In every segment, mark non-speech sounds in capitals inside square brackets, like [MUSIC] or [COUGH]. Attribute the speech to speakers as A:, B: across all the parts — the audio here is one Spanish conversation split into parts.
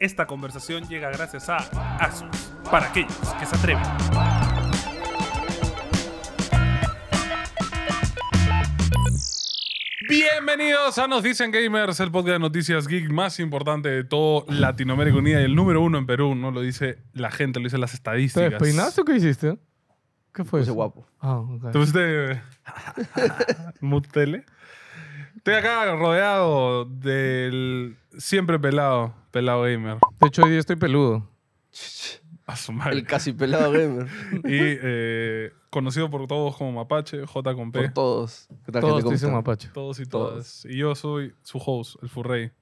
A: Esta conversación llega gracias a ASUS, para aquellos que se atreven. Bienvenidos a Nos Dicen Gamers, el podcast de noticias geek más importante de todo Latinoamérica Unida y el número uno en Perú. No lo dice la gente, lo dicen las
B: ¿Te
A: estadísticas.
B: despeinaste o qué hiciste? ¿Qué fue
C: Puse
B: eso?
C: guapo.
B: Ah, ok.
A: ¿Te pusiste mutele? Estoy acá rodeado del siempre pelado, pelado gamer.
B: De hecho, hoy día estoy peludo.
A: A su madre.
C: El casi pelado gamer.
A: Y eh, conocido por todos como Mapache, J con P.
C: Por todos. ¿Qué tal,
B: Todos
C: gente?
B: te
C: ¿Cómo
B: dicen
C: están?
B: mapacho.
A: Todos y
C: Todos.
A: todas. Y yo soy su host, el Furrey.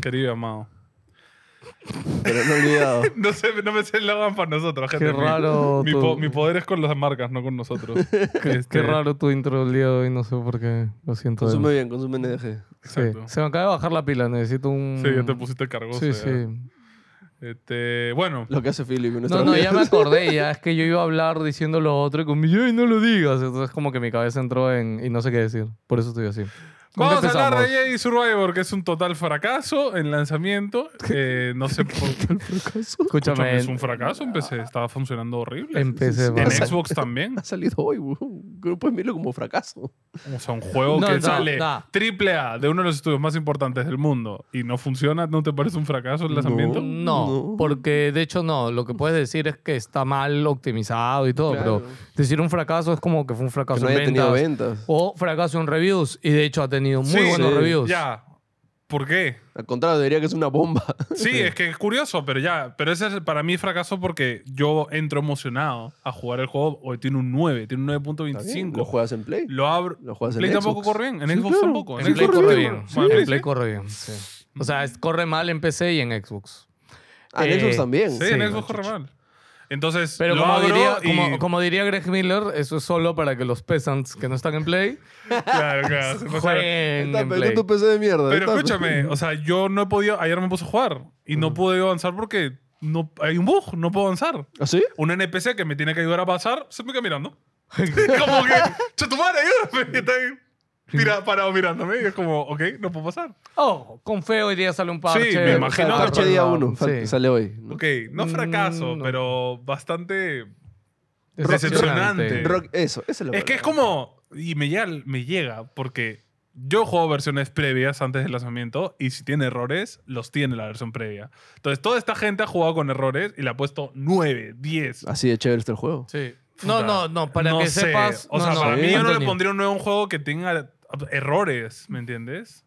A: Querido y amado.
C: Pero no he olvidado.
A: No, sé, no me sé el logan para nosotros, gente.
B: Qué
A: Mi-
B: raro,
A: Mi,
B: tu-
A: po- mi poder es con las marcas, no con
B: [LAUGHS]
A: nosotros.
B: Qué,
A: Este,
B: raro tu intro del día de hoy, no sé por qué. Lo siento.
C: Consume bien, consume NDG.
B: Sí.
A: Exacto.
B: Se me acaba de bajar la pila, necesito un.
A: Sí, ya te pusiste cargoso.
B: Sí,
A: ya.
B: sí.
A: Este, bueno,
C: Lo que hace Philip. nuestro
B: No, no, ya
C: amigo. [LAUGHS]
A: [LAUGHS]
B: me acordé, ya es que yo iba a hablar diciendo lo otro y como, "Ey, no lo digas! Entonces, como que mi cabeza entró en. y no sé qué decir. Por eso estoy así. ¿Con qué
A: vamos a hablar de
B: empezamos?
A: Jedi Survivor, que es un total fracaso en
B: [LAUGHS]
A: lanzamiento. Eh, no sé por qué.
B: Escúchame.
A: Es un fracaso, empecé, estaba funcionando horrible.
B: Empecé.
A: En
B: vamos.
A: Xbox también.
C: Ha salido hoy, weón. Un Grupo de Milo como fracaso.
A: O sea, un juego
B: No,
A: que
B: no,
A: sale
B: no.
A: triple A de uno de los estudios más importantes del mundo y no funciona, ¿no te parece un fracaso el lanzamiento?
B: No,
C: No.
B: porque de hecho no. Lo que puedes decir es que está mal optimizado y todo,
C: Claro.
B: pero decir un fracaso es como que fue un
C: Que
B: fracaso
C: no
B: en
C: haya
B: ventas
C: tenido ventas.
B: o fracaso en reviews y de hecho ha tenido muy
A: Sí,
B: buenos
C: sí,
B: reviews.
A: Ya. ¿Por qué?
C: Al contrario, diría que es una bomba.
A: Sí, es que es curioso, pero ya. Pero ese es para mí fracaso porque yo entro emocionado a jugar el juego. Hoy tiene un 9, tiene un
C: Está bien, Lo
A: 9.25.
C: juegas en Play.
A: Lo abro.
C: Lo juegas en
A: Play tampoco
C: Xbox.
A: corre bien. En
C: Sí,
A: Xbox
C: claro.
A: tampoco.
B: En Play
A: Xbox
B: corre
A: pues, sí.
B: bien.
A: Bueno,
B: En
A: Play
B: Play
A: sí.
B: corre bien. sí. O sea, es- corre mal en PC y en Xbox.
C: Ah, en
B: Eh,
C: Xbox también.
A: Sí, en
B: Sí,
A: Xbox corre mal. Entonces,
B: Pero
A: lo
B: como
A: abro
B: diría,
A: y-
B: como, como diría Greg Miller, eso es solo para que los peasants que no están
A: [LAUGHS]
B: en Play
A: [LAUGHS] Claro, claro. se pasaron.
B: jueguen
C: eh, Está,
B: en
C: pero
B: Play.
C: tu PC de mierda.
A: Pero
C: está. [LAUGHS]
A: escúchame, o sea, yo no he podido. Ayer me puse a jugar y no pude avanzar porque no, hay un bug, no puedo avanzar.
C: ¿Ah, sí?
A: Un NPC que me tiene que ayudar a pasar se me queda mirando. [LAUGHS] como que, "Che, tu madre, ayúdame. Y está ahí, mira, parado mirándome. Y es como, ok, no puedo pasar.
B: Oh, con feo hoy día sale un parche.
A: Sí, me
C: Eh,
A: imagino
B: Para-
A: que
C: Parche día
B: para-
C: 1.
B: sí.
C: Sale hoy. ¿no?
A: Ok, no fracaso,
B: Mm, no.
A: pero bastante.
B: Decepcionante.
A: Decepcionante.
C: Rock- eso, esa es la
A: Es que es
C: palabra.
A: como. Y me llega, me llega porque yo juego versiones previas antes del lanzamiento y si tiene errores, los tiene la versión previa. Entonces, toda esta gente ha jugado con errores y le ha puesto 9, 10,
C: Así de chévere está el juego.
B: Sí. No, no, no, para
A: No
B: que
A: sé.
B: sepas.
A: O sea,
B: no, no,
A: para mí yo no le
B: Antonio.
A: pondría un nuevo juego que tenga errores, ¿me entiendes?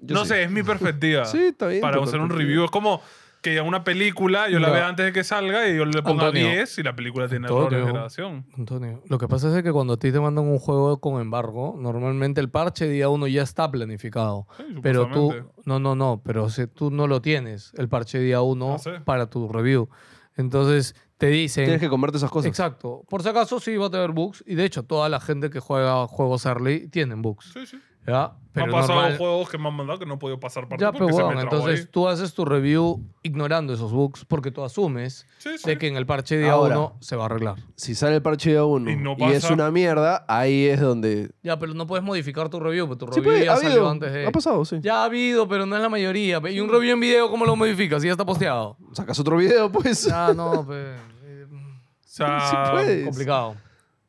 C: Yo
A: no
C: sí.
A: sé,
B: [LAUGHS]
A: es mi perspectiva.
C: Sí, está bien.
A: Para
C: tu
A: hacer un
C: perspectiva.
A: review. Es como que a una película yo la
B: Ya.
A: vea antes de que salga y yo le ponga
B: Antonio.
A: 10 y la película tiene
B: Antonio.
A: errores de grabación.
B: Antonio, lo que pasa es que cuando a ti te mandan un juego con embargo, normalmente el parche día uno ya está planificado.
A: Sí,
B: Pero tú,
A: supuestamente.
B: no, no, no, pero si tú no lo tienes, el parche día uno
A: Ah, sí.
B: para tu review. Entonces te dicen...
C: Tienes que comerte esas cosas.
B: Exacto. Por si acaso sí va a tener bugs y de hecho toda la gente que juega juegos early tienen bugs.
A: Sí, sí.
B: ¿ya?
A: me
B: Pero
A: han pasado
B: normal-
A: juegos que me han mandado que no he podido pasar parte
B: Ya,
A: porque
B: pero
A: se me
B: bueno,
A: trabó
B: entonces
A: ahí.
B: tú haces tu review ignorando esos bugs porque tú asumes
A: Sí, sí.
B: de que en el parche día
C: Ahora.
B: uno se va a arreglar.
C: Si sale el parche de uno
A: Y
C: y,
A: no pasa-
C: es una mierda, ahí es donde.
B: Ya, pero no puedes modificar tu review, porque tu
C: Sí,
B: review
C: pues,
B: ya
C: ha
B: salió
C: habido.
B: antes de.
C: Ha pasado, sí.
B: Ya ha habido, pero no es la mayoría. pe. Y un review en video, ¿cómo lo modificas? Si ya está posteado.
C: Sacas otro video, pues.
B: Ya, no, pe. Eh,
A: O sea,
B: [LAUGHS]
C: Sí puede.
B: Complicado.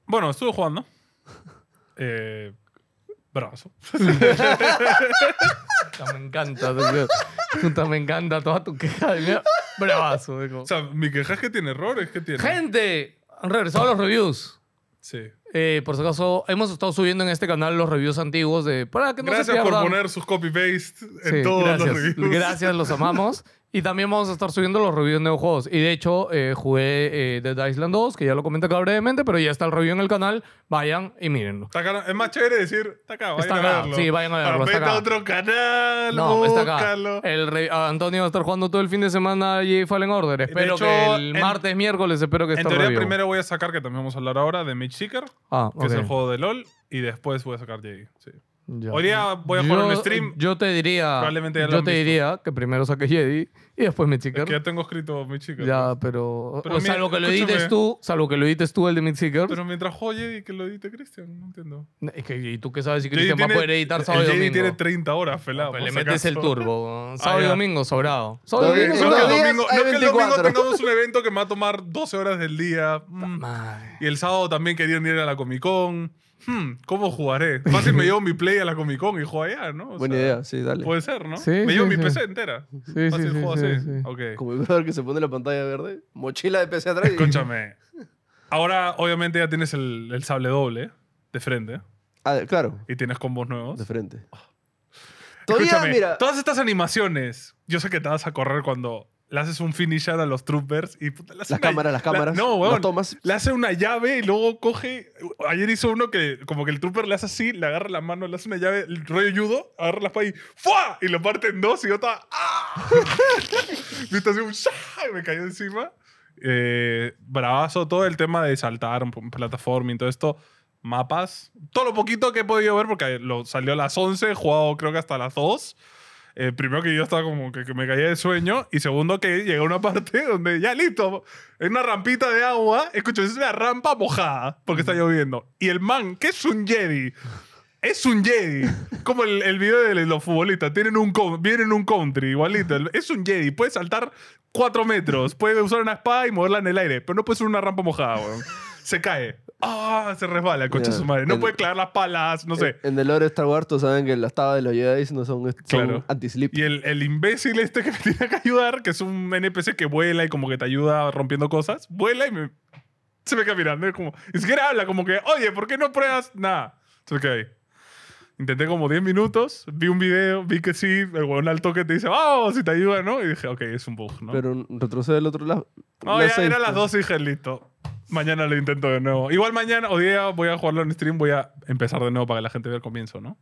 A: Bueno, estuve jugando. [LAUGHS] Eh, brazo.
B: Puta, Me encanta. tío. Puta, me encanta toda tu queja. de mierda. Bravazo, digo.
A: O sea, mi queja es que tiene errores. que tiene?
B: Gente, han regresado los reviews.
A: Sí.
B: Eh, por si acaso, hemos estado subiendo en este canal los reviews antiguos de. Para que no se
A: gracias por
B: pierdan.
A: poner sus copy-paste en
B: Sí,
A: todos
B: gracias,
A: los reviews.
B: Gracias, los amamos. Y también vamos a estar subiendo los reviews de nuevos juegos. Y de hecho, eh, jugué eh, Dead Island 2, que ya lo comenté acá brevemente, pero ya está el review en el canal. Vayan y mírenlo.
A: Está acá, es más chévere decir, está acá, vayan
B: Está
A: a
B: acá,
A: verlo.
B: sí, vayan a verlo,
A: Ahora,
B: está
A: vete a
B: acá.
A: otro canal,
B: No, está acá.
A: búscalo.
B: El re- ah, Antonio va a estar jugando todo el fin de semana y Fallen Order. Espero
A: hecho,
B: que el
A: en-
B: martes, miércoles, espero que
A: En
B: esté el
A: teoría,
B: review.
A: primero voy a sacar, que también vamos a hablar ahora, de Mage Seeker, que
B: ah,
A: es
B: ok.
A: el juego de LOL, y después voy a sacar Jade. Sí.
B: Ya.
A: Hoy día voy a jugar
B: Yo-
A: un stream.
B: Yo te diría.
A: Probablemente ya lo
B: yo
A: han
B: te
A: visto.
B: diría que primero saques Jedi y después
A: Es
B: Midseeker.
A: que ya tengo escrito mi chica.
B: ya, pero.
A: Pero
B: o
A: mira,
B: salvo que lo
A: escúchame.
B: edites tú, salvo que lo edites tú el de Midseeker.
A: Pero mientras juego Jedi que lo edite Cristian, no entiendo.
B: Es que, ¿y tú qué sabes si
A: Jedi
B: Cristian va a
A: tiene-
B: poder editar
A: el
B: sábado y
A: Jedi
B: domingo?
A: tiene 30 horas, pelado.
B: Pues le
A: por si
B: metes el
A: acaso.
B: turbo. Sábado y
A: ya.
B: domingo, sobrado. Sábado y
C: Está
A: No,
B: domingo,
C: bien,
A: que el
B: sobrado.
C: Todos los días
A: domingo, no que
C: hay
A: el domingo
C: 24.
A: tengamos un evento que me va a tomar 12 horas del día. Mm.
B: Madre.
A: Y el sábado también querían ir a la Comic Con. Hmm, ¿Cómo jugaré? Fácil me llevo mi play a la Comic Con y juego allá, ¿no? O
C: [LAUGHS] Buena
A: sea,
C: idea, sí, dale.
A: Puede ser, ¿no?
B: Sí,
A: me
B: sí,
A: llevo mi
B: sí.
A: PC entera.
B: Sí, sí,
A: Fácil
B: sí,
A: juego
B: sí,
A: así.
B: sí.
A: Ok.
C: Como el brother que se pone la pantalla verde. Mochila de PC atrás. y-
A: Escúchame. Ahora, obviamente, ya tienes el, el sable doble de frente
C: [LAUGHS] Ah, claro,
A: y tienes combos nuevos.
C: de frente. Todavía,
A: Escúchame,
C: mira.
A: Todas estas animaciones, yo sé que te vas a correr cuando le haces un finisher a los troopers y puta, le hace
C: Las
A: una-
C: cámaras, las
A: la-
C: cámaras.
A: no,
C: Las
A: weón.
C: tomas.
A: Le hace una llave y luego coge. Ayer hizo uno que, como que el trooper le hace así, le agarra la mano, le hace una llave, el rollo judo, agarra la espada y ¡fua! Y lo parte en dos y yo estaba. ¡Ah! [LAUGHS] y está así un ¡sha! Y me cayó encima. Eh, bravazo, todo el tema de saltar, plataforming, todo esto. Mapas. Todo lo poquito que he podido ver, porque lo, salió a las 11, he jugado creo que hasta las 2. Eh, primero que yo estaba como que, que me caía de sueño y segundo que llegué a una parte donde ya listo, en una rampita de agua, escucho, es una rampa mojada porque está lloviendo. Y el man, que es un Jedi, es un Jedi, como el, el video de los futbolistas, tienen un con- vienen un country igualito, El- es un Jedi, puede saltar cuatro metros, puede usar una espada y moverla en el aire, pero no puede usar una rampa mojada, weón. Se cae. Ah, se resbala, coche
C: Ya,
A: su madre. No
C: el- Eh,
A: puede clavar las palas, no sé.
C: En el lore de Star Wars, todos saben que las tabas de los Jedi no son, son
A: Claro.
C: anti-slip.
A: Y el, el imbécil este que me [LAUGHS] tiene que ayudar, que es un NPC que vuela y como que te ayuda rompiendo cosas, vuela y me- se me queda mirando. y como, ni siquiera habla, como que, oye, ¿por qué no pruebas nada? Se me queda ahí. Intenté como 10 minutos, vi un video, vi que sí, el huevón al toque te dice, vamos, si te ayuda, ¿no? Y dije, ok, es un bug, ¿no?
C: Pero retrocede al otro lado.
A: No,
C: La
A: ya
C: safety.
A: eran las 12 y dije, listo. Mañana lo intento de nuevo. Igual mañana, o día, voy a jugarlo en stream, voy a empezar de nuevo para que la gente vea el comienzo, ¿no?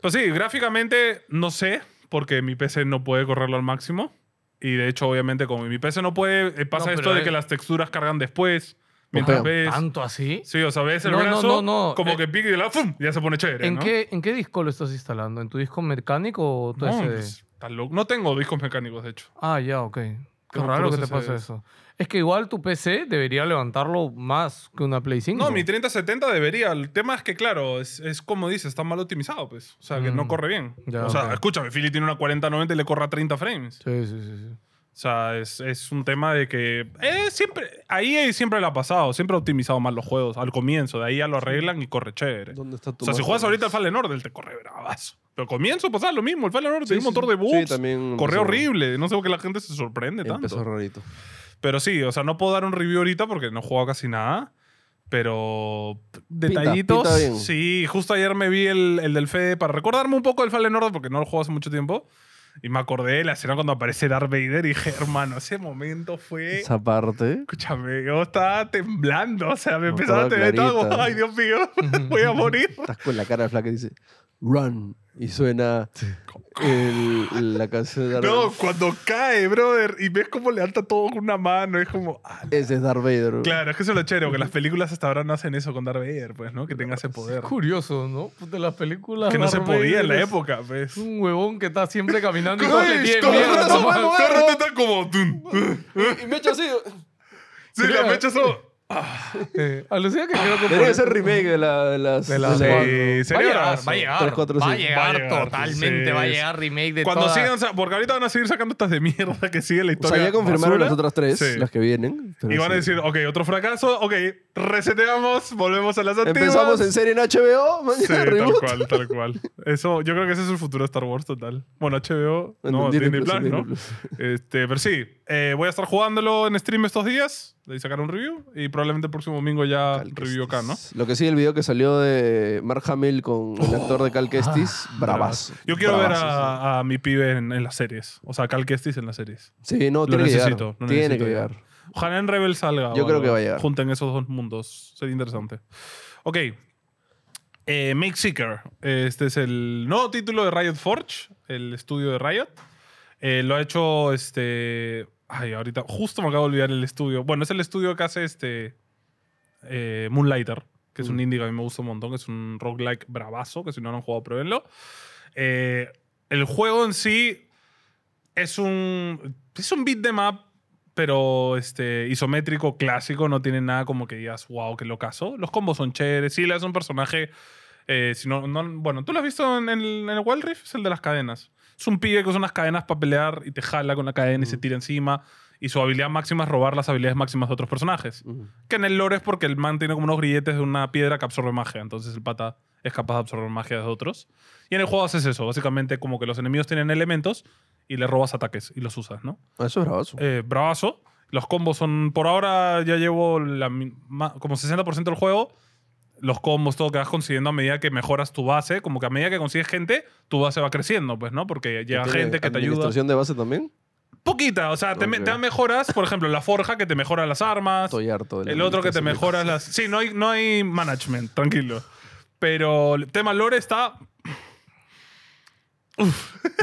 A: Pues sí, gráficamente no sé, porque mi PC no puede correrlo al máximo. Y de hecho, obviamente, como mi PC no puede, eh, pasa
B: No, pero
A: esto de
B: es-
A: que las texturas cargan después. Mientras
C: Pero
A: ves.
B: ¿Tanto así?
A: Sí, o sea, ves el
B: No, no,
A: brazo,
B: no, no.
A: como
B: Eh,
A: que pique y la ¡fum! ya se pone chévere.
B: ¿En,
A: ¿no?
B: qué, ¿En qué disco lo estás instalando? ¿En tu disco mecánico o tu
A: No,
B: SD?
A: pues, está loco. no tengo discos mecánicos, de hecho.
B: Ah, ya, ok. Qué
A: Tengo
B: raro que
A: puros
B: te pase
A: SDs.
B: eso. Es que igual tu PC debería levantarlo más que una Play 5.
A: No, mi 3070 debería. El tema es que, claro, es, es como dices, está mal optimizado, pues. O sea, que no
B: Mm.
A: corre bien.
B: Ya,
A: o sea,
B: ok.
A: escúchame, Philly tiene una 4090 y le corre a 30 frames.
B: Sí, sí, sí. sí.
A: O sea, es, es un tema de que. eh, siempre, ahí siempre lo ha pasado. Siempre ha optimizado más los juegos al comienzo. De ahí ya lo arreglan y corre chévere.
C: ¿Dónde está tu
A: O sea, si
C: mouse?
A: juegas ahorita al Fallen Order, te corre bravazo. Pero al comienzo pasaba lo mismo. El Fallen Order tenía
C: sí,
A: un montón de
C: sí.
A: bugs.
C: Sí, también
A: Corre
C: empezó-
A: horrible. No sé por qué la gente se sorprende
C: Empezó
A: tanto.
C: rarito.
A: Pero sí, o sea, no puedo dar un review ahorita porque no he jugado casi nada. Pero detallitos.
C: pinta bien.
A: Sí, justo ayer me vi el, el del Fede para recordarme un poco del Fallen Order porque no lo juego hace mucho tiempo. Y me acordé de la escena cuando aparece Darth Vader y dije, hermano, ese momento fue.
C: Esa parte.
A: Escúchame, yo estaba temblando. O sea, me
C: Me
A: empezaba a
C: acuerdo
A: tener
C: clarito.
A: todo. Ay, Dios mío, [LAUGHS] [LAUGHS] voy
B: [LAUGHS]
A: a morir.
C: Estás con la cara flaca y dice Run. Y suena el- la canción de Darth
A: No,
C: Vader.
A: cuando cae, brother, y ves cómo levanta todo con una mano, es como. ah,
C: Ese es Darth Vader.
A: Claro, es que eso es lo chero, que las películas hasta ahora no hacen eso con Darth Vader, pues, ¿no? Que tenga ese poder.
B: Curioso, ¿no? De las películas.
A: [LAUGHS] Que no se
B: Darth
A: podía en la
B: Vader es
A: época, pues.
B: Un huevón que está siempre caminando y
A: Todo
B: todo le tiene miedo.
C: razón,
B: nomás.
C: mano.
A: el rato está como. tum.
C: Y me ha hecho así.
A: Sí, la mecha eso.
B: Eh, alucina que creo que
C: Debería
B: por-
C: ser remake de, la, de las.
B: De las-
C: de
B: Sí,
C: la-
A: sería bravazo.
B: va a llegar,
C: Tres, cuatro,
B: va a
C: sí.
B: llegar,
A: Va a llegar,
B: totalmente,
A: sí.
B: va a llegar remake de
A: Cuando
B: todas.
A: sigan, sa- porque ahorita van a seguir sacando estas de mierda que sigue la
C: O
A: historia.
C: sea, ya confirmaron
A: basura.
C: las otras tres,
A: Sí.
C: las que vienen. pero
A: Y van a
C: sí.
A: decir, ok, otro fracaso, ok, reseteamos, volvemos a las antiguas.
C: Empezamos en serie en HBO,
A: "Oh, Sí,
C: mañana
A: tal
C: reboot.
A: cual, tal cual. Eso, yo creo que ese es el futuro de Star Wars total. Bueno, HBO,
C: En
A: no,
C: Disney
A: Disney
C: Plus,
A: Plus,
C: en
A: ¿no?
C: Disney
A: Este, pero sí, eh, voy a estar jugándolo en stream estos días, de ahí sacar un review y probablemente el próximo domingo ya Ah, review acá, ¿no?
C: Lo que sí, el video que salió de Mark Hamill con el actor de Cal Kestis, Oh. Ah, bravazo.
A: Yo quiero
C: bravazo,
A: ver a, a mi pibe en, en las series, o sea, Cal Kestis en las series.
C: Sí, Sí, no,
A: Lo
C: tiene
A: necesito,
C: que llegar.
A: lo
C: tiene
A: necesito
C: que
A: ya.
C: llegar.
A: Ojalá en Rebel salga.
C: Yo
A: o
C: creo
A: algo.
C: que va a llegar.
A: Junten esos dos mundos. Sería interesante. Ok. Eh, Make Seeker. Este es el nuevo título de Riot Forge, el estudio de Riot. Eh, lo ha hecho este. Ay, ahorita. Justo me acabo de olvidar el estudio. Bueno, es el estudio que hace este. eh, Moonlighter. que
C: Mm.
A: es un indie que a mí me gusta un montón, que es un roguelike bravazo, que si no lo han jugado, pruébenlo. Eh, el juego en sí es un. Es un beat de map, pero este, isométrico, clásico, no tiene nada como que digas, wow, qué locazo. Los combos son chéveres. Sila es un personaje. eh, si no, no- bueno, tú lo has visto en el, en el Wild Rift, es el de las cadenas. Es un pibe que usa unas cadenas para pelear y te jala con la cadena y se tira encima. Y su habilidad máxima es robar las habilidades máximas de otros personajes.
C: Ujú.
A: Que en el lore es porque el man tiene como unos grilletes de una piedra que absorbe magia. Entonces el pata es capaz de absorber magia de otros. Y en el juego haces eso. Básicamente como que los enemigos tienen elementos y le robas ataques y los usas, ¿no?
C: Ah, Eso es bravazo.
A: Eh, bravazo. Los combos son... Por ahora ya llevo la mi- ma- como 60% del juego. Los combos, todo que vas consiguiendo a medida que mejoras tu base. Como que a medida que consigues gente, tu base va creciendo, pues, ¿no? Porque llega
C: ¿Tiene
A: gente que te ayuda.
C: ¿Administración de base también?
A: Poquita. O sea, te, me-
C: Ok.
A: te dan mejoras. Por ejemplo, la forja que te mejora las armas.
C: Estoy harto. de Pues la
A: El otro que te
C: administración de
A: mejoras las. Sí, no hay, no hay management, tranquilo. Pero el tema lore está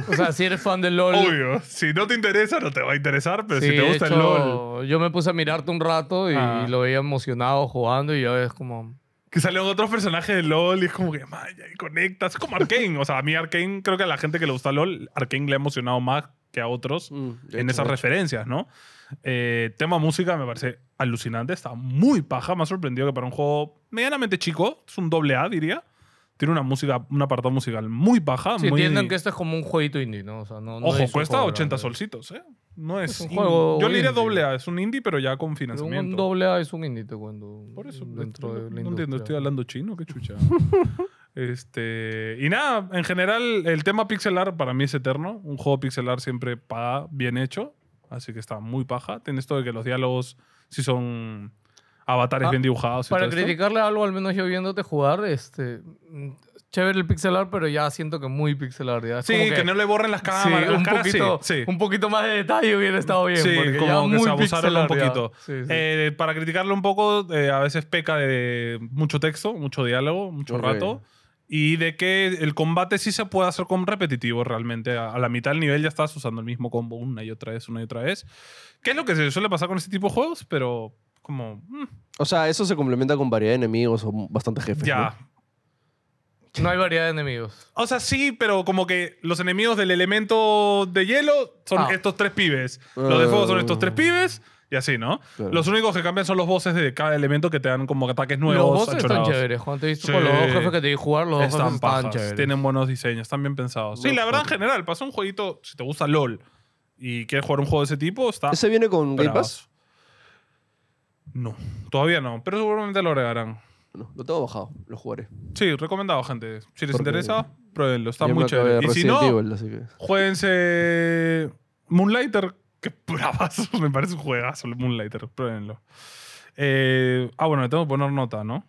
B: O sea, si eres fan del LOL.
A: obvio. Si no te interesa, no te va a interesar, pero
B: sí,
A: si te
B: de
A: gusta el
B: hecho,
A: LOL.
B: Yo me puse a mirarte un rato y
A: Ah.
B: lo veía emocionado jugando y ya ves como.
A: Que salen otros personajes de LOL y es como que, man, ya ahí conectas. Es como Arkane. O sea, a mí Arkane, creo que a la gente que le gusta LOL, Arkane le ha emocionado más que a otros
C: base. Mm, de
A: en
C: hecho,
A: esas
C: de hecho.
A: referencias, ¿no? Eh, tema música me parece alucinante. Está muy paja. Me ha sorprendido que para un juego medianamente chico, es un doble A, diría. Tiene una música, un apartado musical muy paja.
B: Si
A: Ah, muy...
B: entienden que esto es como un jueguito indie, ¿no? O sea, no, no
A: Ojo,
B: es un
A: cuesta
B: juego
A: 80
B: grande.
A: solcitos, ¿eh? No es.
B: Es un
A: indie.
B: juego
A: Yo le diría
B: indie.
A: doble A, es un indie, pero ya con
B: Pero
A: financiamiento.
B: un doble A es un indie, te cuento.
A: Por eso,
B: dentro
A: no,
B: de
A: no
B: la
A: entiendo, estoy
B: industria.
A: hablando chino, qué chucha. [LAUGHS] este. Y nada, en general, el tema pixelar para mí es eterno. Un juego pixelar siempre paga bien hecho, así que está muy paja. Tiene esto de que los diálogos sí son avatares
B: Ah,
A: bien dibujados y
B: Para
A: todo esto.
B: criticarle algo, al menos yo viéndote jugar, este. mm, Chévere el pixelar, pero ya siento que muy pixelar. Ya. Es
A: Sí,
B: como
A: que, no le borren las
B: Sí,
A: cámaras. las
B: un,
A: caras sí,
B: poquito,
A: sí.
B: un poquito más de detalle hubiera estado bien.
A: Sí,
B: porque
A: como
B: ya
A: que
B: muy
A: se abusaron un
B: pixelar ya.
A: poquito.
B: Sí, sí.
A: Eh, para criticarlo un poco, eh, a veces peca de mucho texto, mucho diálogo, mucho
C: Ok.
A: rato. Y de que el combate sí se puede hacer con repetitivo realmente. A, a la mitad del nivel ya estás usando el mismo combo una y otra vez, una y otra vez. Que es lo que se suele pasar con este tipo de juegos, pero como... mm,
C: O sea, eso se complementa con variedad de enemigos o bastante jefes.
A: ya.
B: No hay variedad de enemigos.
A: O sea, sí, pero como que los enemigos del elemento de hielo son
B: Ah.
A: estos tres pibes. Los de fuego son estos tres
C: Ah.
A: pibes y así, ¿no?
C: Claro.
A: Los únicos que cambian son los bosses de cada elemento que te dan como ataques nuevos.
B: los bosses están
A: achorados.
B: chéveres. Cuando te he visto
A: Sí.
B: con los dos jefes que te di jugar, los dos jefes
A: Están
B: están
A: pajas,
B: chéveres.
A: tienen buenos diseños, están bien pensados. Sí,
C: Los
A: la verdad, en
C: cuatro.
A: general, pasa un jueguito, si te gusta LOL y quieres jugar un juego de ese tipo, está
C: ¿no? ¿Ese viene con Game Pass?
A: bravazo. No, todavía no, pero seguramente lo agregarán.
C: No, lo tengo bajado, lo jugaré.
A: Sí, recomendado, gente. Si les
C: Porque
A: interesa, pruébenlo, está
C: Ya me
A: muy
C: acabé
A: chévere. Y si
C: Resident
A: no,
C: Evil, así que-
A: Jueguense Moonlighter. Qué [LAUGHS] bravazo. Me parece un juegazo el Moonlighter. Pruébenlo. Eh, ah, bueno, le tengo que poner nota, ¿no?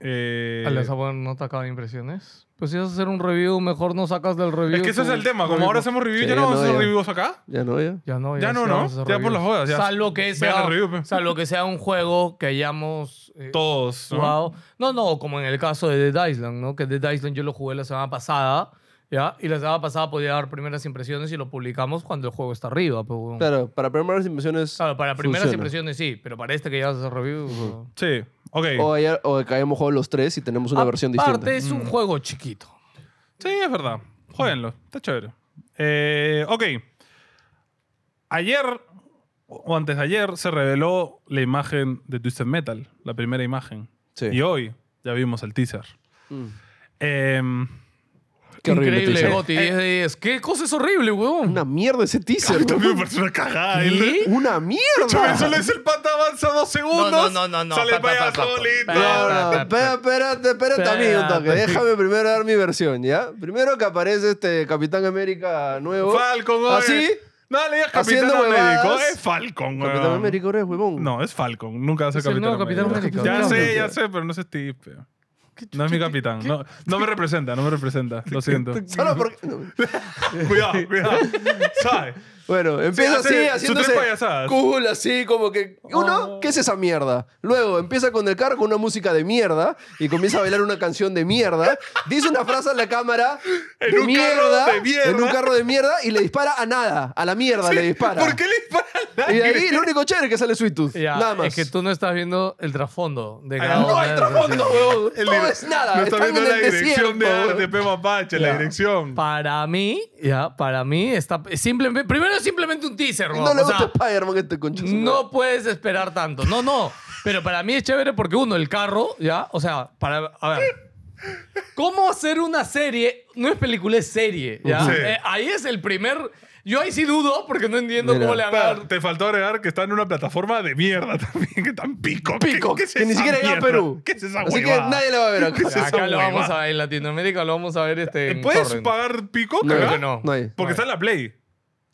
A: Eh,
B: Ah, ¿Le vas a poner nota acá de impresiones? Pues si vas a hacer un review, mejor no sacas del review.
A: es que ese es
B: tu
A: el tema. Como
B: review.
A: ahora hacemos reviews,
C: Sí,
A: ya no
C: ya
A: vamos a
C: no,
A: hacer
C: ya.
A: reviews acá.
C: Ya no, ya.
B: Ya no,
A: Ya no, ¿no?
B: vamos a hacer
A: Ya por las
B: reviews.
A: jodas, ya.
B: Salvo que
A: Vean la
B: sea,
A: review, pe.
B: salvo que sea un juego que hayamos eh,
A: Todos. ¿no?
B: jugado. No, no, como en el caso de Dead Island, ¿no? Que Dead Island yo lo jugué la semana pasada, ¿ya? Y la semana pasada podía dar primeras impresiones y lo publicamos cuando el juego está arriba. Pues, weón.
C: Claro, para primeras impresiones.
A: Ah,
B: Claro, para primeras
C: funciona.
B: impresiones sí, pero para este que ya vas a hacer review... no.
A: Sí. Ok.
C: O, ayer, o que hayamos jugado los tres y tenemos una versión
B: Aparte
C: distinta.
B: es un juego chiquito.
A: Sí, es verdad. Jueguenlo. Está chévere. Eh, ok. Ayer o antes de ayer se reveló la imagen de Twisted Metal, la primera imagen.
C: Sí.
A: Y hoy ya vimos el teaser.
C: Mm.
A: Em,
C: Qué horrible
B: Increíble,
C: teaser.
B: Goti, 10 de 10. ¿Qué cosa es horrible, weón?
C: Una mierda ese teaser. ¿no?
A: También [LAUGHS] me parece una cagada. ¿eh?
B: ¿Qué?
A: El-
C: Una
A: Chame,
C: mierda.
A: solo es el pata avanza dos segundos.
B: No, no, no, no,
A: Sale
B: pa, pa,
A: vaya
B: pa, pa, pa.
A: solito.
B: Pa, pa.
C: No, no, espera, espérate, espérate, amigo, un toque.
B: Espérate.
C: Déjame primero dar mi versión, ¿ya? Primero que aparece este Capitán América nuevo.
A: Falcon, oye.
C: ¿Así?
A: No, le digas Capitán
C: ¿Ah, Haciendo
A: Américo.
C: huevadas.
A: Es Falcon, weón.
C: Capitán América, eres huevón.
A: No, es Falcon. Nunca va a ser
B: Es el
A: Capitán,
B: nuevo Capitán
A: América.
B: América.
A: Ya
C: Capitán
A: sé, ya
C: América.
A: sé, pero no es Steve. pe. No es mi capitán. No, no me representa, no me representa. Lo siento.
C: Solo porque. no.
A: [LAUGHS] Cuidado, cuidado. ¿Sabes?
C: Bueno, empieza
A: hace
C: así,
A: sus
C: haciéndose
A: tres payasadas.
C: cool, así como que... Uno,
A: Oh.
C: ¿qué es esa mierda? Luego empieza con el carro con una música de mierda y comienza a bailar una canción de mierda. Dice una frase a la cámara
A: [LAUGHS] En
C: de,
A: un carro
C: mierda,
A: de mierda.
C: en un carro de mierda y le dispara a nada, a la mierda le dispara.
A: ¿Por qué le disparan?
C: Y de ahí lo único chévere es que sale Sweet Tooth.
B: Ya,
C: Nada más.
B: Es que tú no estás viendo el trasfondo de cada
C: Ah, No
B: una
C: hay
B: de esas
C: trasfondo,
B: escenas.
C: huevón.
A: El
C: No
A: dire-
C: es nada.
A: No está
C: Están
A: viendo
C: en
A: la
C: el
A: dirección de,
C: desierto.
A: de Pema Pache,
B: Ya.
A: la dirección.
B: Para mí, ya, para mí está simplemente primero es simplemente un teaser,
C: No
B: huevón.
C: le
B: O sea,
C: gusta Spider-Man este concha. de su madre.
B: No puedes esperar tanto. No, no. Pero para mí es chévere porque uno, el carro, ya, o sea, para a ver. ¿Cómo hacer una serie? No es película, es serie. ¿ya?
A: Sí.
B: Eh, ahí es el primer. Yo ahí sí dudo porque no entiendo
C: Mira.
B: cómo le van a
A: Espera,
B: dar-
A: te faltó agregar que está en una plataforma de mierda [LAUGHS] también, que tan pico.
C: Pico,
A: ¿Qué- qué es
C: que ni
A: esa
C: siquiera llega a
A: mierda?
C: Perú.
A: ¿Qué es esa
C: Así que
A: huevada?
C: nadie la va a ver acá. Ah,
A: ¿Qué es esa
B: Acá lo
A: huevada?
B: vamos a ver en Latinoamérica, lo vamos a ver este. en
A: ¿Puedes
B: torrent.
A: pagar pico?
C: No,
A: cagá?
B: creo que no.
C: No hay.
A: Porque está en la Play.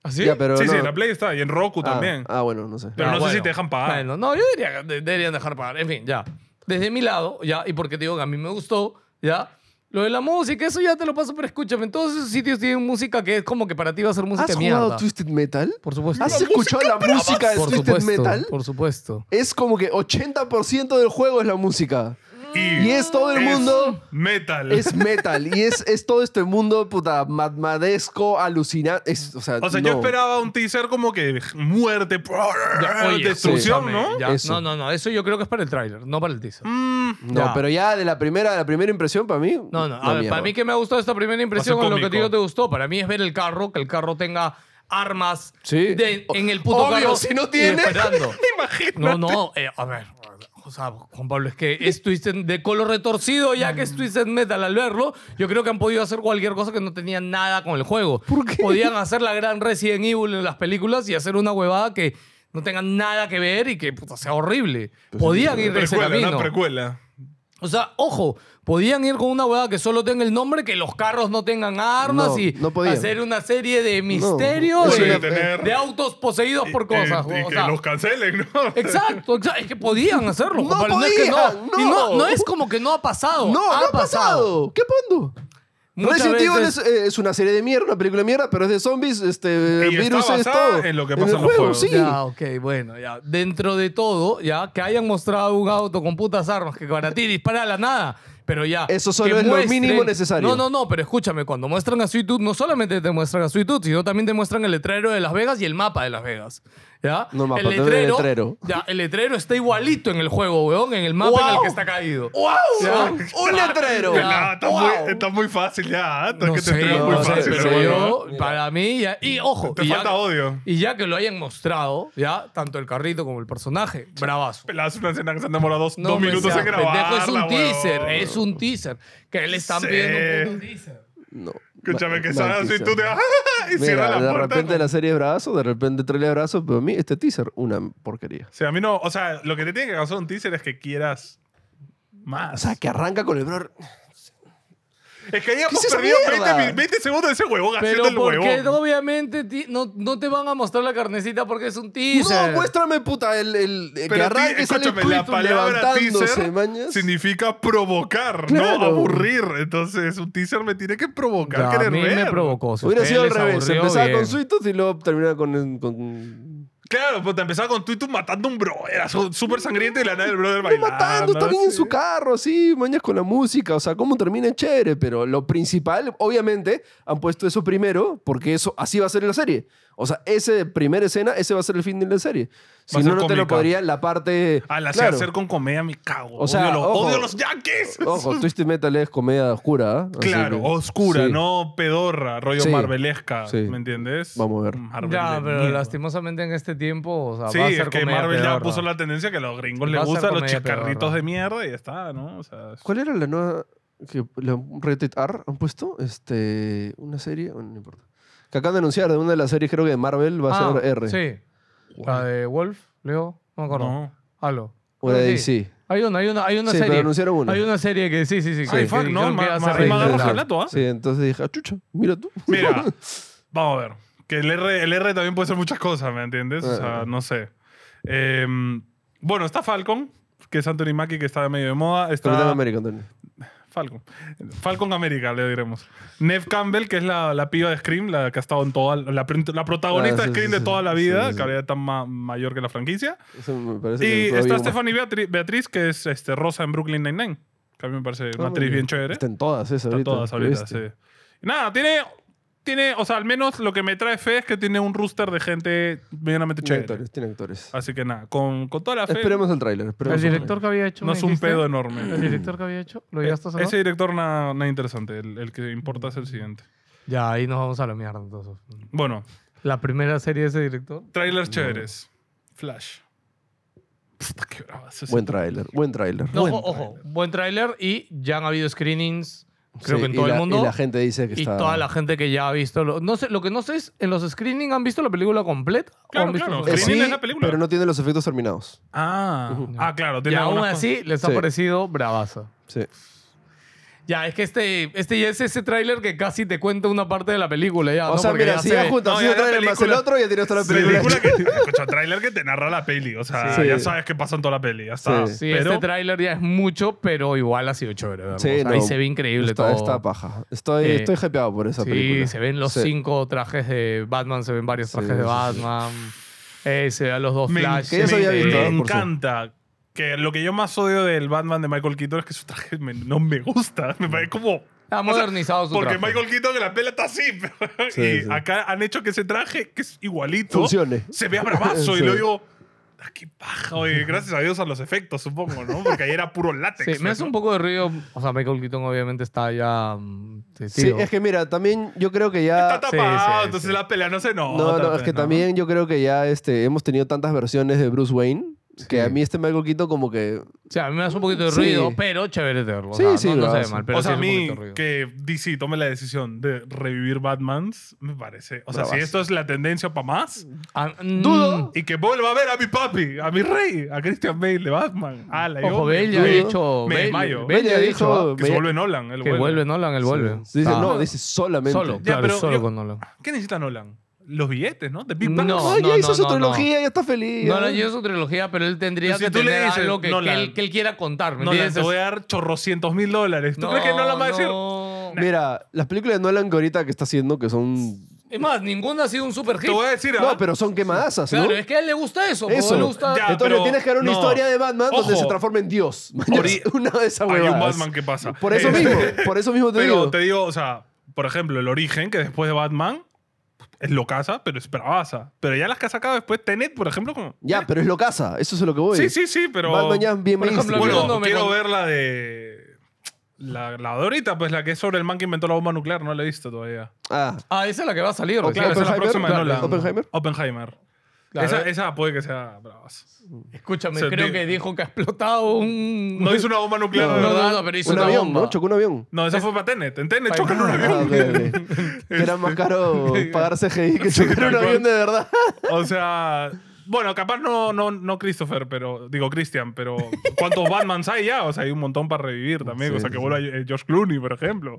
B: ¿Ah, sí?
C: Ya, pero
A: sí, sí,
C: no.
A: en la Play está y en Roku
C: Ah,
A: también.
C: Ah, bueno, no sé.
A: Pero
B: Ah,
A: no sé
B: bueno.
A: si te dejan pagar.
B: Bueno, no, yo diría que de- deberían dejar pagar. En fin, ya. Desde mi lado, ya, y porque te digo que a mí me gustó, ya. Lo de la música, eso ya te lo paso, pero escúchame, en todos esos sitios tienen música que es como que para ti va a ser música
C: ¿Has
B: de mierda. Pues
C: jugado Twisted Metal?
B: Por supuesto.
C: ¿Has escuchado la música de
B: por
C: Twisted
B: supuesto,
C: Metal?
B: por supuesto.
C: Es como que 80% del juego es la música.
A: Y,
C: Y es todo el mundo.
A: Metal.
C: Es metal y es, es todo este mundo puta madmadesco, alucinante. Es, o sea,
A: o sea,
C: no.
A: yo esperaba un teaser como que muerte,
B: Ya, oye,
A: destrucción,
B: escúchame,
A: ¿no?
B: ya.
C: Eso.
B: No, no, no, eso yo creo que es para el tráiler, no para el teaser.
A: Mm,
C: No,
B: Ya.
C: pero ya de la primera, de la primera impresión, para mí.
B: No, no. A
C: la
B: ver,
C: mierda.
B: para mí que me ha gustado esta primera impresión
A: Va a
B: con
A: ser
B: lo que
A: cómico.
B: te digo te gustó. Para mí es ver el carro, que el carro tenga armas
C: Sí.
B: de- en el puto
C: Obvio,
B: carro.
C: si no
B: y
C: tiene.
B: Esperando.
A: imagínate.
B: No, no, eh, a ver. O sea, Juan Pablo, es que es Twisted de color retorcido, ya que
C: Mm.
B: es Twisted Metal al verlo. Yo creo que han podido hacer cualquier cosa que no tenía nada con el juego.
C: ¿Por qué?
B: Podían hacer la gran Resident Evil en las películas y hacer una huevada que no tenga nada que ver y que puta, sea horrible.
C: Pues
B: Podían ir de ese
A: Precuela,
B: camino.
A: una precuela.
B: O sea, ojo, podían ir con una huevada que solo tenga el nombre, que los carros no tengan armas
C: No,
B: y
C: no podían.
B: hacer una serie de misterios
C: No, eh,
A: eso
B: de,
A: iba a tener-
B: de autos poseídos por cosas.
A: Y, y
B: o
A: que
B: sea,
A: los cancelen, ¿no?
B: Exacto, exacto, es que podían hacerlo.
C: No
B: compadre, no es que
C: podían,
B: no. Y no,
C: no.
B: no es como que no ha pasado.
C: No, no
B: ha
C: ha pasado. ¿Qué pondo?
B: Muchas
C: Resident Evil
B: veces-
C: es, eh, es una serie de mierda, una película de mierda, pero es de zombies, este,
A: Y está
C: viruses,
A: basada
C: todo.
A: en lo que pasa en los juegos.
C: Sí.
B: Ya, ok, bueno, ya. Dentro de todo, ya, que hayan mostrado un auto con putas armas que para ti dispara a la nada. Pero ya.
C: Eso solo
B: que
C: es lo mínimo necesario.
B: No, no, no, pero escúchame, cuando muestran a Sweet Tooth, no solamente te muestran a Sweet Tooth, sino también te muestran el letrero de Las Vegas y el mapa de Las Vegas. ¿Ya?
C: No, mapa,
B: el
C: no el
B: letrero,
C: letrero.
B: Ya, el letrero está igualito en el juego, weón, en el mapa en el
C: ¡Wow!
B: que está caído.
C: ¡Wow!
B: Ya.
C: ¡Un letrero!
A: Pues
B: Ya.
A: nada, está,
C: Wow.
A: muy, está muy fácil ya. ¿eh? Es que te entregas
B: yo,
A: muy
B: no sé,
A: fácil.
B: pero
A: bueno,
B: yo, para mí, ya- y ojo,
A: Te
B: y ya-
A: falta odio.
B: Y ya que lo hayan mostrado, ya, tanto el carrito como el personaje, bravazo.
A: Peladas una escena que se han demorado dos,
B: No
A: dos
B: me
A: minutos
B: seas
A: en grabar.
B: pendejo, es un teaser, es un teaser. Que le están
A: Sí.
B: pidiendo un puto teaser.
C: No.
A: Escúchame que
C: Mal
A: salgas y
C: teaser.
A: tú te [LAUGHS] vas y
C: Mira,
A: cierra la
C: de
A: puerta.
C: repente la serie es brazo, de repente el trailer es brazo, pero a mí este teaser, una porquería.
A: O sea, a mí no. O sea, lo que te tiene que causar un teaser es que quieras
C: O
A: más.
C: sea, que arranca con el brother.
A: Es que hayamos
C: ¿Qué es esa
A: perdido
C: mierda?
A: 20, oh, mi- 20 segundos de ese huevón haciendo
B: Pero
A: el
B: porque
A: huevón.
B: obviamente ti- no, no te van a mostrar la carnecita porque es un teaser.
C: No, muéstrame, puta, el, el, el que
A: Pero ti-
C: arranca y sale
A: escúchame, la
C: Clinton
A: palabra
C: levantándose,
A: teaser
C: mañas.
A: significa provocar,
C: Claro.
A: no aburrir. Entonces, un teaser me tiene que provocar,
B: Ya, a
A: querer
B: mí
A: ver.
B: me provocó. si
C: Hubiera
B: ustedes
C: sido al
B: les
C: revés.
B: aburrió,
C: Empezaba
B: bien.
C: con Sweet Tooth y luego terminaba con... con...
A: Claro, pues te empezaba con Twitter matando a un bro. Era su- súper sangriento y la nada del brother
C: Lo
A: bailando.
C: matando también en
A: sí.
C: su carro, sí, mañas con la música, o sea, cómo termina es chévere, pero lo principal, obviamente, han puesto eso primero porque eso así va a ser la serie. O sea, ese primera escena, ese va a ser el fin de la serie. Si
A: Va a
C: no,
A: ser
C: no te lo
A: cómica.
C: podrían la parte...
A: A Ah, la
C: Claro.
A: hacer con comedia me cago.
C: O sea,
A: odio, los,
C: ojo.
A: odio los yankees.
C: Ojo, Twisted Metal es comedia oscura. ¿ah?
A: [LAUGHS]
C: Así
A: Claro,
C: que-
A: oscura,
C: sí.
A: no pedorra, rollo
C: Sí.
A: marvelesca,
C: Sí.
A: ¿me entiendes? Mm,
C: Vamos a ver.
A: Marvel
B: Ya,
A: de
B: pero
A: mierda.
B: lastimosamente en este tiempo, o sea,
A: Sí,
B: va a
A: es
B: ser
A: que
B: comedia
A: Marvel ya
B: pedorra.
A: puso la tendencia que a los gringos
B: Va
A: les
B: a ser
A: gustan los
B: comedia
A: chicarritos
B: pedorra.
A: de mierda y ya está, ¿no? O sea, es-
C: ¿Cuál era la nueva que le han- Rated R han puesto? Este, una serie, bueno, no importa. Que acaban de anunciar de una de las series, creo que de Marvel va a
B: Ah,
C: ser R.
B: Sí. La de Wolf, Leo, no me acuerdo.
A: no.
B: Aló.
C: O de
B: Creo que
C: DC.
B: sí. Hay una, hay una, hay una
C: Sí,
B: serie.
C: pero anunciaron una.
B: Hay una serie que sí, sí, sí.
A: Ay,
B: que
A: fuck,
B: dijeron
A: no,
B: que
A: ma-
B: iba a
A: ma-
B: ser
A: me agarras
B: reintegrada.
A: hablando, ¿ah?
C: Sí, entonces dije, ah, chucha, mira tú.
A: [LAUGHS]
C: [LAUGHS]
A: Mira, vamos a ver. Que el R, el R también puede ser muchas cosas, ¿me entiendes? O sea,
C: Ah.
A: no sé. Em, bueno, está Falcon, que es Anthony Mackie, que está de medio de moda.
C: Capitán
A: Está
C: América, Antonio.
A: Falcon. Falcon América, le diremos. Nev Campbell, que es la, la piba de Scream, la que ha estado en toda. La, pr- la protagonista
C: Ah,
A: de
C: sí,
A: Scream
C: sí,
A: de
C: sí.
A: toda la vida,
C: Sí, sí, sí.
A: que ahora ya está ma- mayor que la franquicia.
C: Eso me parece que
A: Y
C: todavía
A: está
C: hubo-
A: Stephanie Beatri- Beatriz, que es este, Rosa en Brooklyn Nine-Nine. Que a mí me parece
C: Ah,
A: una actriz bien chévere.
C: Están todas esas
A: Están
C: ahorita.
A: todas ahorita,
C: ¿viste?
A: sí. Y nada, tiene tiene, o sea, al menos lo que me trae fe es que tiene un rooster de gente medianamente
C: Tiene
A: chévere.
C: actores, tiene actores.
A: Así que nada, con, con toda la fe,
C: Esperemos el tráiler. esperemos
B: El
C: el
B: director que había hecho.
A: no
B: me
A: es un
B: dijiste?
A: pedo
B: El
A: enorme.
B: director que había hecho, lo
A: Eh,
B: llegaste a saber.
A: Ese director nada nada interesante, el, el que importa es el siguiente.
B: Ya, ahí nos vamos a la mierda entonces.
A: Bueno,
B: La primera serie de ese director.
A: trailers chéveres. Flash. Puta, qué bravo es
C: tráiler.
A: ese.
C: Buen tráiler, buen tráiler.
B: No,
A: Buen
B: ojo, ojo, buen tráiler y ya han habido screenings, creo
C: Sí,
B: que en
C: y
B: todo
C: la-
B: el mundo.
C: Y la gente dice que
B: Y
C: está...
B: toda la gente que ya ha visto. Lo, no sé, lo que no sé es, ¿en los screenings han visto la película completa? ¿O
A: Claro,
B: han visto
A: claro,
C: Eh,
B: solo-
A: screening.
C: sí,
A: es la película.
C: pero no tiene los efectos terminados.
A: Ah, ah, claro.
B: Y
A: tiene
B: aún
A: algunas
B: así les ha
C: Sí.
B: parecido bravazo.
C: Sí.
B: Ya, es que este, este ya es ese tráiler que casi te cuenta una parte de la película. Ya,
C: o
B: Ah, ¿no?
C: sea,
B: Porque
C: mira,
B: ya
C: si
B: se
C: ya
B: ve.
A: No,
C: juntas
A: ya
C: un
A: la
C: tráiler más el
A: película-
C: otro, ya tienes toda la película.
A: película que escucha, trailer que te narra la peli. O sea,
C: Sí.
A: ya sabes qué pasa en toda la peli. Ya está.
C: Sí.
B: Sí,
A: pero
B: este tráiler ya es mucho, pero igual ha sido chévere. ¿verdad?
C: Sí,
B: O sea, Ahí
C: no,
B: se ve increíble
C: está,
B: todo.
C: está paja. Estoy,
B: Sí.
C: estoy hypeado por esa
B: sí,
C: película.
B: se ven los
C: Sí.
B: cinco trajes de Batman, se ven varios
C: Sí,
B: trajes de
C: sí, sí.
B: Batman. Eh, se ven los dos
A: me,
B: Flash.
C: que ya se había
A: me-
C: visto,
A: me
C: ¿eh? Por sí.
A: encanta. Que lo que yo más odio del Batman de Michael Keaton es que su traje me- no me gusta. Me
C: Mm.
A: parece como.
B: Ha modernizado su
A: Porque
B: traje.
A: Michael Keaton en la peli está así. pero-
C: Sí,
A: y
C: sí.
A: acá han hecho que ese traje, que es igualito,
C: Funcione.
A: se vea bravazo.
C: Sí.
A: Y lo digo, ah, qué paja, oye. Gracias a Dios a los efectos, supongo, ¿no? Porque ahí era puro látex.
B: Sí, me hace un poco de ruido. O sea, Michael Keaton obviamente está ya. mm,
C: Sí,
B: testigo.
C: es que mira, también yo creo que ya...
A: Está tapado,
B: Sí, sí,
A: entonces
B: sí.
A: la pelea no se nota.
C: No, no,
A: pues,
C: es que
A: ¿no?
C: también yo creo que ya este, hemos tenido tantas versiones de Bruce Wayne que a mí este Michael Keaton como que...
B: O sea, a mí me hace un poquito de
C: Sí.
B: ruido, pero chévere verlo. O
C: Sí,
B: sea,
C: sí,
B: no, no se ve
C: bravazo.
B: mal, pero
A: o sea, a
B: sí es un
A: mí
B: poquito de ruido.
A: que DC tome la decisión de revivir Batmans, me parece. O sea,
C: Bravazo.
A: si esto es la tendencia para más,
B: Ah, mm,
C: Dudo.
A: y que vuelva a ver a mi papi, a mi rey, a Christian Bale de Batman. A la
B: Mm. Ojo, Bale ya ha
C: dudo.
B: dicho.
A: Me
B: Bale,
A: desmayo.
B: Bale ya ha dicho
C: dijo-
A: que se vuelve Nolan. él
B: que vuelve Nolan, él vuelve.
C: Sí, dice,
B: Ah.
C: no, dice solamente.
B: Solo,
A: Ya,
B: claro,
A: pero
B: solo
A: yo-
B: con Nolan.
A: ¿Qué necesita Nolan? Los billetes, ¿no? De Big
B: No,
A: Bang.
C: Ay,
B: no,
C: ya hizo
B: no,
C: su
B: no,
C: trilogía, ya está feliz.
B: No,
C: ya.
B: no, yo su trilogía, pero él tendría
A: Pero si
B: que
A: tú le
B: tener
A: dices,
B: algo que,
A: Nolan,
B: que él, que él quiera contar, ¿me
A: Nolan,
B: entiendes?
A: te voy a dar chorrocientos mil dólares. ¿Tú
B: No,
A: crees que Nolan va a decir?
B: no.
C: Mira, las películas de Nolan que ahorita que está haciendo que son...
B: Es más, ninguna ha sido un super hit.
A: Te voy a decir, ah,
C: No, pero son quemadasas, ¿no?
B: Claro, es que a él le gusta eso. po,
C: Eso.
B: le gusta...
A: Ya,
C: Entonces
A: pero-
C: le tienes que dar una
A: no.
C: historia de Batman donde
A: Ojo.
C: se transforma en Dios. [LAUGHS]
A: Ori-
C: una de esas
A: hay un
C: huevadas.
A: Batman que pasa.
C: Por eso
A: Este,
C: mismo,
A: [LAUGHS]
C: por eso mismo te
A: Pero
C: digo.
A: te digo, o sea, por ejemplo, el origen, que después de Batman es lo casa, pero es bravaza. Pero ya las que ha sacado después, Tenet, por ejemplo, como.
C: Ya, pero es lo casa, eso es lo que voy.
A: Sí, sí, sí, pero.
C: Batman ya es bien
B: Por ejemplo,
C: mainstream.
B: a mí
A: Bueno,
B: cuando me
A: quiero
B: con-
A: ver la de. La, la de ahorita, pues la que es sobre el man que inventó la bomba nuclear, no la he visto todavía.
C: Ah,
B: Ah, esa es la que va a salir.
C: O-
B: recién.
A: Claro, esa es la
C: Oppenheimer,
A: próxima de
C: Oh, claro,
A: Nolan.
C: Oppenheimer.
A: Oppenheimer.
B: Claro,
A: esa,
B: eh.
A: esa puede que sea bravaza.
B: Escúchame,
A: Se
B: creo
A: te-
B: que dijo que ha explotado un...
C: [LAUGHS]
A: No hizo una bomba nuclear,
B: No,
A: de
B: no,
A: ¿verdad?
B: no,
A: No,
B: pero hizo
C: un
B: una
C: avión,
B: bomba.
C: ¿no? Chocó
A: [LAUGHS]
C: un avión.
A: esa fue para Tenet. En Tenet
B: Pa-
A: chocan un avión.
C: Ah, ok, ok. Que Era más caro
A: [LAUGHS]
C: pagar CGI que
A: Sí,
C: chocar
A: tal
C: un avión de
A: cual.
C: verdad.
A: O sea, bueno, capaz no, no, no Christopher, pero digo Christian, pero ¿cuántos Batmans hay ya? O sea, hay un montón para revivir también.
C: Sí,
A: o sea, que
C: sí,
A: vuelva eh, George Clooney, por ejemplo.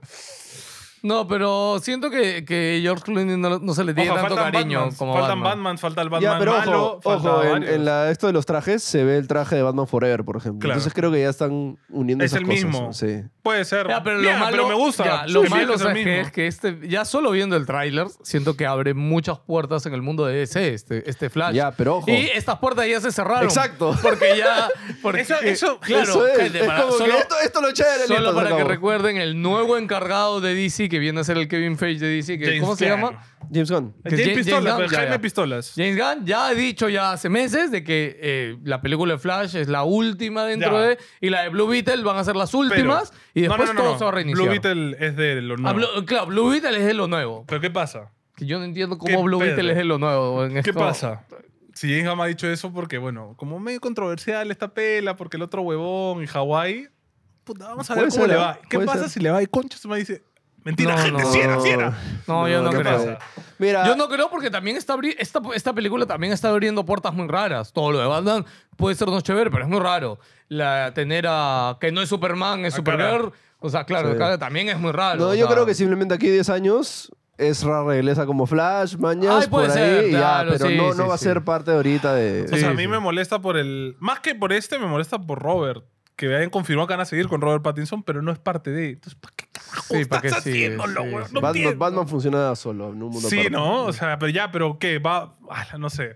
B: No, pero siento que, que George Clooney no, no se le tiene
A: Ojo,
B: tanto
A: faltan
B: cariño
A: Batmans,
B: como
A: faltan
B: Batman.
A: Batmans, falta el Batman
C: Ya, pero
A: malo,
C: ojo,
A: falta
C: ojo en,
A: varios.
C: en la, esto de los trajes se ve el traje de Batman Forever, por ejemplo.
A: Claro.
C: Entonces creo que ya están uniendo
A: Es
C: esas
A: el
C: cosas.
A: mismo.
C: Sí.
A: Puede ser.
B: Ya, pero lo
A: Bien,
B: malo,
A: me gusta.
B: ya, lo
A: Que
B: malo
A: es el
B: ¿sabes qué?
A: mismo.
B: es que este, ya solo viendo el tráiler, siento que abre muchas puertas en el mundo de DC, este, este Flash.
C: Ya, pero ojo.
B: Y estas puertas ya se cerraron.
C: Exacto.
B: Porque
C: [LAUGHS]
B: ya... Porque,
A: Eso- eso-
B: claro,
C: Eso es.
B: gente,
C: es
B: para-
C: como que
B: solo-
C: esto, esto lo chévere. listo,
B: Solo
C: se
B: para que
C: acabó.
B: recuerden el nuevo encargado de DC que viene a ser el Kevin Feige de DC. Que,
A: James
B: ¿Cómo se
A: Gunn.
B: llama?
C: James Gunn.
B: Que
A: James,
B: James-
A: Pistolas,
B: James Gunn, ya,
A: Jaime
B: ya.
A: Pistolas.
B: James Gunn ya ha dicho ya hace meses de que eh, la película de Flash es la última dentro
A: Ya.
B: de... Y la de Blue Beetle van a ser las
A: Pero-
B: últimas y
A: No,
B: después
A: no, no,
B: todo
A: no.
B: se va a reiniciar.
A: Blue Beetle es de lo
B: Ah,
A: nuevo.
B: Blue- claro, Blue Beetle es de lo nuevo.
A: ¿Pero qué pasa?
B: Que yo no entiendo
A: ¿Qué
B: cómo Blue
A: pedo?
B: Beetle es de lo nuevo. en
A: ¿Qué
B: esto.
A: pasa? Si James Gunn ha dicho eso porque, bueno, como medio controversial esta pela, porque el otro huevón y Hawái, puta, vamos a ver
C: Puede
A: cómo
C: ser,
A: le
C: ¿eh?
A: va. ¿Qué
C: Puede
A: pasa
C: ser.
A: si le va? Y concha se me dice, mentira,
B: No,
A: gente,
B: no.
A: si era, si era.
B: No, yo no
C: ¿qué
B: creo.
C: pasa? Mira,
B: Yo no creo porque también está abri- esta, esta película también está abriendo puertas muy raras. Todo lo de Batman puede ser no chévere, pero es muy raro. La tener a que no es Superman, es
A: A
B: Supergirl. O sea, claro,
C: Sí.
B: cara, también es muy raro.
C: no,
B: o
C: yo
B: sea.
C: creo que simplemente aquí 10 años Ezra regresa como Flash, mañas,
B: Ay, puede
C: por ahí,
B: ser,
C: y ya,
B: claro,
C: pero
B: sí,
C: no,
B: sí,
C: no va
B: sí.
C: a ser parte ahorita de...
A: O sea, a
B: Sí,
A: mí
B: sí.
A: me molesta por el. Más que por este, me molesta por Robert. Que hayan confirmado que van a seguir con Robert Pattinson, pero no es parte de. Entonces, ¿para qué carajo
B: Sí, ¿para
A: estás
B: qué sigue?
A: haciéndolo,
B: Sí,
A: weón?
B: sí.
A: No
C: Batman,
A: entiendo.
C: Batman funciona solo en un mundo
A: sí,
C: aparte.
A: ¿no? O sea, pero ya, pero ¿qué? Va. ala, no sé.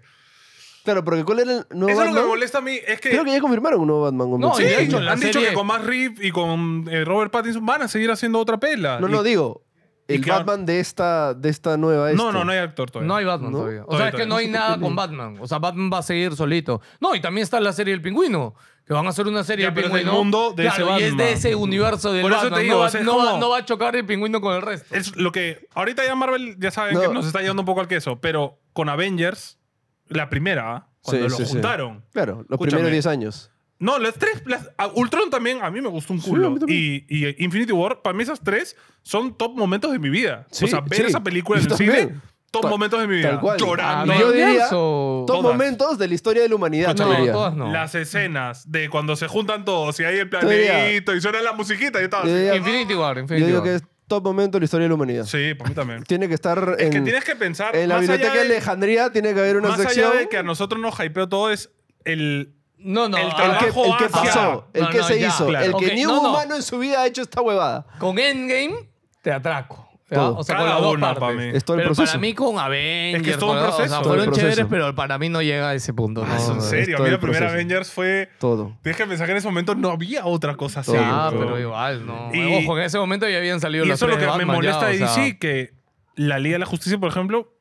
C: Claro, porque ¿cuál era el nuevo
A: Eso es lo que me
C: Batman?
A: molesta a mí. Es que.
C: Creo que ya confirmaron un nuevo Batman.
B: No,
A: Sí,
B: y de hecho, la
A: han dicho
B: serie-
A: que con más Reeve y con eh, Robert Pattinson van a seguir haciendo otra pela.
C: no,
A: Y-
C: no, digo, el
A: que ahora-
C: Batman de esta, de esta nueva.
A: No,
C: este.
A: no, no hay actor todavía.
B: No hay Batman
C: No,
B: todavía. O
A: todavía,
B: sea, es que
A: todavía.
B: no hay nada con Batman. O sea, Batman va a seguir solito. No, y también está la serie del pingüino. Que van a hacer una serie
A: Ya,
B: del
A: pero es del
B: pingüino.
A: mundo de
B: Claro,
A: ese
B: y es de
A: Batman.
B: ese universo del
A: Por eso te
B: Batman.
A: digo,
B: no, va,
A: o sea, es
B: no va-
A: como-
B: no va a chocar el pingüino con el resto.
A: Es lo que. Ahorita ya Marvel, ya saben
C: No.
A: que nos está llevando un poco al queso, pero con Avengers, la primera, ¿ah? cuando
C: Sí,
A: lo
C: sí, sí.
A: juntaron.
C: Claro, los
A: Escúchame.
C: primeros 10 años.
A: No, las tres. las- a- Ultron también, a mí me gustó un
C: Sí, a
A: culo.
C: mí también.
A: y, y Infinity War, para mí esas tres son top momentos de mi vida.
C: Sí,
A: o sea, ver
C: sí.
A: esa película en
C: Yo
A: el cine,
C: también.
A: top
C: Tal-
A: momentos de mi vida.
C: tal cual.
A: Llorando.
C: Ah, yo diría-
B: o-
C: Todos
A: Todas.
C: momentos de la historia de la
B: No,
C: humanidad. te diría.
B: todas no.
A: Las escenas de cuando se juntan todos y hay el
C: diría-
A: planetito y suena la musiquita y estaba
C: Yo diría-
A: así.
B: Infinity War,
C: Yo
B: Infinity
C: digo
B: War.
C: que es top momento de la historia de la humanidad.
A: Sí, para mí también.
C: Tiene que estar
A: Es
C: en,
A: que tienes que pensar.
C: en la
A: más allá
C: biblioteca de
A: de-
C: Alejandría, tiene que haber [LAUGHS] una
A: Más
C: sección.
A: allá de que a nosotros nos hypeó todo, es el.
B: No, no. ah,
A: El
B: a-
C: el que,
A: trabajo
C: el que
A: hacia-
C: pasó, el
B: Ah, No,
C: que
B: no,
C: se
B: ya,
C: hizo,
A: claro.
C: el que
B: Ok,
C: ni un
B: no, no.
C: humano en su vida ha hecho esta huevada.
B: Con Endgame te atraco. ¿ya?
C: Todo.
B: O sea,
A: Cada
B: con las dos
A: uno,
B: partes.
A: pa' mí.
C: Es todo el
B: pero
C: proceso.
B: para mí con Avengers.
A: Es que es todo un
B: con- o sea,
A: proceso.
C: Todo el
B: fueron
C: proceso.
B: chéveres, pero para mí no llega a ese punto.
C: Ah,
B: no,
C: eso
A: en
B: no,
C: es
A: serio, a
C: todo
A: mí
C: el
A: la primera
C: proceso.
A: Avengers fue.
C: Todo.
A: Tienes que pensar que en ese momento no había otra cosa así.
B: Ah,
A: bro.
B: pero igual, no.
A: Y-
B: Ojo, en ese momento ya habían salido
A: Y
B: los
A: eso es lo que
B: tres
A: me
B: Batman ya,
A: molesta de
B: o sea,
A: DC, que la Liga de la Justicia, por ejemplo,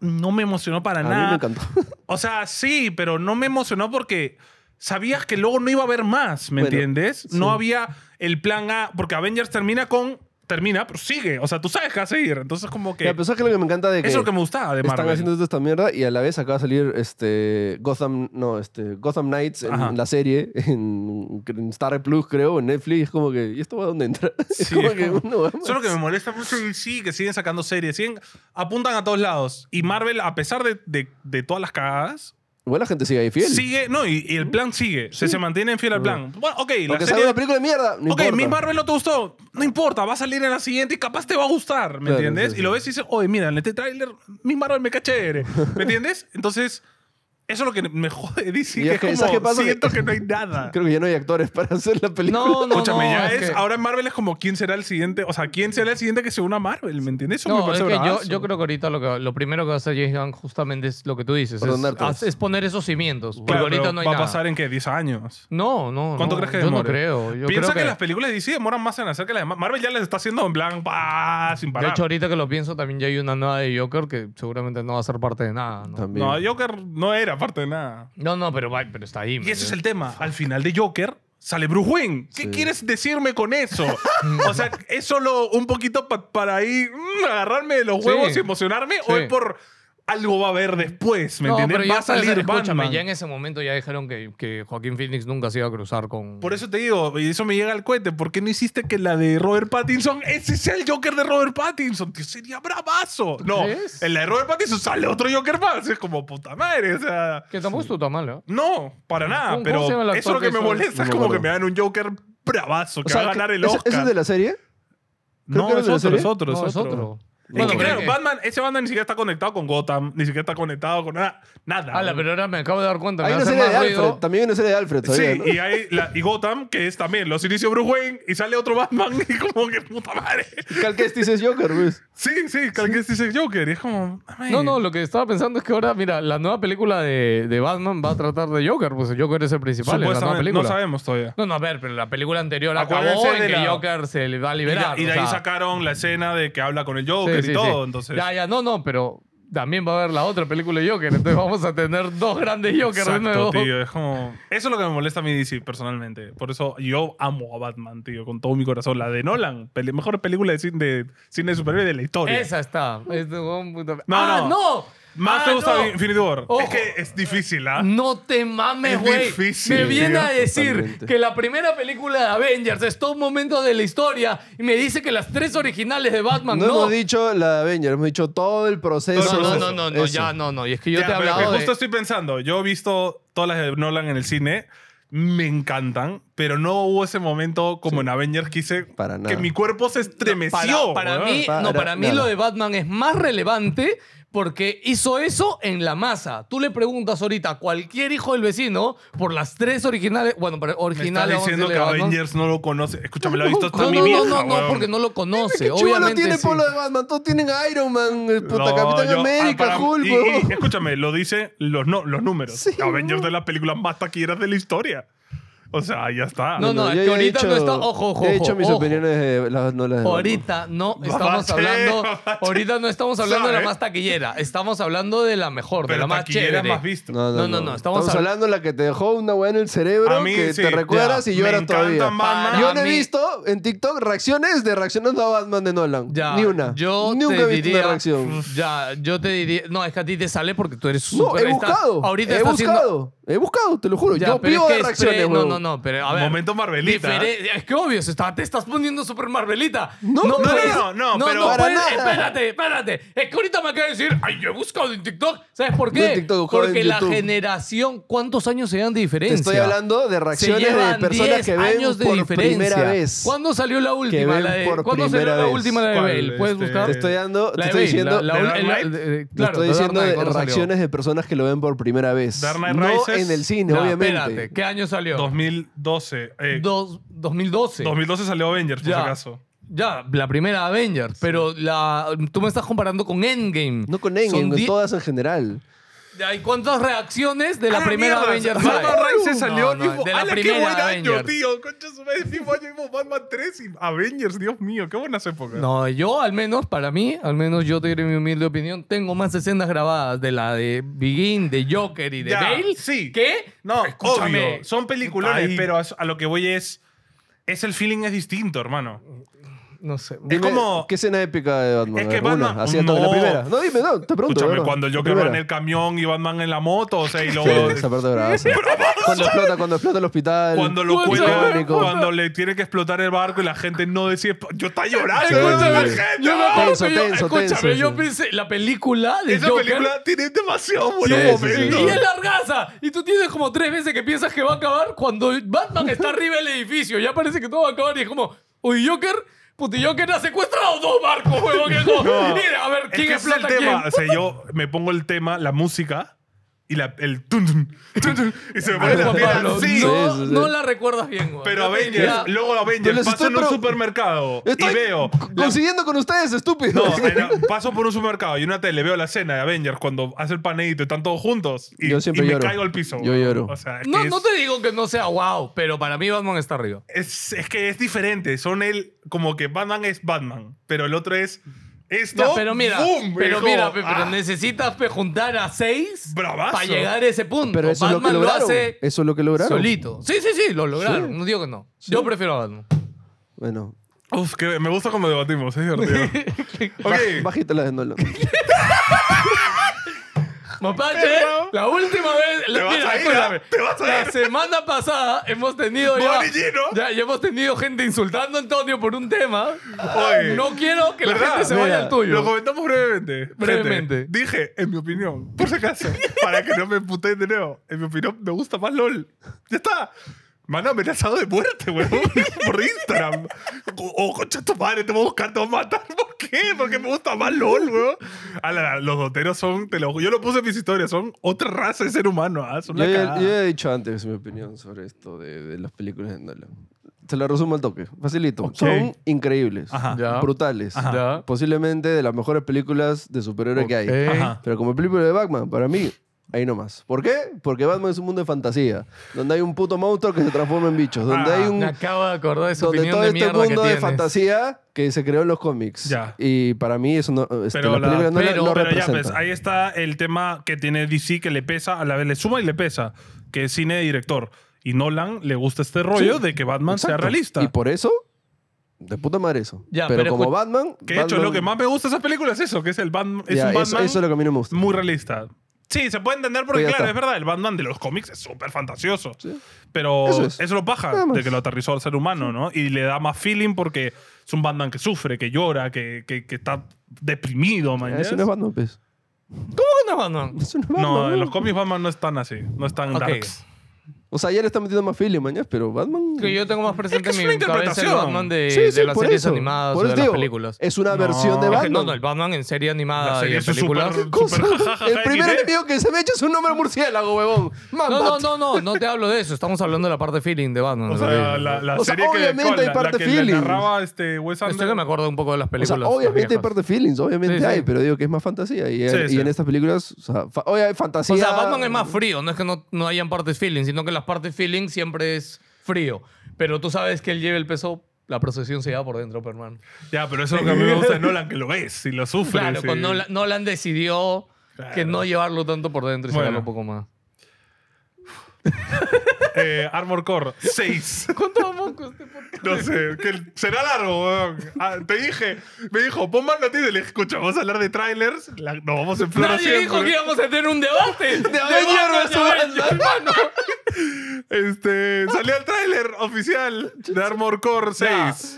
A: no me emocionó para
C: A mí
A: nada.
C: me encantó.
A: O sea, sí, pero no me emocionó porque sabías que luego no iba a haber más, ¿me
C: Bueno,
A: entiendes? No
C: sí.
A: había el plan A, porque Avengers termina con. Termina, pero sigue. O sea, tú sabes que va a seguir. Entonces, como que.
C: Ya, pero
A: eso
C: ¿sabes qué es lo que pues, me encanta de que,
A: es lo que me gustaba de
C: están
A: Marvel.
C: haciendo toda esta mierda y a la vez acaba de salir este Gotham, no, este Gotham Knights en
A: Ajá.
C: la serie, en, en Star Plus creo, en Netflix, como que, ¿y esto va a dónde entra? [LAUGHS] Es
A: Sí,
C: como
A: es
C: que
A: como-
C: uno va
A: Eso es lo que me
C: más.
A: molesta mucho de DC, que siguen sacando series, siguen, apuntan a todos lados. Y Marvel, a pesar de, de- de todas las cagadas,
C: Igual la gente sigue ahí fiel.
A: sigue, no, y, y el plan sigue. Se, se mantienen fiel al plan. Bueno, ok, la
C: Aunque salga
A: serie.
C: una película de mierda, no
A: ok,
C: importa.
A: mi Marvel no te gustó. No importa, va a salir en la siguiente y capaz te va a gustar, ¿me
C: Claro,
A: entiendes? Y
C: sí, sí.
A: lo ves y dices, oye, mira, en este tráiler, mi Marvel me cae chévere", ¿me
C: [LAUGHS]
A: entiendes? Entonces, eso es lo que me jode de DC,
C: Y
A: que
C: es
A: es
C: que,
A: como,
C: ¿sabes qué pasa?
A: siento que no hay nada.
C: [LAUGHS] Creo que ya no hay actores para [LAUGHS] hacer la película.
B: No, no,
A: Escúchame,
B: no,
A: ya
B: es
A: es.
B: que-
A: Ahora en Marvel es como quién será el siguiente. O sea, quién será el siguiente que se una a Marvel, ¿me entiendes? Eso me
B: No, es
A: parece
B: que yo,
A: bravazo.
B: yo creo que ahorita lo, que, lo primero que va a hacer James Gunn justamente es lo que tú dices. Es,
C: Ordenártelas.
B: hace- es poner esos cimientos. Porque
A: Claro,
B: ahorita
A: pero
B: no hay
A: va
B: nada.
A: a pasar en qué, 10 años.
B: No, no.
A: ¿Cuánto
B: no,
A: crees que
B: Yo no
A: demore?
B: creo. Yo
A: Piensa
B: creo
A: que, las películas de DC demoran más en hacer que las demás. Marvel ya les está haciendo en plan, pa, sin
B: De
A: parar.
B: hecho, ahorita que lo pienso, también ya hay una nueva de Joker que seguramente no va a ser parte de nada. No,
C: También.
A: no, Joker no era parte de nada.
B: no, no, pero, va- pero está ahí. [LAUGHS] eh.
A: Y ese es el tema. Al final de Joker sale Bruce Wayne. ¿Qué
C: Sí.
A: quieres decirme con
B: [LAUGHS]
A: eso? o sea, ¿es solo un poquito pa- para ahí mm, agarrarme de los
B: Sí.
A: huevos y emocionarme? ¿O
B: Sí.
A: es por algo va a haber después? ¿Me
B: no,
A: entiendes?
B: pero
A: va
B: ya
A: a salir Batman.
B: Ya en ese momento ya dijeron que, que Joaquín Phoenix nunca se iba a cruzar con...
A: Por eso te digo, y eso me llega al cohete, ¿por qué no hiciste que la de Robert Pattinson, ese sea el Joker de Robert Pattinson? Que sería bravazo. No,
B: crees?
A: en la de Robert Pattinson sale otro Joker más. Es como puta madre, o sea...
B: Que tampoco estuvo tan mal, ¿eh? ¿no?
A: No, para nada,
B: ¿Cómo-
A: pero
B: cómo se llama
A: eso
B: el
A: es lo
B: actor
A: que
B: que
A: me
B: hizo?
A: molesta,
C: No
A: es
C: me
A: como que
C: acuerdo.
A: me dan un Joker bravazo, que va a ganar el
C: ¿ese-
A: Oscar.
C: ¿Ese es de la serie? creo
A: no,
C: que era
A: es
C: de la
A: otro,
C: serie.
A: es otro,
B: No,
A: es otro. Es
B: Bueno, eh,
A: que,
B: pero-
A: claro, Batman, ese Batman ni siquiera está conectado con Gotham, ni siquiera está conectado con nada. nada.
B: Ala, pero ahora me acabo de dar cuenta.
C: Hay
B: me
C: una
B: hace
C: serie de
B: más
C: Alfred.
B: ruido.
C: También hay una serie de Alfred, ¿sabía,
A: Sí,
C: no?
A: y, hay la- y Gotham, que es también los inicios Bruce Wayne, y sale otro Batman, [LAUGHS] y como que puta madre.
C: Cal Kestis es Joker, pues.
A: Sí, sí, Cal Kestis es Joker. Y es como. ay.
B: No, no, lo que estaba pensando es que ahora, mira, la nueva película de, de Batman va a tratar de Joker, pues el Joker es el principal en la nueva
A: Supuestamente,
B: película.
A: no sabemos todavía.
B: No, no, a ver, pero la película anterior acabó
A: Acuérdense
B: en
A: de
B: que
A: la-
B: Joker se le va a
A: Y de,
B: liberar.
A: y de
B: o
A: ahí
B: sea,
A: sacaron la escena de que habla con el
B: sí,
A: Joker
B: sí,
A: y
B: sí.
A: todo, entonces.
B: Ya, ya, no, no, pero también va a haber la otra película de Joker. Entonces vamos a tener dos grandes Joker de nuevo.
A: Exacto, tío. Es como... Eso es lo que me molesta a mí DC personalmente. Por eso yo amo a Batman, tío, con todo mi corazón. La de Nolan, peli- mejor película de cine de, cine de superhéroes de la historia.
B: Esa está. Este huevón puta-
A: No,
B: ¡Ah,
A: no.
B: no!
A: Más
B: ¡Ah,
A: te gusta
B: no!
A: Infinity War.
B: Ojo. Mm,
A: Es que es difícil, ¿ah? [LAUGHS]
B: No te mames,
A: Es
B: güey.
A: difícil,
B: Me viene
A: tío.
B: a decir
C: Totalmente.
B: que la primera película de Avengers es todo un momento de la historia y me dice que las tres originales de
C: No,
B: Batman no.
C: hemos dicho la Avengers, hemos dicho todo el proceso.
B: no, no,
A: eso,
B: no, no, no,
C: Eso.
B: ya no, no. Y es que yo
A: Ya,
B: te he
A: pero que
B: hablado de...
A: justo estoy pensando. Yo he visto todas las de Nolan en el cine. Me encantan, pero no hubo ese momento como en Avengers que hice
C: Para nada.
A: que mi cuerpo se estremeció.
B: Para,
A: weón.
B: para mí, no,
C: Para
B: para mí
C: nada.
B: lo de Batman es más relevante porque hizo eso en la masa. Tú le preguntas ahorita a cualquier hijo del vecino por las tres originales. Bueno,
A: Me
B: pero
A: está
B: originales. vamos a
A: diciendo que
B: decirle Batman.
A: Avengers no lo conoce. Escúchame,
B: [LAUGHS]
A: lo ha visto hasta
B: No,
A: mi
B: no, no,
A: vieja,
B: no, no,
A: weón.
B: porque no lo conoce.
C: ¿Qué chulo
B: obviamente
C: tiene
B: sí.
C: polo de Batman? Todos tienen Iron Man, eh, puta
A: No,
C: Capitán
A: yo-
C: América,
A: ah, para-
C: Hulk,
A: y-
C: huevón.
A: y Escúchame, lo dicen los, no, los números.
C: Sí,
A: Avengers de las películas más taquilleras de la historia. O sea, ya está.
B: No, no, es que
C: ya he
B: ahorita no está- ojo, ojo,
C: ya He
B: ojo,
C: hecho mis
B: ojo.
C: opiniones de las no las de-
B: Ahorita no estamos
A: Mapache,
B: hablando.
A: mapache.
B: Ahorita no estamos hablando de la
A: ¿Sabe?
B: más taquillera. Estamos hablando de la mejor, de
A: pero
B: la más
A: taquillera
B: chévere.
A: más visto.
C: No, no, no.
B: No, no, no, estamos hab-
C: hablando de la que te dejó una hueá en el cerebro
A: A mí,
C: que
A: sí,
C: te recuerdas
A: ya.
C: y lloras
A: Me
C: todavía.
A: encantan Batman.
B: Para
C: Yo no he
B: mí-
C: visto en TikTok reacciones de reaccionando a Batman de Nolan.
B: Ya,
C: Ni una.
B: Yo
C: Nunca
B: te
C: he visto
B: diría,
C: una reacción.
B: Ya, yo te diría. No, es que a ti te sale porque tú eres
C: No,
B: súper.
C: he
B: está-
C: buscado.
B: Ahorita
C: he
B: está haciendo-
C: buscado. He buscado, te lo juro.
B: Ya,
C: yo
B: pero es
C: pido
B: que
C: de
B: es pre-
C: reacciones,
B: No,
C: huevón.
B: no, no, pero a ver.
A: Momento Marvelita.
B: difere- Es que obvio, se está- te estás poniendo súper Marvelita.
C: No, no,
B: puedes-
A: no, no, pero-
C: Para
B: puedes-
C: nada.
B: Espérate, espérate. Es que ahorita me acaba de decir, ay, yo he buscado en TikTok. ¿Sabes por qué?
C: No en TikTok, buscaba en
B: Porque la
C: YouTube.
B: generación, ¿cuántos años se dan de
C: Te
B: diferencia?
C: estoy hablando de
B: Se
C: reacciones de
B: llevan
C: personas
B: 10
C: que ven
B: años de
C: por
B: diferencia.
C: primera vez.
B: ¿Cuándo salió la última?
C: ven
B: La de-
C: por
B: ¿Cuándo salió
C: primera
B: la
C: vez.
B: última la de
A: ¿Cuál?
B: Bale? ¿Puedes
A: Este-
B: buscar?
C: Te estoy dando, te
B: La de
C: estoy
B: Bale,
C: diciendo,
B: la-
A: ¿De
B: la- el-
A: Dark
B: el-
A: Knight?
B: el-
C: te
B: claro,
C: estoy
B: Dark
C: diciendo
B: Knight,
C: de
B: ¿cuándo salió?
C: reacciones de personas que lo ven por primera vez.
A: Dark Knight
C: no
A: Rises.
C: en el cine,
B: Ya,
C: obviamente.
B: Espérate, ¿qué año salió?
A: 2012. eh,
B: Dos- 2012.
A: 2012 salió Avengers, por
B: Ya.
A: si acaso.
B: Ya, la primera Avengers, pero la, tú me estás comparando con Endgame.
C: No con
B: Son
C: Endgame, con
B: die-
C: todas en general.
B: ¿Hay cuántas reacciones de la
A: ¡Ah,
B: primera
A: mierda!
B: Avengers? hay?
A: Batman Rises
B: No,
A: salió.
B: no,
A: dijo,
B: de la
A: "Ala, qué
B: primera
A: buen año,
B: Avengers".
A: tío! Concha su madre, el mismo año vimos Batman 3 y Avengers, Dios mío, qué buenas épocas.
B: No, yo al menos, para mí, al menos yo te diré mi humilde opinión, tengo más escenas grabadas de la de Begin, de Joker y de
A: Ya,
B: Bale.
A: sí.
B: ¿Qué?
A: No,
B: Escúchame.
A: obvio, son películas,
B: Ay.
A: pero a, a lo que voy es. Es el feeling es distinto, hermano.
B: No sé.
A: Es como.
C: ¿Qué escena épica de Batman?
A: Es
C: A
A: que
C: ver, una,
A: Batman-
C: así de toque,
A: no.
C: la primera. No, dime, no, te pregunto.
A: Escúchame,
C: ¿verdad?
A: cuando el
C: La
A: Joker va en
C: primera.
A: el camión y Batman en la moto, o sea, y
C: Sí,
A: luego.
C: esa parte es bravaza. cuando explota, cuando explota el hospital.
A: Cuando lo
B: Escúchame,
A: cuela,
C: icónico.
A: cuando le tiene que explotar el barco y la gente no decide. Yo está llorando.
C: Sí,
A: escúchame,
C: sí.
A: gente.
B: Yo me acuerdo
C: Tenso,
B: que yo-
C: tenso,
B: escúchame,
C: tenso,
B: yo
C: sí.
B: pensé, la película de
A: Esa
B: Joker...
A: película tiene demasiado
C: Sí,
A: buenos
C: sí, sí.
A: momentos.
B: Y es largaza. Y tú tienes como tres veces que piensas que va a acabar cuando Batman está arriba del edificio. Ya parece que todo va a acabar y es como, uy, Joker, puti Joker ha secuestrado dos barcos, huevón. que no.
A: No.
B: [LAUGHS] Mira, a ver,
A: Es
B: ¿quién
A: que
B: es
A: ese el
B: plata
A: tema. O sea, yo me pongo el tema, la música y la, el tun, tun, tun, tun, y se me pone la piel así.
B: Ah, no,
C: Sí, sí, sí.
B: no la recuerdas bien, huevón.
A: Pero
B: Ya te
A: Avengers,
B: diré.
A: luego
C: Pero
A: Avengers,
C: les
A: paso
C: estoy
A: en un
C: pro-
A: supermercado
C: Estoy
A: y veo.
C: consiguiendo con ustedes, estúpidos.
A: No, en- paso por un supermercado y una tele, veo la escena de Avengers cuando hace el paneíto y están todos juntos y,
C: Yo siempre
A: y me
C: lloro.
A: caigo al piso.
C: Yo lloro.
A: O sea, es,
B: No,
A: que
B: no
A: es,
B: te digo que no sea wow, pero para mí Batman está arriba.
A: es- es que es diferente. Son el. Como que Batman es Batman, pero el otro es. Esto.
B: Ya, pero mira,
A: ¡boom!
B: pero
A: hijo.
B: mira, pe- pero
A: Ah.
B: necesitas pe, juntar a seis
A: Bravazo.
B: para llegar a ese punto.
C: [LAUGHS] Pero eso
B: Batman
C: es lo que lograron.
B: hace
C: eso es lo que lograron.
B: Solito. Sí, sí, sí, lo lograron.
C: Sí.
B: No digo que no. Yo prefiero a Batman.
C: Bueno,
A: Uf, que me gusta cuando debatimos, es
B: [LAUGHS]
A: divertido.
C: baj-
A: ok,
C: bajita la de Nolan.
B: Mapache,
A: Perro.
B: la última vez. la-
A: Te vas
B: mira,
A: a ir,
B: escúchame,
A: ¿ah? Te vas a
B: La
A: ir.
B: semana pasada hemos tenido ya,
A: Bonnie G, ¿no?
B: ya. ya hemos tenido gente insultando a Antonio por un tema.
A: Oye.
B: no quiero que la
A: ¿Verdad?
B: gente se
C: Mira,
B: vaya al tuyo.
A: lo comentamos brevemente. Gente,
B: Brevemente.
A: dije, en mi opinión, por si acaso, para que no me emputen de nuevo, en mi opinión me gusta más LOL. Ya está. Me han amenazado de muerte, huevón, [LAUGHS] por Instagram. Oh, concha tu madre, te voy a buscar, te voy a matar. [LAUGHS] ¿Por qué? Porque me gusta más LOL, huevón. A la- los doteros son, te lo, yo lo puse en mis historias, son otra raza de ser humano, ah, son
C: Yo
A: la
C: ya,
A: cagada.
C: yo ya he dicho antes mi opinión sobre esto de, de las películas de Nolan. Se la resumo al toque. Facilito.
A: Ok.
C: Son increíbles.
A: Ajá.
B: Ya.
C: Brutales.
A: Ajá.
B: Ya.
C: Posiblemente de las mejores películas de superhéroe que hay.
B: Ok.
A: Ajá.
C: Pero como película de Batman, para mí, ahí nomás. ¿Por qué? Porque Batman es un mundo de fantasía. Donde hay un puto monstruo que se transforma en bichos. Donde
A: Ah,
C: hay un.
B: Me acabo de acordar de esa
C: Donde
B: opinión
C: todo
B: de
C: este
B: mierda que
C: mundo de
B: tienes.
C: fantasía que se creó en los cómics.
A: Ya.
C: Y para mí eso no. este,
A: Pero,
C: las
A: la-
C: películas no
B: pero-
C: lo
A: pero ya,
C: representan.
A: pues, ahí está el tema que tiene DC que le pesa, a la vez le suma y le pesa, que es cine de director. Y Nolan le gusta este rollo de que Batman sea
C: Exacto.
A: realista.
C: Y por eso, de puta madre eso.
B: Ya,
C: pero,
B: pero
C: como
B: escu-
C: Batman.
A: que de hecho,
C: Batman-
A: lo que más me gusta de esas películas es eso, que es el Batman, es
C: Ya,
A: un
C: eso-
A: Batman
C: eso es lo que a mí no me gusta.
A: muy realista. Sí, se puede entender porque,
C: Pues ya
A: claro,
C: está.
A: es verdad, el Batman de los cómics es súper fantasioso.
C: Sí.
A: Pero
C: Eso
A: eso,
C: es.
A: lo paja,
C: Nada más.
A: de que lo aterrizó al ser humano, ¿no? Y le da más feeling porque es un Batman que sufre, que llora, que, que, que está deprimido, man.
C: Eso
A: ¿yes?
C: no es Batman, pues.
B: ¿Cómo que no, Batman?
C: Eso no es Batman.
A: No, en
C: ¿no?
A: los cómics Batman no es tan así, no es tan
B: Ok.
A: darks.
C: O sea, ya le están metiendo más feeling, mañana, pero Batman.
B: Que yo tengo más presente
A: Es que es
B: en
A: una
B: mi cabeza el
A: interpretación.
B: Batman de,
C: Sí, sí,
B: de las
C: por
B: series
C: eso.
B: animadas
C: Por
B: o de
C: eso
B: las
C: digo,
B: películas.
C: Es una versión
A: [LAUGHS]
C: de
A: No,
B: Es que
C: Batman.
B: no, no, el Batman en serie
A: La
B: animada y
A: serie
B: en
A: es súper-
B: películas.
C: Cosa.
A: súper jajaja,
C: el primer
A: XD.
C: enemigo que se me echa es un hombre murciélago, huevón. Man,
B: No, no,
C: Bat.
B: no, no, no te hablo de eso. Estamos hablando de la parte feeling de Batman.
A: O
B: de
A: sea,
B: verdad.
A: la, la
C: O sea,
A: serie que,
C: obviamente
A: con la-
C: hay
A: la
C: parte
A: que
C: feeling.
A: le narraba este Wes
B: Estoy que me
A: Anderson.
B: acuerdo un poco de las
C: O sea,
B: películas. más
C: obviamente hay
B: viejas.
C: parte de feelings, obviamente
B: Sí, sí.
C: hay, pero digo que es más fantasía. Y,
A: Sí,
C: y
A: sí.
C: en estas películas, o sea, fa- oye, hay fantasía.
B: O sea, Batman es más frío. No es que no, no hayan partes feeling, sino que las partes feeling siempre es frío. Pero tú sabes que él lleva el peso, la procesión se lleva por dentro, pero, hermano.
A: Ya, pero eso es lo que a mí me gusta de Nolan, que lo ves y lo sufres.
B: Claro,
A: y-
B: con Nolan, Nolan decidió que
A: Claro.
B: no llevarlo tanto por dentro y
A: Bueno.
B: sacarlo un poco más.
A: Eh, Armor Core, 6.
B: ¿Cuánto vamos con este podcast?
A: No sé, que será largo, weón. Ah, te dije, me dijo, pon más noticias. Le dije, escucha, vamos a hablar de trailers. La- nos vamos a explorar
B: Nadie dijo
A: siempre.
B: que íbamos a tener un debate. de
C: Avengers
B: Avengers, hermano.
A: Este, salió el tráiler oficial de Armor Core 6.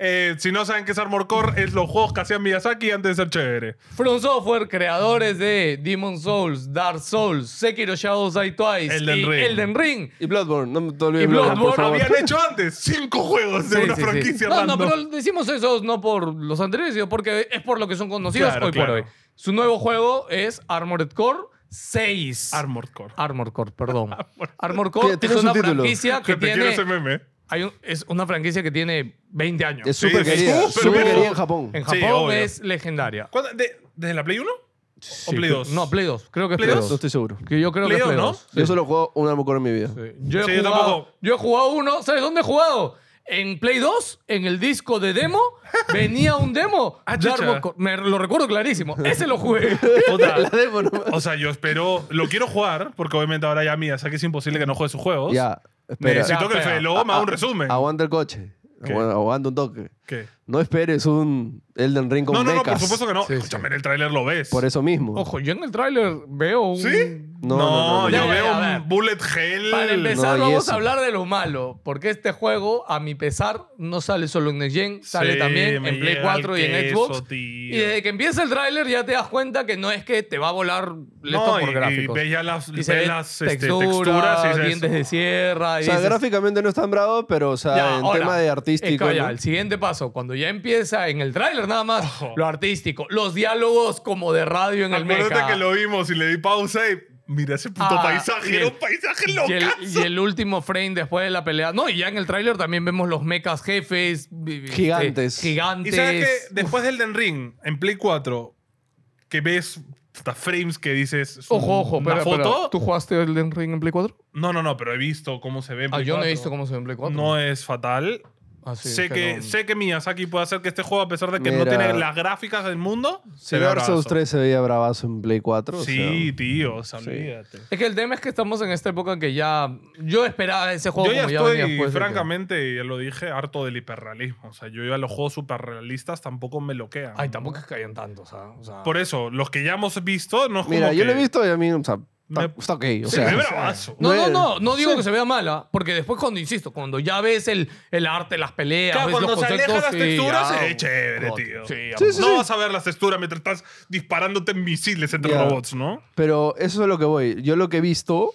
A: Eh, si no saben qué es Armor Core, es los juegos que hacía Miyazaki antes de ser chévere.
B: From Software, creadores de Demon Souls, Dark Souls, Sekiro Shadows Die Twice
A: Elden
B: y
A: Ring.
B: Elden Ring.
C: Y Bloodborne, no te olvides
B: Y
C: de Bloodborne, por
B: Bloodborne
C: favor.
A: Habían hecho antes cinco juegos de
B: Sí,
A: una
B: sí, sí.
A: franquicia
B: No, no,
A: random.
B: pero decimos eso no por los anteriores, sino porque es por lo que son conocidos
A: Claro,
B: hoy
A: claro.
B: por hoy. Su nuevo juego es Armored Core 6.
A: Armor Core.
B: Armored Core,
A: [LAUGHS]
B: perdón. Armored Core
C: Tiene- tiene
B: es una
C: subtítulos.
B: franquicia Ah, que
A: Que te quiero
B: tiene
A: ese meme.
B: hay un- es una franquicia que tiene 20 años.
C: Es
A: Sí,
C: súper
A: sí,
C: querida.
A: súper
C: súper
A: querida.
C: querida en Japón.
B: En
A: Sí,
B: Japón
A: obvio.
B: es legendaria.
A: ¿Cuándo- de- ¿Desde la Play 1? ¿O
B: Sí,
A: Play
B: creo-
A: 2?
B: No, Play 2. Creo que es
A: ¿Play
B: Play 2.
A: dos?
C: No estoy seguro.
B: Que yo creo
A: Play
B: que es
A: dos,
B: Play
A: ¿no?
B: 2.
C: Yo solo juego un Armor Core en mi vida.
B: Sí. Este, Yo, he
A: Sí, yo
B: jugado,
A: tampoco.
B: yo he jugado uno. ¿Sabes dónde he jugado? En Play 2, en el disco
A: [LAUGHS]
B: de demo, venía un demo.
A: Ah,
B: de
A: chucha.
B: Armored Core. Me lo recuerdo clarísimo. Ese lo jugué.
A: [LAUGHS] Puta.
C: [LAUGHS] La demo, no-
A: O sea, yo espero, lo quiero jugar, porque obviamente ahora ya Miyazaki es imposible que no juegue sus juegos.
C: Ya, Ah, espera.
A: Necesito
B: Ya,
A: que el
B: espera.
A: Felo me haga un resumen.
C: Aguanta el coche.
A: ¿Qué?
C: Aguanta, aguanta un toque.
A: ¿Qué?
C: No esperes un Elden Ring con
A: No, no, no, por
C: mechas.
A: supuesto que no.
B: Sí, sí.
A: Escúchame, en el tráiler lo ves.
C: Por eso mismo.
B: Ojo, yo en el tráiler veo un...
A: ¿Sí?
C: No, no, no, no.
A: yo
B: Ya, ya,
A: veo
B: ya,
A: un
B: a ver.
A: bullet hell.
B: Para empezar,
C: No, y
B: vamos
C: eso.
B: a hablar de lo malo. Porque este juego, a mi pesar, no sale solo en Next Gen. Sale
A: Sí,
B: también
A: me
B: en Play
A: llega
B: 4 y
A: el
B: en
A: queso,
B: Xbox.
A: tío.
B: Y desde que empieza el tráiler ya te das cuenta que no es que te va a volar esto
A: No,
B: por
A: y-
B: gráficos.
A: Y ves ya las,
B: Y se
A: ves
B: ven
A: las, este,
B: texturas,
A: texturas y dices,
B: dientes de sierra.
C: O
B: Y
C: sea,
B: dices,
C: gráficamente no es tan bravo, pero o sea,
B: ya,
C: en
B: ahora,
C: tema de artístico.
B: es que, ya,
C: ¿no?
B: El siguiente paso, cuando ya empieza en el tráiler nada más,
C: [LAUGHS]
A: Ojo.
B: lo artístico, los diálogos como de radio en el
A: Acuérdate
B: mecha.
A: que lo vimos y le di pausa y mira ese puto
B: Ah,
A: paisaje,
B: y
A: era
B: el-
A: un paisaje
B: y el,
A: locazo.
B: y el último frame después de la pelea. No, y ya en el tráiler también vemos los mechas jefes. vi- vi-
C: Gigantes.
B: este, gigantes.
A: Y sabes que después del Den Ring, en Play 4, que ves hasta frames que dices. es
B: Ojo,
A: un-
B: ojo,
A: ¿Una
B: pero,
A: foto?
B: ¿Tú jugaste Elden Ring en Play 4?
A: No, no, no, pero he visto cómo se ve en
B: Ah,
A: Play
B: yo no he
A: 4.
B: visto cómo se ve en Play 4.
A: No es fatal.
B: Ah, sí,
A: sé,
B: es
A: que,
B: no-
A: sé que Miyazaki puede hacer que este juego, a pesar de que no
C: Mira.
A: tiene las gráficas del mundo,
C: Si
A: ve
C: Dark Souls
A: bravazo.
C: 3 se veía bravazo en Play 4. o
A: Sí,
C: sea,
A: tío, o sea, olvídate.
B: Es que el tema es que estamos en esta época en que ya. Yo esperaba ese juego
A: Yo ya
B: como ya venía
A: estoy,
B: después de que-
A: francamente, ya lo dije, harto del hiperrealismo. O sea, yo a los juegos superrealistas tampoco me loquean.
B: Ay, tampoco es que hayan tantos. ah, O sea,
A: Por eso, los que ya hemos visto, no es
C: Mira,
A: como
C: yo
A: que-
C: lo he visto y a mí, o sea,
A: Me-
C: está, está ok. O
A: Sí,
C: sea,
A: es bravazo.
B: no, no,
C: Bueno,
B: no, no digo
C: sí.
B: que se vea mala, porque después cuando, insisto, cuando ya ves el, el arte, las peleas,
A: Claro,
B: ves
A: cuando
B: los
A: se
B: conceptos,
A: alejan las
B: sí, ah.
A: texturas,
B: ya,
A: es chévere,
B: got-
A: tío.
B: Sí, ya,
C: Sí, sí,
A: no
C: sí.
A: vas a ver las texturas mientras estás disparándote en misiles entre
C: Ya.
A: robots, ¿no?
C: Pero eso es a lo que voy. Yo lo que he visto,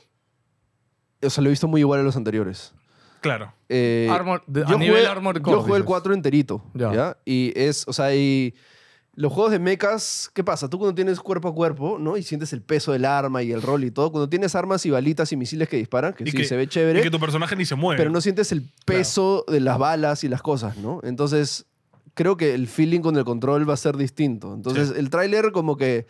C: o sea, lo he visto muy igual a los anteriores.
A: Claro.
C: Eh,
B: Armor- de- a
C: yo
B: nivel
C: jugué,
B: Armored
C: yo
B: Core,
C: jugué el
B: dices.
C: 4 enterito.
B: Ya.
C: Ya. Y es, o sea, y los juegos de mechas, ¿qué pasa? Tú cuando tienes cuerpo a cuerpo, ¿no? Y sientes el peso del arma y el rol y todo. Cuando tienes armas y balitas y misiles que disparan, que
A: Y
C: sí
A: que-
C: se ve
A: Y
C: chévere.
A: que tu personaje ni se mueve.
C: pero no
A: [LAUGHS]
C: sientes el peso de las balas y las cosas, ¿no? Entonces, creo que el feeling con el control va a ser distinto. Entonces, el tráiler como que...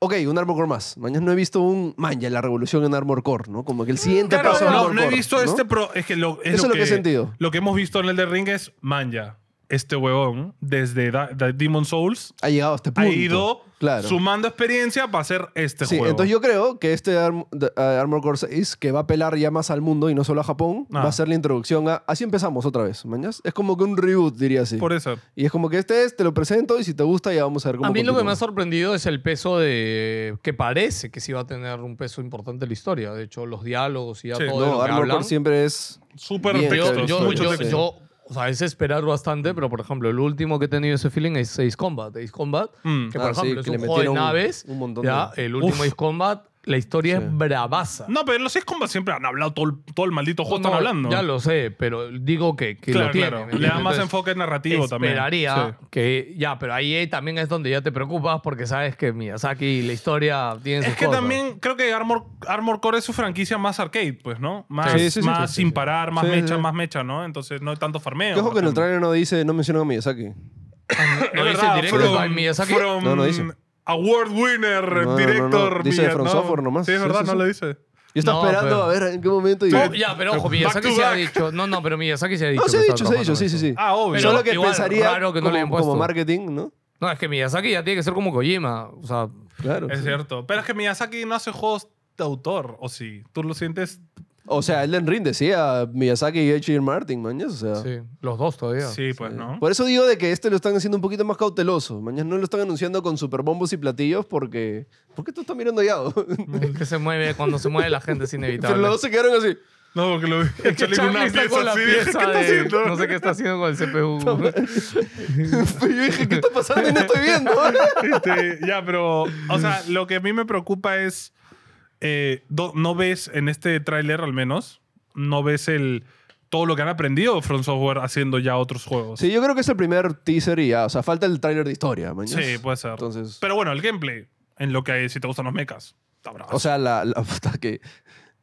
C: Ok, un Armor Core más. Mañana no he visto un... Man, ya la revolución en Armor Core, ¿no? Como que el siguiente
A: Claro,
C: paso en
A: no,
C: Armor
A: no he
C: Core,
A: visto
C: ¿no?
A: este pro. Es que lo, es
C: Eso
A: lo que,
C: he sentido.
A: Lo que hemos visto en el de Ring es Manja, este huevón, desde Da- Da- Demon Souls,
C: Ha llegado a este punto.
A: ha ido
C: Claro.
A: sumando experiencia para hacer este
C: sí,
A: juego.
C: entonces yo creo que este Arm- de- eh, Armor Core 6, que va a apelar ya más al mundo y no solo a Japón,
A: Ah.
C: va a ser la introducción a... Así empezamos otra vez, mañas. Es como que un reboot, diría así.
A: Por eso.
C: Y es como que este es, te lo presento y si te gusta ya vamos a ver cómo
B: A mí lo que me
C: continúa.
B: ha sorprendido es el peso de. que parece que sí va a tener un peso importante en la historia. De hecho, los diálogos y ya
A: Sí.
B: todo. de lo
C: No,
B: que
C: Armor
B: hablan.
C: Core siempre es...
A: Súper
C: Bien,
A: texto.
B: yo, yo,
C: Sobre
B: yo-
C: todo.
B: yo, o sea, es esperar bastante, pero por ejemplo, el último que he tenido ese feeling es Ace Combat. Ace Combat,
A: Mm.
B: que por
C: Ah, sí,
B: ejemplo
C: que
B: es
C: le
B: un juego de
C: metieron un-
B: naves.
C: un montón
B: ya,
C: de-
B: El último
A: Uf.
B: Ace Combat, la historia
C: Sí.
B: es bravaza.
A: No, pero los seis combats siempre han hablado todo el, todo el maldito juego,
B: No,
A: están hablando.
B: Ya lo sé, pero digo que, que
A: claro,
B: lo tiene.
A: claro. Le
B: ¿me
A: da
B: entiendes?
A: más
B: Entonces,
A: enfoque narrativo también.
B: Esperaría
A: Sí.
B: que ya, pero ahí eh, también es donde ya te preocupas porque sabes que Miyazaki la historia tiene
A: Es
B: sus
A: que
B: cosas.
A: también creo que Armor, Armor Core es su franquicia más arcade, pues, ¿no? Más,
C: Sí, sí, sí,
A: más
C: sí,
A: sin
C: sí.
A: parar, más
C: Sí,
A: mecha,
C: sí.
A: más mecha, ¿no? Entonces no hay tanto farmeo.
C: Que ojo
A: por
C: que en el
A: ejemplo.
C: trailer no dice, no menciona a Miyazaki.
B: No
A: Es
B: dice
A: verdad,
B: directo
A: from-
B: by Miyazaki.
A: from
C: No, no dice.
A: Award winner,
C: No, no, no, no.
A: director.
C: Dice
A: Miyazaki.
C: From
A: No,
C: Software nomás.
A: Sí, es
C: Sí,
A: verdad,
C: sí,
A: no
C: sí.
A: lo dice.
C: Yo estaba
B: No,
C: esperando
B: pero-
C: a ver en qué momento. Y...
B: No, ya, pero ojo,
A: Back
B: Miyazaki
A: to
B: se ha
A: back.
B: dicho. No, no, pero Miyazaki se ha dicho.
C: no, se ha
B: que
C: dicho,
B: está
C: se ha dicho,
B: trabajando
C: sí, sí,
B: en
C: sí.
A: Ah, obvio.
C: Solo que
B: igual,
C: pensaría
B: raro que no le hayan
C: como, como
B: puesto.
C: marketing, ¿no?
B: eso. No, es que Miyazaki ya tiene que ser como Kojima. O sea,
C: Claro.
A: Es cierto. Pero es que Miyazaki no hace juegos de autor, ¿o sí? ¿Tú lo sientes?
C: O sea, Elden Ring decía Miyazaki y H.R. Martin, mañana. O sea, eh,
B: sí, los dos todavía.
A: Sí, pues, ¿no?
C: Por eso digo de que este lo están haciendo un poquito más cauteloso. Mañana no lo están anunciando con superbombos y platillos porque... ¿Por qué tú estás mirando allá? [LAUGHS]
B: Es [LAUGHS] que se mueve, cuando se mueve la gente es
C: Pero
B: inevitable.
C: luego se quedaron así. [LAUGHS]
A: No, porque lo vi.
B: [LAUGHS] Es [LAUGHS] que
A: salir
B: Charlie
A: una
B: está
A: pieza
B: con la
A: así, dije,
B: pieza
A: [LAUGHS]
B: eh.
A: ¿Qué está
B: de-
A: haciendo?
B: No sé qué está haciendo con el CPU.
C: Pero yo dije, ¿qué está pasando? Y no estoy
B: [LAUGHS]
C: viendo.
A: Este, ya, pero, o sea, lo que a mí me preocupa es, eh, do- no ves en este tráiler al menos, no ves el todo lo que han aprendido From Software haciendo ya otros juegos.
C: sí, yo creo que es el primer teaser y ya. O sea, falta el tráiler de historia, mañana.
A: Sí, puede ser.
C: Entonces...
A: Pero bueno, el gameplay, en lo que hay, si te gustan los mechas, está bravo.
C: O sea, la, la- [LAUGHS] puta que...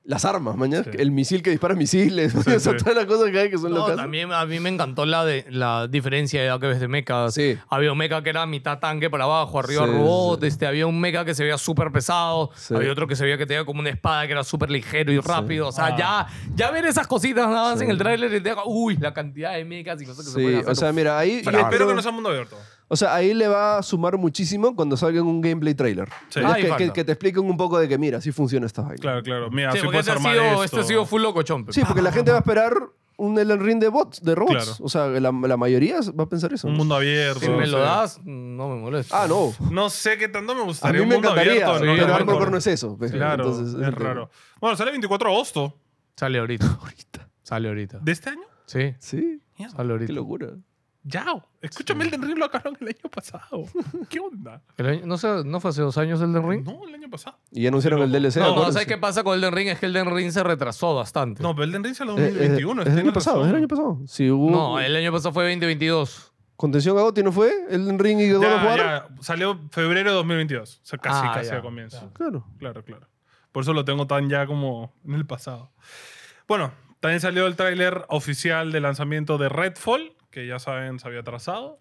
C: Las armas, mañana.
A: Sí.
C: El misil que dispara misiles. [LAUGHS] o sea,
A: sí.
C: todas las cosas que hay que son
B: No,
C: locas.
B: también a mí me encantó la, de, la diferencia de edad que ves de mecha.
C: Sí.
B: Había un mecha que era mitad tanque para abajo, arriba
C: Sí,
B: robot.
C: sí.
B: Este, había un mecha que se veía súper pesado.
C: Sí.
B: Había otro que se veía que tenía como una espada que era súper ligero y rápido. O sea,
C: Ah.
B: ya, ya ver esas cositas nada más en el tráiler y te digo, uy, la cantidad de mechas y cosas que se
C: Sí,
B: pueden
C: o
B: hacer.
C: sea, mira, ahí...
A: y
C: yo
A: espero
C: creo-
A: que no sea mundo abierto.
C: O sea, ahí le va a sumar muchísimo cuando salga en un gameplay trailer.
A: Sí.
C: ¿Verdad?
B: Ah, y
C: que,
B: falta.
C: que- que te expliquen un poco de que, mira, así funciona esta vaina.
A: Claro, claro. Mira,
B: Sí,
A: si
B: porque
A: puedes
B: este ha,
A: armar
B: sido,
A: esto.
B: este ha sido full loco, chompe.
C: Sí, porque la gente va a esperar un Elden Ring de bots, de robots.
A: ah, Claro.
C: O sea, la, la mayoría va a pensar eso.
A: un
C: ¿no?
A: mundo abierto.
B: Si me
A: sí.
B: lo das, no me molesta.
C: Ah, no.
A: No sé qué tanto me
C: A
A: gustaría.
C: mí
A: un
C: me
A: mundo
C: encantaría,
A: abierto,
B: sí,
C: pero
B: no,
C: Armor
B: no.
C: Core no es eso. pues.
A: Claro,
C: Entonces,
A: es
C: entiendo.
A: raro. Bueno, sale el 24 de agosto
B: Sale
C: [LAUGHS]
B: ahorita. Sale ahorita.
A: de este año.
B: Sí,
C: Sí,
A: Mierda.
B: sale
C: qué
B: ahorita.
C: locura.
A: Ya, escúchame, el Elden Ring lo acabaron el año pasado. ¿Qué
C: [LAUGHS]
A: onda?
B: El año- no, sé, ¿No fue hace dos años el del ring?
A: No, el año pasado.
C: Y ya anunciaron el DLC.
B: No,
C: acuérdense.
B: ¿sabes qué pasa con Elden Ring? Es que Elden Ring se retrasó bastante.
A: No, pero Elden Ring sale en
C: Eh, eh,
A: 2021.
C: es el año
A: tiene
C: pasado, es
A: razón.
C: el año pasado. Si hubo
A: uh.
B: No, el año pasado fue 2022.
C: contención a Gotti, ¿no fue? Elden Ring y God of
A: Ya,
C: War.
A: ya, salió febrero de 2022. O sea, casi,
B: Ah,
A: casi
B: ya.
A: a comienzo.
C: Claro.
A: Claro, claro. Por eso lo tengo tan ya como en el pasado. Bueno, también salió el tráiler oficial de lanzamiento de Redfall, que ya saben, se había atrasado.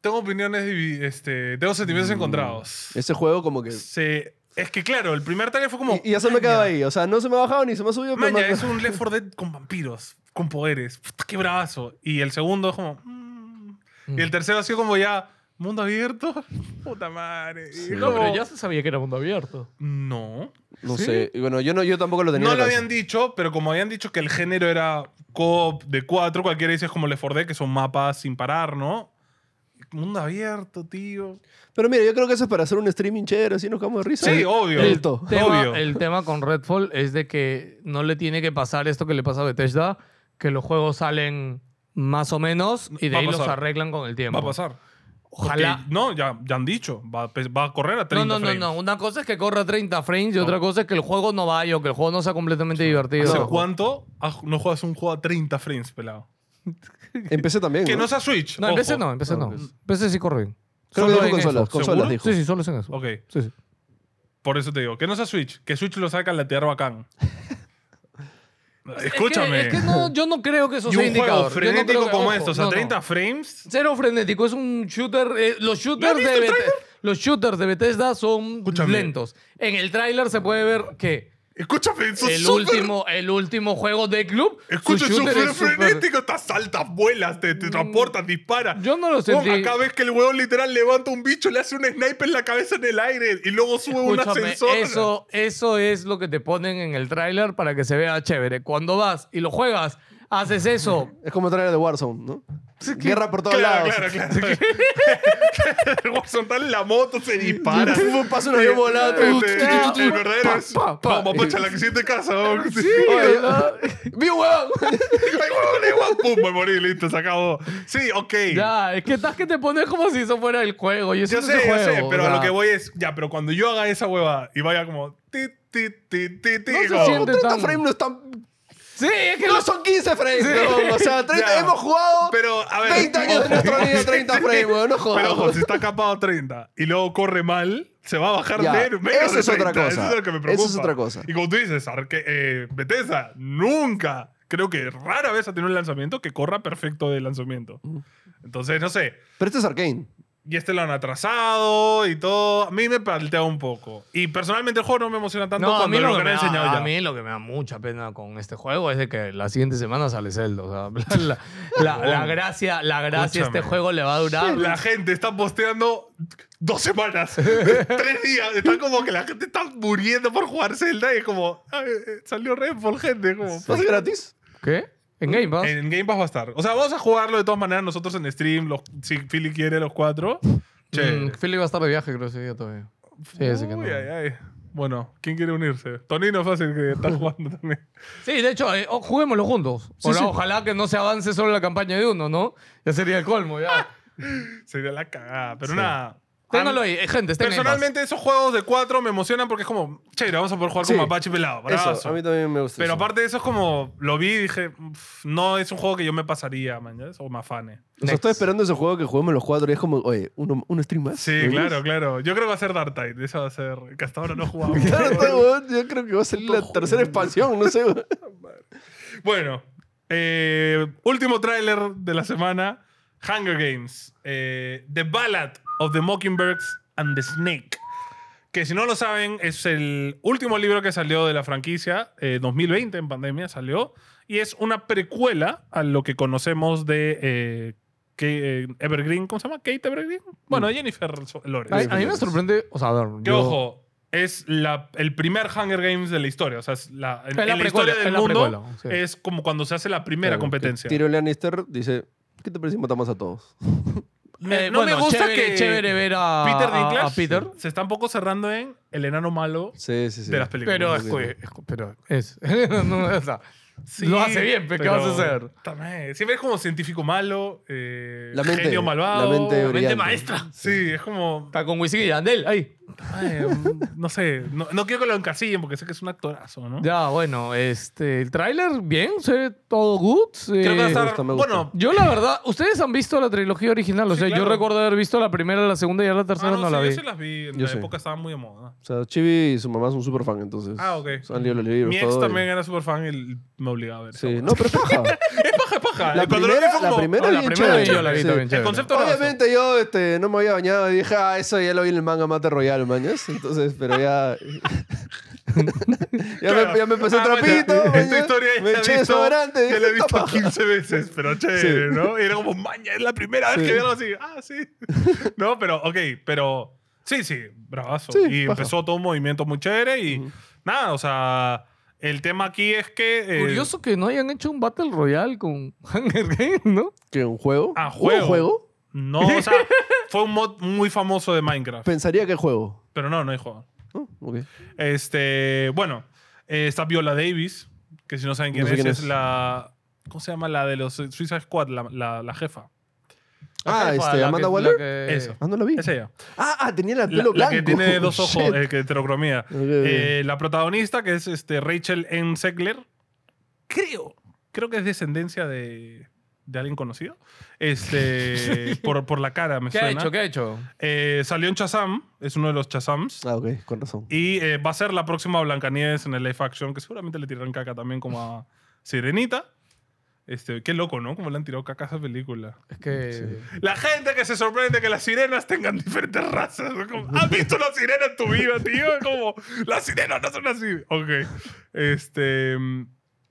A: Tengo opiniones, divi- este, tengo
C: Mm.
A: sentimientos encontrados.
C: Ese juego como que...
A: Se- es que claro, el primer tráiler fue como...
C: Y, y ya se me quedaba
A: "Maña".
C: ahí. O sea, no se me ha bajado ni se me ha subido. pero
A: Maña,
C: man-
A: es un Left 4 Dead con vampiros, con poderes. Puta, Qué bravazo. Y el segundo es como. mm. Y el tercero ha sido como ya. Mundo abierto. [LAUGHS] Puta madre. Y
B: No,
A: como,
B: pero ya se sabía que era mundo abierto.
A: No.
C: No sé. Y Bueno, yo, no, yo tampoco lo tenía.
A: No
C: en
A: lo
C: la
A: habían dicho, pero como habían dicho que el género era co-op de cuatro, cualquiera dice es como Left 4 Dead, que son mapas sin parar, ¿no? Mundo abierto, tío.
C: Pero mira, yo creo que eso es para hacer un streaming chévere, así nos cagamos de risa.
A: Sí, obvio.
B: El
C: Listo.
A: Obvio.
B: tema, el tema con Redfall es de que no le tiene que pasar esto que le pasa a Bethesda, que los juegos salen más o menos y de
A: Va a
B: ahí los
A: pasar.
B: arreglan con el tiempo.
A: Va a pasar.
B: Ojalá.
A: Porque- no, ya, ya han dicho. Va, pues, va a correr a
B: No,
A: 30
B: no, no,
A: frames.
B: no. Una cosa es que corra 30 frames y otra cosa es que el juego no vaya o que el juego no sea completamente divertido.
A: ¿Hace
C: No.
A: cuánto has- no juegas un juego a 30 frames, pelado?
C: Empecé también.
A: Que
C: ¿no?
A: no sea Switch.
B: No, en
A: ojo.
B: PC no, en PC no.
C: Ah,
B: En PC sí corre.
C: Creo
B: Solo
C: que dijo
B: en
C: consolas.
B: Xbox.
C: Consolas
A: ¿Seguro?
C: dijo.
B: Sí, sí, solo es en eso.
A: Ok,
B: Sí, sí.
A: por eso te digo. Que no sea Switch. Que Switch lo saca a latear bacán. Escúchame.
B: Es que, es que no, yo no creo que eso
A: y
B: sea
A: un juego
B: indicador. Yo no
A: frenético
B: creo que-
A: como
B: ojo,
A: estos, a
B: no, no.
A: 30 frames.
B: Cero frenético, es un shooter. eh, los, shooters
A: visto
B: de
A: el
B: Beth-
A: tráiler?
B: los shooters de Bethesda son
A: Escúchame.
B: lentos. En el tráiler se puede ver que
A: Escúchame, eso
B: el
A: es súper-
B: último, el último juego de club. su
A: Escucha, es
B: shooter
A: súper
B: es súper- Mm,
A: frenético. Estás saltas, vuelas, te, te transportas, disparas.
B: Yo no lo
A: Pum,
B: sentí.
A: Acá ves que el huevón literal levanta un bicho, le hace un sniper en la cabeza en el aire y luego sube un
B: Escúchame,
A: ascensor.
B: Eso, eso es lo que te ponen en el tráiler para que se vea chévere. Cuando vas y lo juegas, haces eso.
C: Es como traer de Warzone, ¿no? Guerra por todos
A: Claro,
C: lados.
A: claro, claro. [LAUGHS]
B: [LAUGHS]
A: el Watson está en la moto, se dispara.
C: Pum, pasa un avión volando.
A: Este,
C: Este,
A: el verdadero es.
B: pa, pa.
A: Vamos, pacha, la que siente casa. vamos. Sí.
C: oye,
A: [LAUGHS]
C: ¡Vi, huevón!
A: Ay, huevón, ay, huevón, Pum, me morí, listo, se acabó. Sí, ok.
B: [LAUGHS] Ya, es que estás que te pones como si eso fuera el juego. Y eso
A: Yo
B: no
A: sé,
B: es el
A: yo
B: juego,
A: sé,
B: o
A: pero a lo
B: sea,
A: que voy es. Ya, pero cuando yo haga esa hueva y vaya como. Ti, ti, ti, ti, ti,
B: No se
A: como-
B: siente-
C: 30
B: tan-
C: frames no están.
B: Sí, es que
C: No
B: lo-
C: son 15 frames, huevón. O sea, 30
A: Ya.
C: hemos jugado
A: Pero, a ver.
C: 20 años de
A: ojo.
C: nuestra vida, 30 frames, huevón.
A: [LAUGHS] Pero
C: No
A: ojo,
C: jodamos.
A: si está capado a 30 y luego corre mal, se va a bajar
C: Ya,
A: de menos
C: eso
A: de
C: es otra
A: 30.
C: cosa.
A: Eso es lo que me
C: Eso
A: preocupa.
C: es otra cosa.
A: Y como tú dices, Arque- eh, Bethesda nunca, creo que rara vez ha tenido un lanzamiento que corra perfecto de lanzamiento. Entonces, no sé.
C: Pero este es Arkane.
A: Y este lo han atrasado y todo. A mí me paltea un poco. Y personalmente el juego no me emociona tanto
B: No, a mí,
A: cuando
B: lo
A: lo
B: que
A: han
B: me
A: enseñado
B: da,
A: ya.
B: a mí lo que me da mucha pena con este juego es de que la siguiente semana sale Zelda. O sea, [LAUGHS] la, la- la gracia, la gracia a este
A: Escúchame.
B: juego le va a durar.
A: La gente está posteando dos [LAUGHS] semanas, tres días. Está como que la gente está muriendo por jugar Zelda y es como, "Ay, eh, salió Redfall, gente. Como, "Pues
C: ¿Pasa gratis?
B: ¿Qué? ¿En Game Pass?
A: en Game Pass va a estar. O sea, vamos a jugarlo de todas maneras nosotros en stream, los- si Philly quiere, los cuatro. Che.
B: Mm, Philly va a estar de viaje, creo, ese día todavía. Sí, así que
A: Uy,
B: no.
A: ay, ay. Bueno, ¿quién quiere unirse? Tonino fácil que [LAUGHS] está jugando también.
B: Sí, de hecho, eh, o- juguémoslo juntos.
C: Sí,
B: Ahora,
C: sí.
B: Ojalá que no se avance solo la campaña de uno, ¿no? Ya sería el colmo, [LAUGHS] ya.
A: Sería la cagada. Pero nada.
B: Téngalo ahí, eh, gente, está en Game Pass.
A: Personalmente, esos juegos de cuatro me emocionan porque es como, chévere, vamos a poder jugar
C: Sí.
A: con Mapache pelado.
C: Eso,
A: bravazo.
C: a mí también me gusta.
A: Pero
C: eso.
A: aparte de eso, es como, lo vi y dije, "Uf, no es un juego que yo me pasaría, man, ¿ya? o me afane.
C: O sea,
B: Next.
C: estoy esperando ese juego que juguemos los cuatro y es como, oye, ¿uno, uno stream más?
A: Sí,
C: ¿No?
A: claro, claro. Yo creo que va a ser Dark Tide, eso va a ser, que hasta ahora no jugamos.
C: [LAUGHS]
A: [LAUGHS]
C: Claro, está, weón. yo creo que va a salir la tercera expansión, no sé. weón.
A: Bueno, eh, último tráiler de la semana, Hunger Games, eh, The Ballad of the Mockingbirds and the Snake, que si no lo saben es el último libro que salió de la franquicia, eh, 2020 en pandemia salió, y es una precuela a lo que conocemos de... eh, que, eh, Evergreen, ¿cómo se llama? Kate Evergreen. Bueno, Jennifer Lawrence.
B: Mm. A, a mí me sorprende, o sea, a ver,
A: Que
B: yo-
A: ojo, es la, el primer Hunger Games de la historia. O sea, es la, en,
B: la
A: en la
B: precuela,
A: historia del
B: es la
A: mundo
B: precuela, sí.
A: es como cuando se hace la primera
C: Claro,
A: competencia.
C: que Tyrion Lannister dice, ¿qué te parece si matamos a todos?
A: Me-
B: Eh,
A: no
B: bueno,
A: me gusta
B: chévere,
A: que
B: chévere ver a
A: Peter
B: a-
A: Dinklage
B: a Peter.
A: se está un poco cerrando en el enano malo
C: Sí, sí, sí.
A: de las películas.
B: Pero,
C: un poquito.
B: escu- escu- pero es. [LAUGHS] no, o sea,
A: Sí,
B: lo hace bien, pero ¿qué vas a hacer?
A: también, siempre es como científico malo, eh,
C: La mente,
A: genio malvado.
C: la mente brillante.
A: maestra. Sí, es como...
B: Está con Whisky y Yandel, ahí.
A: ay, no sé, no, no quiero que lo encasillen porque sé que es un actorazo, ¿no?
B: Ya, bueno, este, el tráiler, bien, se ve todo good. se-
A: Creo que va a estar...
C: Me gusta, me gusta.
A: Bueno,
B: Yo la verdad, ustedes han visto la trilogía original, o
A: Sí,
B: sea, yo
A: claro.
B: recuerdo haber visto la primera, la segunda y ya la
A: ah,
B: tercera
A: no,
B: no,
A: sí,
B: la
A: yo
B: vi.
A: sí las vi. En
C: Yo
A: la
C: sí.
A: época estaban muy de moda.
C: O sea, Chibi y su mamá son súper fan, entonces.
A: Ah, ok.
C: Han leído los libros.
A: Mi ex
C: todo, y-
A: también era súper fan y me obligaba a ver. [LAUGHS]
C: Sí,
A: esa
C: no, pero es paja.
A: hueá. Paja,
C: La
A: eh, cuando lo vi
C: primera,
A: fue
C: la
A: como-
C: primera,
B: No, la
C: bien
B: primera
C: chévere.
B: yo la vi
C: Sí.
B: también,
A: El
B: chévere.
A: concepto era eso.
C: Obviamente yo este, no me había bañado y dije, ah, eso ya lo vi en el manga Mate Royal, mañas. Entonces, pero ya.
A: [LAUGHS]
C: ya,
A: Claro.
C: me, ya me pasé
A: Ah, bueno,
C: trapito.
A: Esta
C: mañas.
A: historia ya
C: me
A: la he
C: eché
A: visto-
C: desodorante.
A: ya
C: dije,
A: la he visto
C: "Toma".
A: 15 veces, pero chévere, ¿no? Y era como, maña, es la primera vez
C: Sí.
A: que veo algo así. Ah, sí.
C: [LAUGHS]
A: No, pero, ok, pero. Sí, sí, bravazo.
C: Sí,
A: y
C: paja.
A: empezó todo un movimiento muy chévere y nada, o sea. El tema aquí es que. eh,
B: Curioso que no hayan hecho un Battle Royale con [LAUGHS] Hunger Games, ¿no?
C: ¿Qué? ¿Un juego?
A: Ah,
C: ¿Hubo
A: juego.
C: juego?
A: No, o sea, fue un mod muy famoso de Minecraft.
C: Pensaría que juego.
A: Pero no, no hay juego.
C: Oh, ok.
A: Este, bueno, eh, está Viola Davis, que si no saben quién,
C: No sé
A: es,
C: quién
A: es,
C: es.
A: la. ¿Cómo se llama? La de los eh, Suicide Squad, la, la- la jefa.
B: La
C: Ah,
A: pues,
B: jefa,
C: este,
B: la
C: Amanda
B: que-
C: Waller.
B: la que-
A: Eso.
C: Ah, no la vi.
A: Es ella.
C: Ah, ah, tenía el
A: La,
C: pelo
A: la
C: blanco. Oh,
A: que tiene dos ojos,
C: [LAUGHS] Shit.
A: eh, que heterocromía.
C: Ok, ok.
A: Eh, la protagonista, que es este, Rachel N. Segler, creo, creo que es descendencia de, de alguien conocido.
C: [LAUGHS]
A: Este, por, por la cara, me
B: ¿Qué ha
A: suena.
B: hecho? ¿Qué ha hecho?
A: Eh, salió en Chazam, es uno de los Chazams.
C: Ah, ok, con razón.
A: Y eh, va a ser la próxima Blancanieves en el live action, que seguramente le tirarán caca también como a Sirenita. Este, qué loco, ¿no? Como le han tirado caca a esa película.
B: Es que...
A: La gente que se sorprende que las sirenas tengan diferentes razas. ¿no? Como, ¿Has visto una sirena en tu vida, tío? Es Como, las sirenas no son así. Ok. Este, mm,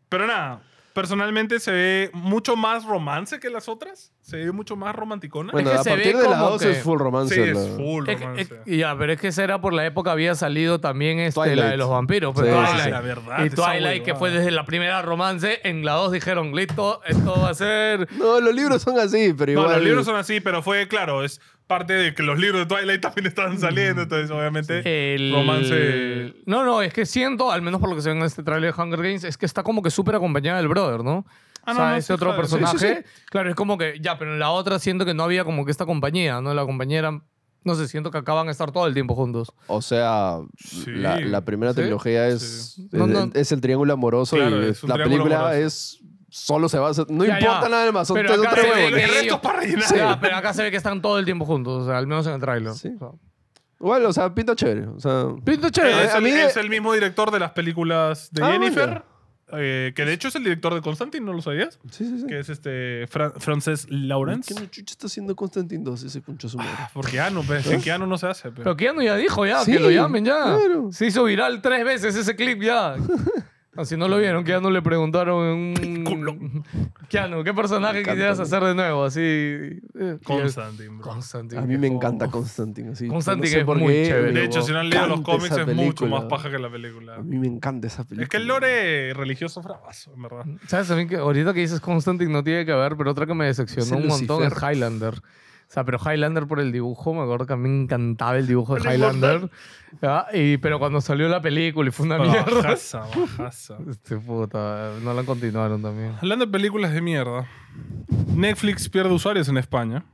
A: pero nada, personalmente se ve mucho más romance que las otras. Se ve mucho más romanticona.
C: Bueno,
B: que
C: a
B: se ve
C: partir de las
B: como
C: 12
B: que-
C: es full romance.
A: sí, es
C: la-
A: full
B: Es-
A: romance.
B: es- ya, pero es que esa era por la época había salido también este, la
C: Twilight.
B: de los vampiros. pues,
C: Sí,
A: Ah,
C: sí, sí.
A: la verdad.
B: Y
A: esa
B: Twilight, que
A: huevada.
B: fue desde la primera romance, en la 2 dijeron, listo, esto va a ser...
C: No, los libros son así, pero
A: No,
C: igual.
A: los libros son así, pero fue, claro, es parte de que los libros de Twilight [LAUGHS] también estaban saliendo, entonces obviamente
B: El...
A: romance...
B: No, no, es que siento, al menos por lo que se ve en este tráiler de Hunger Games, es que está como que súper acompañada del brother, ¿no?
A: Ah,
B: o
A: no,
B: sea,
A: no,
B: ese
A: sí,
B: otro
A: claro, sí, sí,
B: personaje. Claro, es como que, ya, pero en la otra siento que no había como que esta compañía, ¿no? La compañera, no sé, siento que acaban de estar todo el tiempo juntos.
C: O sea,
A: Sí.
C: la, la primera
B: Sí.
C: trilogía es,
A: Sí.
B: No,
C: es,
B: no.
C: es el triángulo amoroso
A: Claro,
C: y
A: es un
C: la
A: triángulo
C: película
A: amoroso.
C: es. Solo se basa. No
B: Ya, ya.
C: importa nada más, son
B: Pero
C: tres o
B: acá
C: tres
B: se ve
A: El
C: huevones.
B: que-
A: resto es para rellenar.
C: Sí.
B: Ya, Ah, pero acá se ve que están todo el tiempo juntos, o sea, al menos en el tráiler.
C: Sí.
B: O sea,
C: Igual, o sea, pinta chévere. O sea,
B: pinta
A: Eh,
B: chévere.
A: Es,
C: a
A: el,
C: mí de-
A: es el mismo director de las películas de
C: Ah,
A: Jennifer.
C: bueno.
A: eh, que de hecho es el director de Constantine, ¿no lo sabías?
C: Sí, sí, sí.
A: Que es este Fra- Frances Lawrence.
C: ¿Qué no chucha está haciendo Constantine 2 ese concha su madre?
A: Ah, Por Keanu, pues. Sin Keanu no se hace. pe.
B: Pero Keanu ya dijo ya,
C: Sí,
B: que lo llamen ya.
C: claro.
B: Se hizo viral tres veces ese clip
C: [LAUGHS]
B: ya. Ah, Si no lo vieron, Keanu le preguntaron en
A: Culo.
B: un... Keanu, ¿qué personaje
C: encanta,
B: quisieras
C: ¿no?
B: hacer de nuevo? Así... eh,
A: Constantine, bro.
B: Constantine.
C: A mí me
B: viejo.
C: encanta Constantine. Así.
B: Constantine
C: sé
B: es
C: por
B: muy
C: qué,
B: chévere.
C: pero
A: Ah, De hecho, si no han leído los
C: encanta
A: cómics,
C: esa
A: es mucho
C: película.
A: más paja que la película.
C: A mí me encanta esa película.
A: Es que el lore religioso es bravazo, en verdad.
B: ¿Sabes también que ahorita que dices Constantine no tiene que ver, pero otra que me
C: Ese
B: decepcionó un montón es
C: Lucifer.
B: Highlander. O sea, pero Highlander por el dibujo, me acuerdo que a mí me encantaba el dibujo de
A: Pero
B: Highlander. ¿ya? Y, pero cuando salió la película y fue una mierda.
A: Bajaza, bajaza.
B: Este puta, no la continuaron también.
A: Hablando de películas de mierda, Netflix pierde usuarios en España.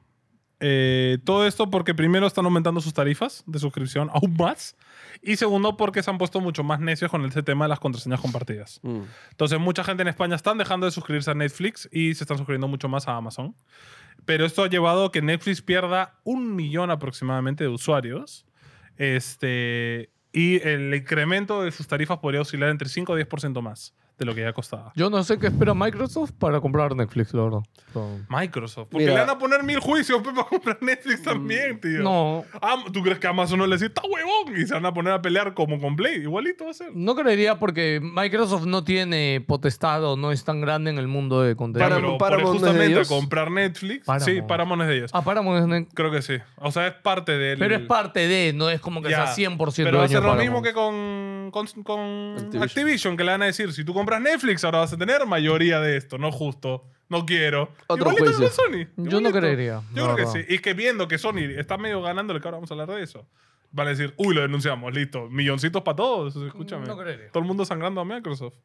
A: Eh, todo esto porque primero están aumentando sus tarifas de suscripción aún más y segundo porque se han puesto mucho más necios con ese tema de las contraseñas compartidas.
C: Mm.
A: Entonces mucha gente en España están dejando de suscribirse a Netflix y se están suscribiendo mucho más a Amazon. Pero esto ha llevado a que Netflix pierda un millón aproximadamente de usuarios. Este, y el incremento de sus tarifas podría oscilar entre 5 o 10% más de lo que ya costaba.
B: Yo no sé qué espera Microsoft para comprar Netflix, la verdad. No.
A: Microsoft. Porque
C: Mira.
A: le van a poner mil juicios pe, [LAUGHS] para comprar Netflix también, tío.
B: No,
A: Am- ¿Tú crees que Amazon no le dice, está huevón? Y se van a poner a pelear como con Play. Igualito va a ser.
B: no creería porque Microsoft no tiene potestad o no es tan grande en el mundo de contenido.
A: Pero
C: Paramount-
A: por
C: Paramount es de
A: justamente
C: ellos.
A: comprar Netflix. Sí,
B: Paramount.
A: Paramount es de ellos.
B: Ah, Paramount es Net-
A: Creo que sí. O sea, es parte del.
B: Pero es parte de, no es como que
A: Ya.
B: sea 100%
A: Pero va a
B: dueño
A: ser lo
B: Paramount.
A: mismo que con, con, con Activision.
C: Activision.
A: que le van a decir: si tú compras Netflix, ahora vas a tener mayoría de esto. No justo. No quiero.
C: Otro
A: Igualito
C: juicio.
A: con Sony.
B: Yo no
A: igualito.
B: creería,
A: Yo
B: la
A: creo que
B: verdad.
A: sí. Y es que viendo que Sony está medio ganándole, que ahora vamos a hablar de eso. Van a decir, uy, lo denunciamos, listo. Milloncitos para todos, escúchame.
B: No creería.
A: Todo el mundo sangrando a Microsoft.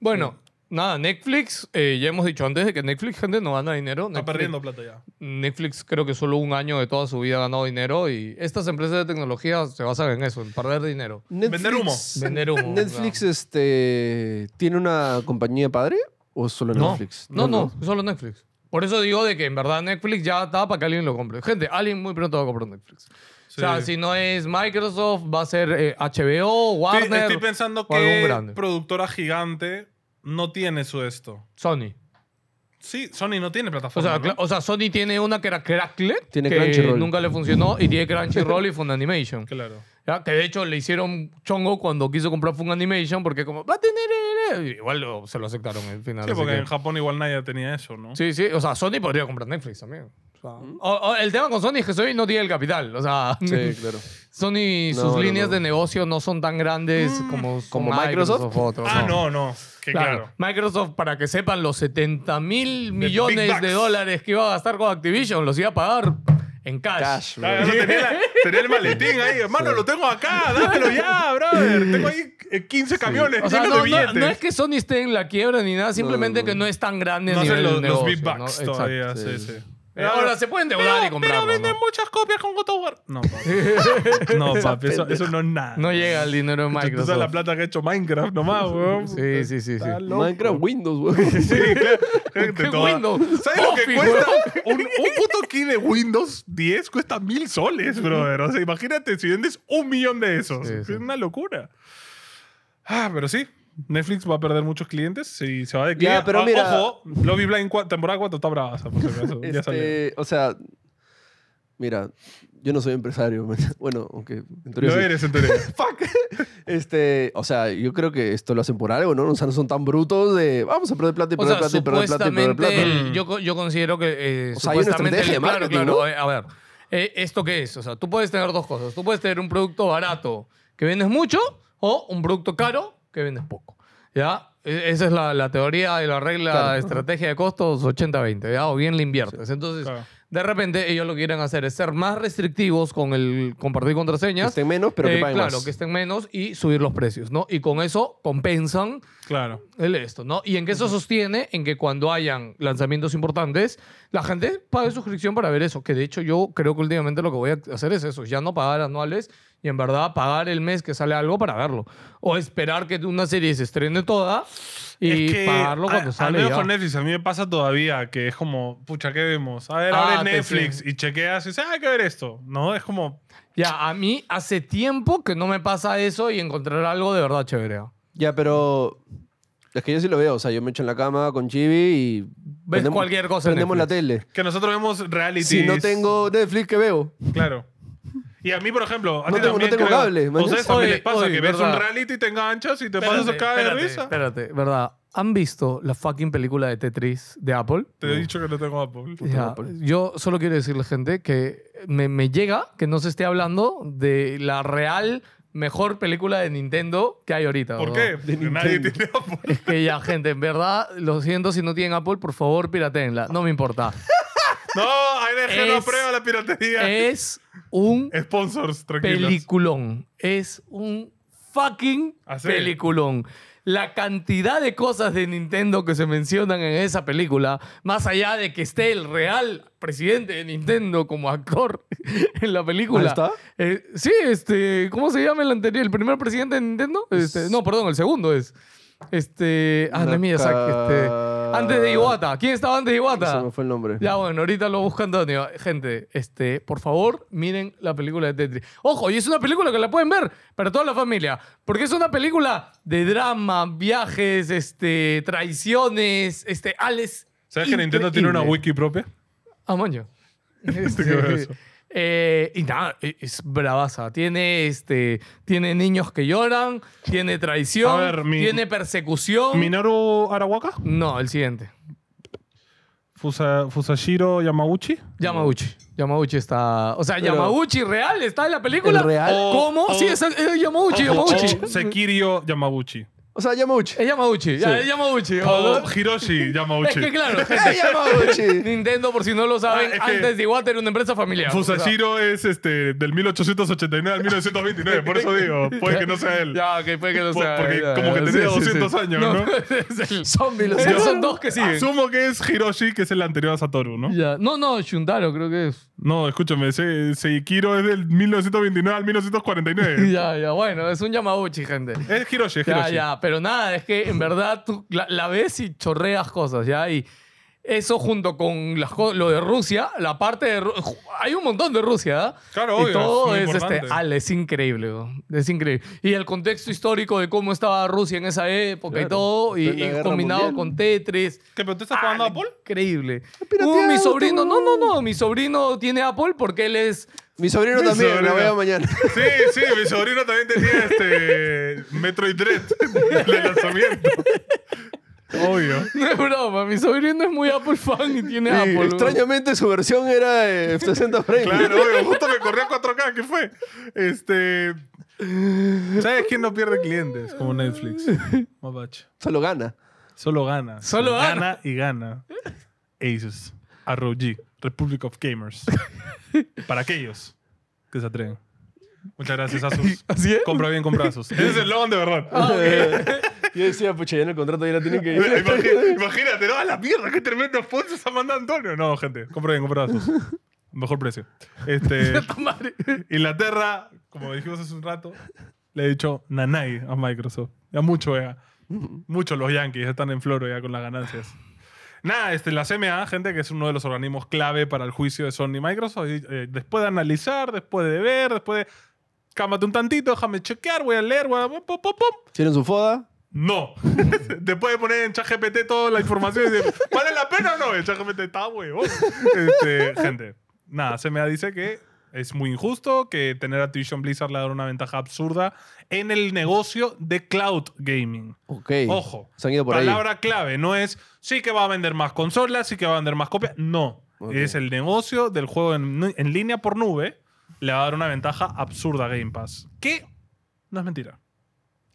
B: Bueno, nada, Netflix, eh, ya hemos dicho antes de que Netflix, gente, no gana dinero.
A: Está
B: Netflix,
A: perdiendo plata ya.
B: Netflix creo que solo un año de toda su vida ha ganado dinero y estas empresas de tecnología se basan en eso, en perder dinero.
C: Netflix-
A: Vender humo.
B: Vender humo,
C: Netflix
B: claro.
C: este, tiene una compañía padre o es solo
B: No,
C: Netflix.
B: no, no, solo Netflix. Por eso digo de que en verdad Netflix ya está para que alguien lo compre. Gente, alguien muy pronto va a comprar Netflix. O sea,
A: Sí.
B: si no es Microsoft, va a ser eh, HBO,
A: Estoy-
B: Warner,
A: estoy pensando
B: o algún
A: que
B: grande.
A: productora gigante no tiene su esto.
B: Sony.
A: Sí, Sony no tiene
B: O
A: plataforma.
B: sea,
A: ¿no?
B: cla- o sea, Sony tiene una que era Cracklet,
C: Tiene
B: que
C: Crunchyroll.
B: nunca le funcionó, y tiene Crunchyroll
A: [LAUGHS]
B: y Funimation.
A: Claro.
B: ¿ya? Que de hecho le hicieron chongo cuando quiso comprar Funimation porque como, va a tener... eh, eh", Igual lo- se lo aceptaron al final.
A: Sí,
B: así
A: porque
B: que-
A: en Japón igual nadie tenía eso, ¿no?
B: Sí, sí, o sea, Sony podría comprar Netflix también. O sea, o- o el tema con Sony es que Sony no tiene el capital. O sea,
C: Sí, claro.
B: [LAUGHS] Sony,
C: No,
B: sus
C: no,
B: líneas
C: no. Mm.
B: de negocio no son tan grandes como, son
C: ¿Como Microsoft?
B: u [LAUGHS] otros,
A: Ah, no, no. Que claro.
B: Microsoft, para que sepan, los 70 mil
A: Big
B: millones
A: Bucks.
B: de dólares que iba a gastar con Activision los iba a pagar en cash.
C: Cash, bro.
A: Ah, no, tenía, [LAUGHS] la- tenía el maletín ahí, hermano, lo tengo acá, dámelo ya, brother. Tengo ahí eh, 15 camiones [LAUGHS]
B: O sea,
A: llenos
B: no,
A: de
B: no-
A: billetes.
B: no es que Sony esté en la quiebra ni nada, simplemente
C: no,
B: que no es tan grande a
A: No hacen
B: nivel
A: los,
B: de
A: los
B: negocio,
A: big bucks
B: ¿no?
A: todavía,
C: Exacto.
A: sí,
C: Sí.
A: sí.
B: Eh, Ahora se pueden deudar y comprarlo.
A: venden
B: ¿no?
A: muchas copias con God of War. No, papi. no, [LAUGHS] papi, eso, eso no es nada.
B: No llega el dinero de
A: Tú sabes
B: Microsoft.
A: la plata Ah, que ha hecho Minecraft nomás, weón.
B: Sí, sí, sí, sí.
A: Está loco.
C: Minecraft
A: [LAUGHS]
C: Windows, güey.
A: Sí, claro. Gente,
B: ¿Qué
A: toda-
B: Windows?
A: ¿Sabes lo que
B: Office,
A: cuesta? Un, un puto key de Windows 10 cuesta mil soles, brother. O sea, imagínate si vendes un millón de esos.
B: Sí, sí.
A: Es una locura. Ah, pero sí. Netflix va a perder muchos clientes si se va de
C: Ya,
A: cliente.
C: pero
A: Ah,
C: mira-
A: Ojo, Lobby Blind cua- temporada 4 está brava, o sea, por si acaso. Ya salió.
C: Este, o sea, mira, yo no soy empresario. man. [LAUGHS] Bueno, aunque en teoría
A: Lo
C: sí.
A: eres, en teoría.
C: [LAUGHS]
A: [LAUGHS]
C: Fuck. Este, o sea, yo creo que esto lo hacen por algo, ¿no? O sea, no son tan brutos de vamos a perder plata y
B: O
C: perder
B: sea,
C: plata y perder plata y perder
B: supuestamente,
C: plata.
B: el- yo, co- yo considero que eh,
C: O sea, hay una
B: supuestamente el-
C: estrategia de
B: claro,
C: marketing,
B: claro,
C: ¿no?
B: a- A ver, eh, ¿esto qué es? O sea, tú puedes tener dos cosas. Tú puedes tener un producto barato que vendes mucho o un producto caro que vendes poco. ¿Ya? E- Esa es la, la teoría y la regla
C: Claro.
B: de estrategia de costos 80-20, ¿ya? O bien le inviertes. Entonces,
A: Claro.
B: de repente, ellos lo que quieren hacer es ser más restrictivos con el compartir
C: Que
B: contraseñas.
C: estén menos, pero que
B: Eh,
C: paguen
B: claro,
C: más.
B: que estén menos y subir los precios, ¿no? Y con eso compensan
A: Claro.
B: el esto, ¿no? Y en qué se sostiene, en que cuando hayan lanzamientos importantes, la gente pague suscripción para ver eso. Que de hecho yo creo que últimamente lo que voy a hacer es eso, ya no pagar anuales y en verdad pagar el mes que sale algo para verlo. O esperar que una serie se estrene toda y
A: Es que,
B: pagarlo cuando
A: a-
B: sale.
A: Al menos
B: ya.
A: con Netflix, a mí me pasa todavía que es como, pucha, ¿qué vemos? A ver,
B: Ah,
A: abre
B: te-
A: Netflix
B: sí.
A: y chequeas y dices, ah, hay que ver esto. No, es como,
B: Ya, a mí hace ¿ah? tiempo que no me pasa eso y encontrar algo de verdad chévere.
C: Ya, pero Es que yo sí lo veo, o sea, yo me echo en la cama con Chibi y.
B: Ves cualquier cosa en
C: Prendemos la
B: Netflix.
C: tele.
A: Que nosotros vemos reality.
C: Si no tengo Netflix, ¿qué veo?
A: Claro. Y a mí, por ejemplo, a
C: No
A: ti
C: tengo-
A: también
C: no tengo
A: creo-
C: cable, man.
A: O sea, también
B: Oye,
A: les pasa
B: oye,
A: que ves
B: verdad.
A: un reality y te enganchas y te
D: Espérate,
A: pasas acá de
D: espérate.
A: risa.
B: Espérate, ¿verdad? ¿Han visto la fucking película de Tetris de Apple?
A: Te he dicho que no tengo Apple.
B: Ya,
C: Apple.
B: yo solo quiero decirle, gente, que me, me llega que no se esté hablando de la real mejor película de Nintendo que hay ahorita.
A: ¿Por
B: ¿no?
A: qué? Porque nadie
C: Nintendo.
A: tiene Apple. [LAUGHS]
B: Es que ya, gente, en verdad, lo siento si no tienen Apple, por favor, piratenla. No me
A: [LAUGHS]
B: importa.
A: No, ANG no
B: Es-
A: aprueba la piratería.
B: Es un
A: Sponsors, tranquilos.
B: peliculón. Es un fucking
A: ¿Ah, sí?
B: peliculón. La cantidad de cosas de Nintendo que se mencionan en esa película, más allá de que esté el real presidente de Nintendo como actor [LAUGHS] en la película.
C: ¿Ah, está?
B: Eh, sí, este, ¿cómo se llama el anterior? ¿El primer presidente de Nintendo? Este, no, perdón, el segundo es. Este, ah, no es Miyazaki, este,
C: Naka-
B: antes de Iwata. ¿Quién estaba antes de Iwata?
C: Se me fue el nombre.
B: Ya, bueno, ahorita lo busca Antonio. Gente, este, por favor, miren la película de Tetris. Ojo, y es una película que la pueden ver para toda la familia. Porque es una película de drama, viajes, este, traiciones, este, Alex.
A: ¿Sabes que Nintendo tiene una
B: increíble.
A: wiki propia?
B: Ah, moño.
A: [LAUGHS]
B: Este,
A: qué brazo.
B: eh, y nada, e- es bravaza. Tiene, este, tiene niños que lloran, tiene traición,
A: A ver, mi-
B: tiene persecución.
A: Minoru Arawaka,
B: no, el siguiente.
A: Fusa- Fusashiro Yamauchi.
B: Yamauchi. Yamauchi está. O sea,
C: Pero-
B: Yamauchi real está en la película.
C: ¿El real?
A: O-
B: ¿Cómo?
A: o-
B: sí, es, es Yamauchi, Yamauchi.
A: O Sekirio Yamauchi.
C: O sea, Yamauchi.
B: Es Yamauchi. ya,
C: Sí.
B: Es Yamauchi.
A: O
B: ¿no?
A: Hiroshi
B: Oh. Es
A: Yamauchi. [LAUGHS]
B: que claro, gente,
C: Yamauchi!
B: Nintendo, por si no lo saben,
A: Ah, es que-
B: antes de Iwata era una empresa familiar.
A: Fusashiro es este, del 1889 al 1929, por eso
B: [LAUGHS]
A: digo, puede que no sea
B: O
A: él.
B: sea, ya, que puede que lo
A: Por-
B: sea.
A: porque
B: ya,
A: como que
B: ya,
A: tenía 200 años, ¿no?
B: [LAUGHS] es el-
C: Zombie, lo
B: Esos
C: sé.
B: son dos que siguen.
A: Asumo que es Hiroshi, que es el anterior a Satoru, ¿no?
B: Ya. No, no, Shundaro creo que es.
A: No, escúchame, Se- Seikiro es del 1929 al 1949.
B: Ya, ya, bueno, es un Yamauchi, gente.
A: es Hiroshi, es
B: [LAUGHS] Ya,
A: Hiroshi.
B: ya, pero nada, es que en verdad tú la, la ves y chorreas cosas, ¿ya? Y eso junto con las co- lo de Rusia, la parte de... Ru- ju- Hay un montón de Rusia, ¿ah?
A: Claro,
B: y
A: obvio,
B: todo
A: muy
B: es, este...
A: importante.
B: Ale, es increíble, bro, es increíble. Y el contexto histórico de cómo estaba Rusia en esa época y
C: Claro,
B: todo, y,
C: plena
B: y
C: guerra
B: combinado
C: mundial.
B: con Tetris.
A: ¿Qué, pero tú estás jugando
B: Ah,
A: a Apple?
B: Increíble.
C: pirateado,
B: Uh, mi sobrino, no,
C: tú.
B: no, no, mi sobrino tiene Apple porque él es... [LAUGHS]
C: Mi sobrino
A: Mi
C: también,
A: sobrino.
C: la veo mañana.
A: [LAUGHS] Sí, sí, mi sobrino también tenía este Metroid Dread [LAUGHS] de
B: [LAUGHS]
A: lanzamiento. Obvio.
B: No es broma, mi sobrino es muy Apple fan y tiene
C: Y
B: Apple. bro. [LAUGHS]
C: extrañamente su versión era eh, 60 frames.
A: [LAUGHS] Claro, obvio. Justo me corrió a 4K, ¿qué fue? Este. ¿Sabes quién no pierde clientes? Como Netflix. Mapache.
C: Se lo gana.
A: Solo gana.
B: Solo gana.
A: y gana. Asus. ROG. Republic of Gamers. Para aquellos que se atreven. Muchas gracias, [LAUGHS] Asus.
B: ¿Así es?
A: Compra bien, compra Asus. Ese es el logo de [LAUGHS] verdad.
C: [LAUGHS] Yo decía, pucha, ya en el contrato ya la tienen
A: [LAUGHS]
C: que
A: Imagínate, imagínate, no, a la mierda, qué tremendo sponsor se ha mandado Antonio. No, gente, compra bien, compra Asus. Mejor precio. [LAUGHS] Este,
B: Madre.
A: Inglaterra, como dijimos hace un rato, le he dicho nanay a Microsoft. Ya mucho, ya. Mucho los Yankees están en floro ya con las ganancias. Nada, este, la CMA, gente, que es uno de los organismos clave para el juicio de Sony y Microsoft, y, eh, después de analizar, después de ver, después de... Cámate un tantito, déjame chequear, voy a leer, voy a... pum, pum, pum, pum.
C: Tienen su foda.
A: No. [LAUGHS] Después de poner en ChatGPT toda la información y decir, ¿vale la pena o no? El ChatGPT está huevón. Este, gente, nada, se me dice que es muy injusto, que tener a Activision Blizzard le da una ventaja absurda en el negocio de cloud gaming.
C: Ok.
A: Ojo.
C: Se han ido por ahí.
A: palabra clave, no es sí que va a vender más consolas, sí que va a vender más copias. No.
C: Ok.
A: Es el negocio del juego en, en línea por nube, le va a dar una ventaja absurda a Game Pass. Que no es mentira.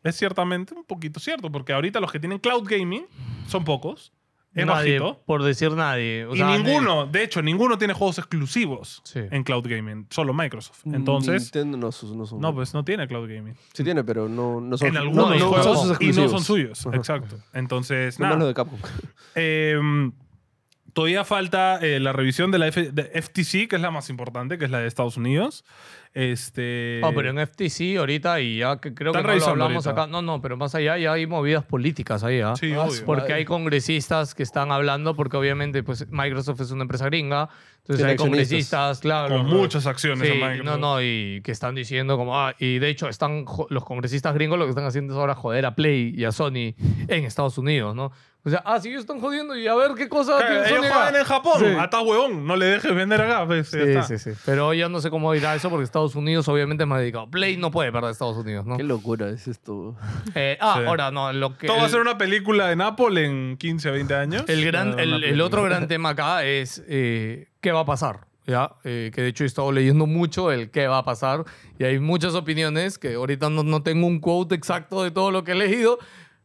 A: Es ciertamente un poquito cierto, porque ahorita los que tienen cloud gaming son pocos. Es
B: Nadie,
A: bajito.
B: por decir nadie. o
A: Y
B: sea,
A: ninguno, de hecho, ninguno tiene juegos exclusivos
B: Sí.
A: en cloud gaming, solo Microsoft. Entonces,
C: Mm, Nintendo no, sus- no, son-
A: no, pues no tiene cloud gaming.
C: Sí tiene, pero no, no son
A: En
C: no-
A: algunos
C: no,
A: juegos
C: son sus
A: y no
C: exclusivos.
A: son suyos.
C: Ajá.
A: Exacto. Entonces,
C: No más
A: nada.
C: los de Capcom.
A: Eh, Todavía falta eh, la revisión de la F- de FTC, que es la más importante, que es la de Estados Unidos. Este,
B: Ah, pero en FTC ahorita y ya que creo que
A: Están
B: no lo
A: revisando
B: hablamos
A: ahorita.
B: acá. No, no, pero más allá ya hay movidas políticas ahí, ¿ah?
A: Sí,
C: Ah,
A: obvio.
C: por-
B: Porque hay congresistas que están hablando, porque obviamente pues, Microsoft es una empresa gringa, entonces
C: Tiene
B: hay
C: accionistas.
B: congresistas, claro.
A: Con muchas acciones
B: Sí,
A: en Microsoft.
B: no, no, y que están diciendo como, ah, y de hecho están jo- los congresistas gringos lo que están haciendo es ahora joder a Play y a Sony en Estados Unidos, ¿no? O sea, ah, sí, ellos están jodiendo y a ver qué cosa
A: Claro,
B: tiene
A: Eh, ellos
B: Sony
A: juegan
B: acá.
A: en Japón.
B: Sí.
A: Hasta huevón. No le dejes vender acá. pues, ya está.
B: Sí, sí, sí. Pero ya no sé cómo irá eso porque Estados Unidos obviamente es más dedicado. Play no puede perder a Estados Unidos, ¿no?
C: Qué locura es esto.
B: Eh, ah,
A: Sí.
B: ahora no, lo que...
A: Esto va a
B: el-
A: ser una película en Apple en 15, 20 años.
B: El, gran,
A: Una
B: el, el
A: película. [LAUGHS]
B: otro gran tema acá es eh, qué va a pasar. ¿ya? Eh, que de hecho he estado leyendo mucho el qué va a pasar y hay muchas opiniones que ahorita no, no tengo un quote exacto de todo lo que he leído,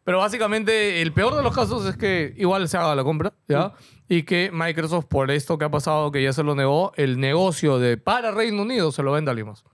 B: pero básicamente el peor de los casos es que igual se haga la compra ¿ya? y que Microsoft por esto que ha pasado, que ya se lo negó, el negocio de para Reino Unido se lo venda a alguien más.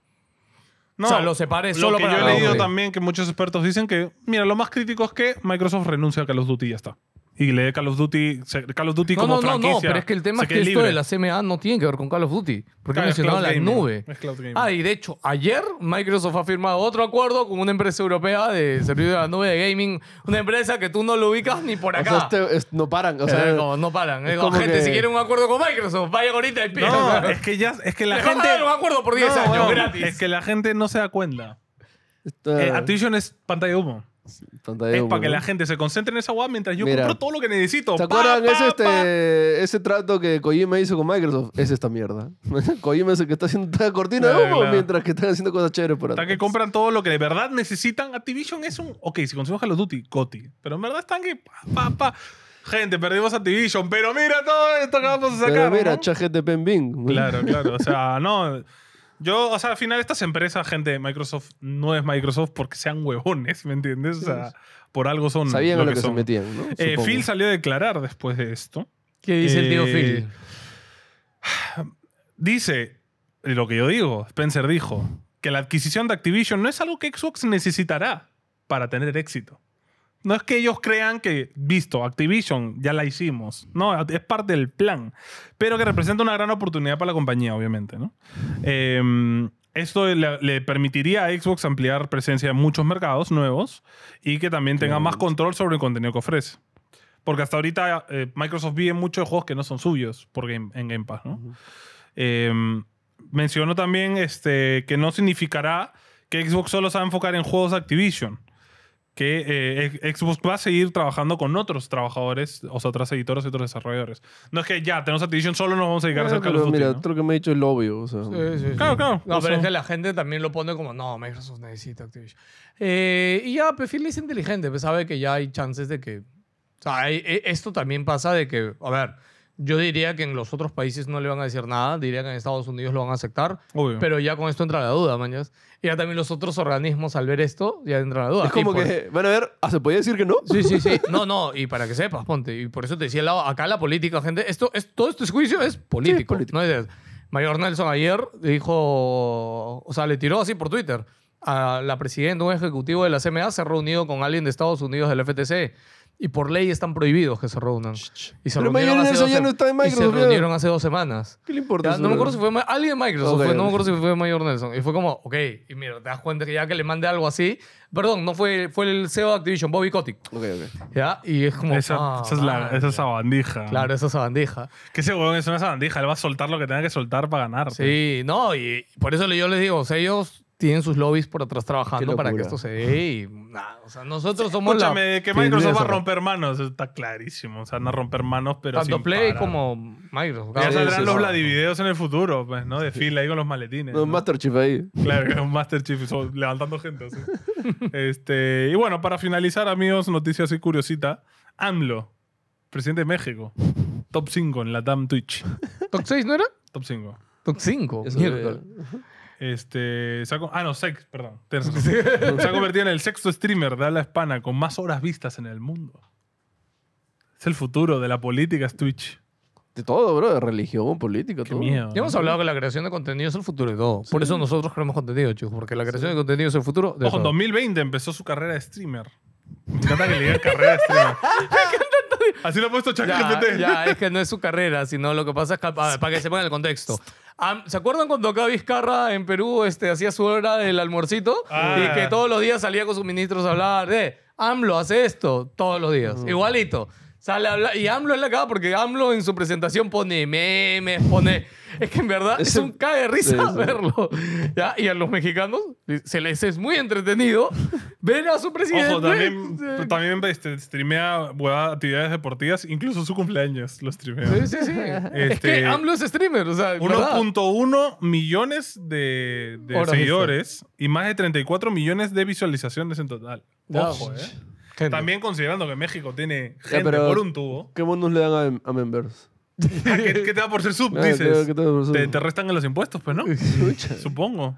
A: No,
B: o sea, lo separé
A: lo
B: solo
A: que
B: para
A: yo
B: cada
A: he leído
B: uno.
A: también que muchos expertos dicen que, mira, lo más crítico es que Microsoft renuncia a Call of Duty y ya está. Y le dé Call of Duty, se- Call of Duty
B: No,
A: como
B: no, no,
A: franquicia.
B: no, pero es que el tema
A: se
B: es que
A: quede
B: esto de
A: libre.
B: la CMA no tiene que ver con Call of Duty, porque
A: Claro,
B: he
A: es
B: mencionado
A: cloud
B: la
A: gaming,
B: nube.
A: es cloud gaming.
B: Ah, y de hecho, ayer Microsoft ha firmado otro acuerdo con una empresa europea de servicio de la nube de gaming, una empresa que tú no lo ubicas ni por
C: O
B: acá.
C: sea, este- es- no paran. O
B: Era
C: sea,
B: como, no paran.
C: es
B: Es como,
C: como
B: gente,
C: que-
B: si quieren un acuerdo con Microsoft, vayan ahorita y
A: [LAUGHS]
B: pidan.
A: No, es que ya, es que la
B: Les van a
A: gente.
B: dar un acuerdo por 10
A: No,
B: años,
A: weón,
B: gratis.
A: Es que la gente no se da cuenta.
C: está-
A: Eh, Activision es pantalla de humo.
C: pantalla
A: es
C: humo,
A: para que
C: ¿no?
A: la gente se concentre en esa web mientras yo
C: Mira.
A: compro todo lo que necesito.
C: ¿Se
A: Pa,
C: acuerdan
A: pa,
C: ese,
A: pa.
C: este, ese trato que Kojima hizo con Microsoft? Es esta mierda. [LAUGHS] Kojima es el que está haciendo esta cortina de
A: Claro,
C: humo
A: claro.
C: mientras que están haciendo cosas chéveres por
A: Hasta
C: atrás.
A: que compran todo lo que de verdad necesitan. Activision es un. Ok, si consumimos Call of Duty, Coti. Pero en verdad están que. Pa, pa, pa. Gente, perdimos Activision, pero mira todo esto que vamos a sacar.
C: Pero mira,
A: ¿no?
C: ChatGPT en Bing. [LAUGHS]
A: Claro, claro. O sea, no. Yo, o sea, al final estas empresas, gente de Microsoft, no es Microsoft porque sean huevones, ¿me entiendes? O sea, por algo son.
C: Sabían
A: lo
C: a lo
A: que
C: que, se
A: son.
C: metían, ¿no?
A: Eh,
C: Supongo.
A: Phil salió a declarar después de esto.
B: ¿Qué dice el tío
A: Eh,
B: Phil?
A: Dice, lo que yo digo, Spencer dijo, que la adquisición de Activision no es algo que Xbox necesitará para tener éxito. No es que ellos crean que, visto, Activision ya la hicimos. No, es parte del plan. Pero que representa una gran oportunidad para la compañía, obviamente. ¿no? Eh, esto le, le permitiría a Xbox ampliar presencia en muchos mercados nuevos y que también tenga más control sobre el contenido que ofrece. Porque hasta ahorita eh, Microsoft vive muchos juegos que no son suyos por Game- en Game Pass. ¿no? Eh, mencionó también este, que no significará que Xbox solo se va a enfocar en juegos de Activision. Que eh, ex- Xbox va a seguir trabajando con otros trabajadores, o sea, otras editoras y otros desarrolladores. No es que ya tenemos Activision, solo nos vamos a dedicar a hacer
C: Claro,
A: Call of Duty,
C: Eh, mira,
A: ¿no?
C: todo lo que me ha dicho es lo obvio. O sea,
B: Sí, sí, sí.
A: Claro, claro.
B: No,
A: O sea,
B: pero es que la gente también lo pone como, no, Microsoft necesita Activision. Eh, y ya, perfil es inteligente, pues sabe que ya hay chances de que... O sea, hay- e- esto también pasa de que, a ver, yo diría que en los otros países no le van a decir nada, diría que en Estados Unidos lo van a aceptar,
A: obvio.
B: pero ya con esto entra la duda, mañas. Y ya también los otros organismos al ver esto, ya entra la duda.
C: Es como
B: Y por-
C: que, van a ver, ah, ¿se podía decir que no?
B: Sí, sí, sí. No, no, y para que sepas, ponte. Y por eso te decía, la- acá la política, gente, esto, es, todo este juicio es político.
C: Sí, es político.
B: ¿no? Es- Mayor Nelson ayer dijo, o sea, le tiró así por Twitter. A la presidenta, un ejecutivo de la CMA se ha reunido con alguien de Estados Unidos del FTC. Y por ley están prohibidos que se reúnan. Y se
C: Pero
B: reunieron
C: Mayor
B: hace
C: Nelson
B: dos
C: ya
B: sem-
C: no está en
B: y
C: Microsoft,
B: se
C: ya.
B: reunieron hace dos semanas.
C: ¿Qué le importa?
B: Ya, no me acuerdo si fue ma- alguien de Microsoft,
C: Ok,
B: fue, no me
C: ok.
B: acuerdo si fue Mayor Nelson. Y fue como, ok, y mira, te das cuenta que ya que le mandé algo así, perdón, no fue, fue el CEO de Activision, Bobby Kotick.
C: Ok,
A: Eh,
C: ok.
B: ¿Ya? Y es como.
A: esa,
B: ah,
A: esa es la,
B: madre.
A: esa es la bandija.
B: Claro, esa es la bandija.
A: Que ese huevón es una sabandija, él va a soltar lo que tenga que soltar para ganar.
B: Sí, no, y por eso le- yo les digo, o sea, ellos tienen sus lobbies por atrás trabajando
C: Qué
B: para que
C: locura.
B: esto se dé. y, nah, o sea, nosotros somos la.
A: Escúchame, que
B: Sí,
A: Microsoft va a
B: esa-
A: romper manos, eso está clarísimo. O sea, van a romper manos, pero
B: Tanto
A: sin
B: Play
A: parar.
B: como Microsoft.
A: Ya
B: cada
C: Sí,
B: uno
A: saldrán
B: de
A: los
B: su lado.
A: Vladivideos en el futuro, pues, ¿no? De fila ahí con los maletines.
C: No,
A: ¿no?
C: Master Chief ahí.
A: Claro, [LAUGHS] que es un Master Chief so- levantando gente. así. este, y bueno, para finalizar, amigos, noticia así curiosita. AMLO, presidente de México. Top 5 en la TAM Twitch.
B: ¿Top 6 no era?
A: Top 5.
B: Top 5.
C: Eso
B: mierda.
A: Este, se ha co- ah, no, sex,
B: [LAUGHS]
A: perdón. Tienes razón. Se ha convertido en el sexto streamer de habla hispana con más horas vistas en el mundo. Es el futuro de la política, es Twitch.
C: De todo, bro. De religión, política,
A: Qué
C: todo.
A: miedo.
B: Oh. Ya hemos hablado que la creación de contenido es el futuro de todo. Por eso nosotros creamos contenido, chicos, porque la creación de contenido es el futuro de
A: Ojo, en
B: todo. [LAUGHS]
A: 2020 empezó su carrera de streamer. Me encanta que le digan carrera de streamer. Así lo ha puesto
B: Ya,
A: ChatGPT.
B: ya, es que no es su carrera, sino lo que pasa es que, a ver, para que se ponga en el contexto. Am- ¿Se acuerdan cuando acá Vizcarra en Perú este, hacía su hora del almuercito?
A: Ah.
B: Y que todos los días salía con sus ministros a hablar de AMLO hace esto todos los días, igualito. Sale a hablar, y AMLO es la cara porque AMLO en su presentación pone memes, pone... Es que en verdad es
C: Ese-
B: un cae de risa
C: Sí, sí.
B: verlo. ¿Ya? Y a los mexicanos se les es muy entretenido ver a su presidente.
A: Ojo, también,
B: Sí.
A: también este, streamea huevada, actividades deportivas, incluso su cumpleaños lo streamea.
B: Sí, sí, sí.
C: [LAUGHS]
B: es
A: Este,
B: que AMLO es streamer, o sea, en verdad.
A: 1.1 millones de, de
B: Horas
A: seguidores y más de 34 millones de visualizaciones en total.
B: Ya,
A: Ojo, ¿eh?
B: Gente.
A: También considerando que México tiene gente
C: pero-
A: por un
B: [LAUGHS]
A: tubo.
C: ¿Qué bonus le dan a, a members?
A: Ah, ¿Qué, qué te da por ser sub?
C: Ah,
A: Dices.
C: creo que todo eso. [LAUGHS]
A: Te, te restan en los impuestos,
B: [LAUGHS]
A: pues, ¿no?
C: Chucha.
A: Supongo.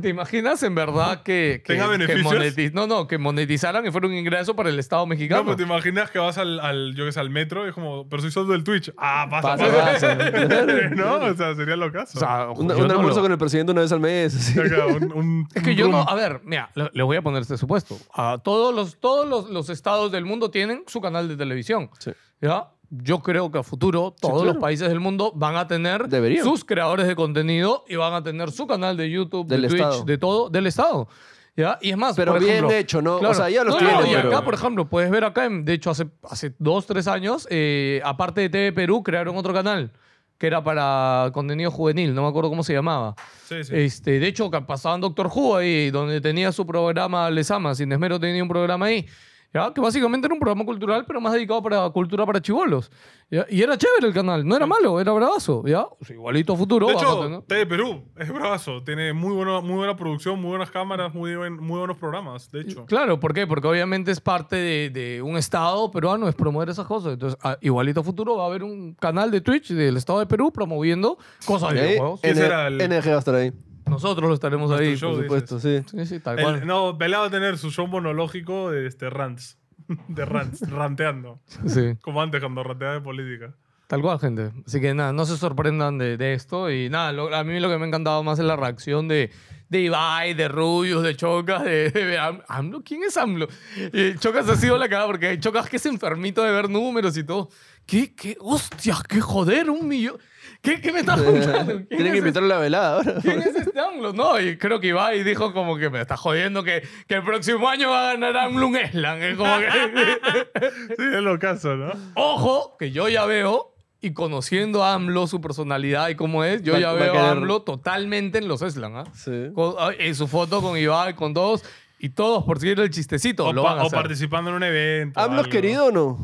B: ¿Te imaginas en verdad que, que,
A: ¿Tenga
B: que
A: beneficios?
B: monetiz- no, no, que monetizaran y fuera un ingreso para el Estado mexicano?
A: No, pero pues, te imaginas que vas al, al, yo que sé, al metro y es como, pero soy solo del Twitch. Ah, pasa,
C: Pasa,
A: pasa.
C: pasa.
A: [LAUGHS] ¿No? O sea, sería locazo.
B: o sea,
C: Un,
B: yo
C: un
B: no
C: almuerzo
B: lo-
C: con el presidente una vez al mes. así.
A: O sea, un- un-
B: Es que
A: un
B: yo no,
A: room.
B: a ver, mira, le, le voy a poner este supuesto. A todos los, todos los, los estados del mundo tienen su canal de televisión.
C: Sí.
B: ¿ya? Yo creo que a futuro todos
C: claro.
B: los países del mundo van a tener
C: Deberían.
B: sus creadores de contenido y van a tener su canal de YouTube,
C: Del
B: de Twitch,
C: Estado.
B: de todo, del Estado. ¿Ya? Y es más,
C: Pero
B: por
C: bien
B: ejemplo,
C: hecho, ¿no?
B: Claro.
C: O sea, ya los
B: No, no,
C: tienen,
B: y
C: pero...
B: acá, por ejemplo, puedes ver acá, en- de hecho, hace, hace dos, tres años, eh, aparte de TV Perú, crearon otro canal que era para contenido juvenil, no me acuerdo cómo se llamaba.
A: Sí, sí.
B: Este, de hecho, ca- pasaban Doctor Who ahí, donde tenía su programa Les Ama, Sin Esmero tenía un programa ahí. ¿ya? Que básicamente era un programa cultural, pero más dedicado para cultura para chivolos. ¿ya? Y era chévere el canal, no era malo, era bravazo. ¿ya? O sea, igualito a futuro.
A: De
B: vamos a
A: hecho,
B: tener-
A: TV Perú es bravazo. Tiene muy, bueno, muy buena producción, muy buenas cámaras, muy, buen- muy buenos programas, de hecho.
B: Claro, ¿por qué? Porque obviamente es parte de, de un Estado peruano, es promover esas cosas. Entonces, a- igualito a futuro va a haber un canal de Twitch del Estado de Perú promoviendo cosas de
C: Ahí,
B: videojuegos.
A: eh,
C: N-
A: Ese era el-
C: NG va a estar ahí,
B: Nosotros lo estaremos
A: Nuestro
B: ahí. pues,
A: show.
C: por
A: dices.
C: supuesto,
B: [LAUGHS]
C: sí.
B: Sí, sí, tal
A: El-
B: cual.
A: no, Pelado va a tener su show monológico de este, rants. [LAUGHS] De rants, ranteando.
B: Sí,
A: Como antes, cuando ranteaba de política.
B: tal cual, gente. Así que nada, no se sorprendan de, de esto. Y nada, lo- a mí lo que me ha encantado más es la reacción de, de Ibai, de Rubius, de Chocas, de, de Am- AMLO. ¿Quién es AMLO? Y Chocas ha sido la cara porque Chocas que es enfermito de ver números y todo. ¿Qué, qué, hostias, qué joder, un millón? ¿Qué, qué me estás contando? ¿Quién
C: Tienen que
B: es
C: invitarle a la velada ahora.
B: ¿Quién es este AMLO? No, y creo que Ibai dijo como que me está jodiendo que, que el próximo año va a ganar AMLO un Eslan. Es como que,
A: Sí, es lo caso, ¿no?
B: ojo, que yo ya veo, y conociendo a AMLO, su personalidad y cómo es, yo
C: Va-
B: ya
C: va a
B: veo a
C: querer-
B: AMLO totalmente en los Eslan. ¿ah?
C: Sí.
B: Con- ah, En su foto con Ibai, con todos, y todos por seguir el chistecito.
A: O,
B: lo
A: pa-
B: van a
A: o
B: hacer.
A: participando en un evento.
C: ¿AMLO es
A: algo.
C: querido o no?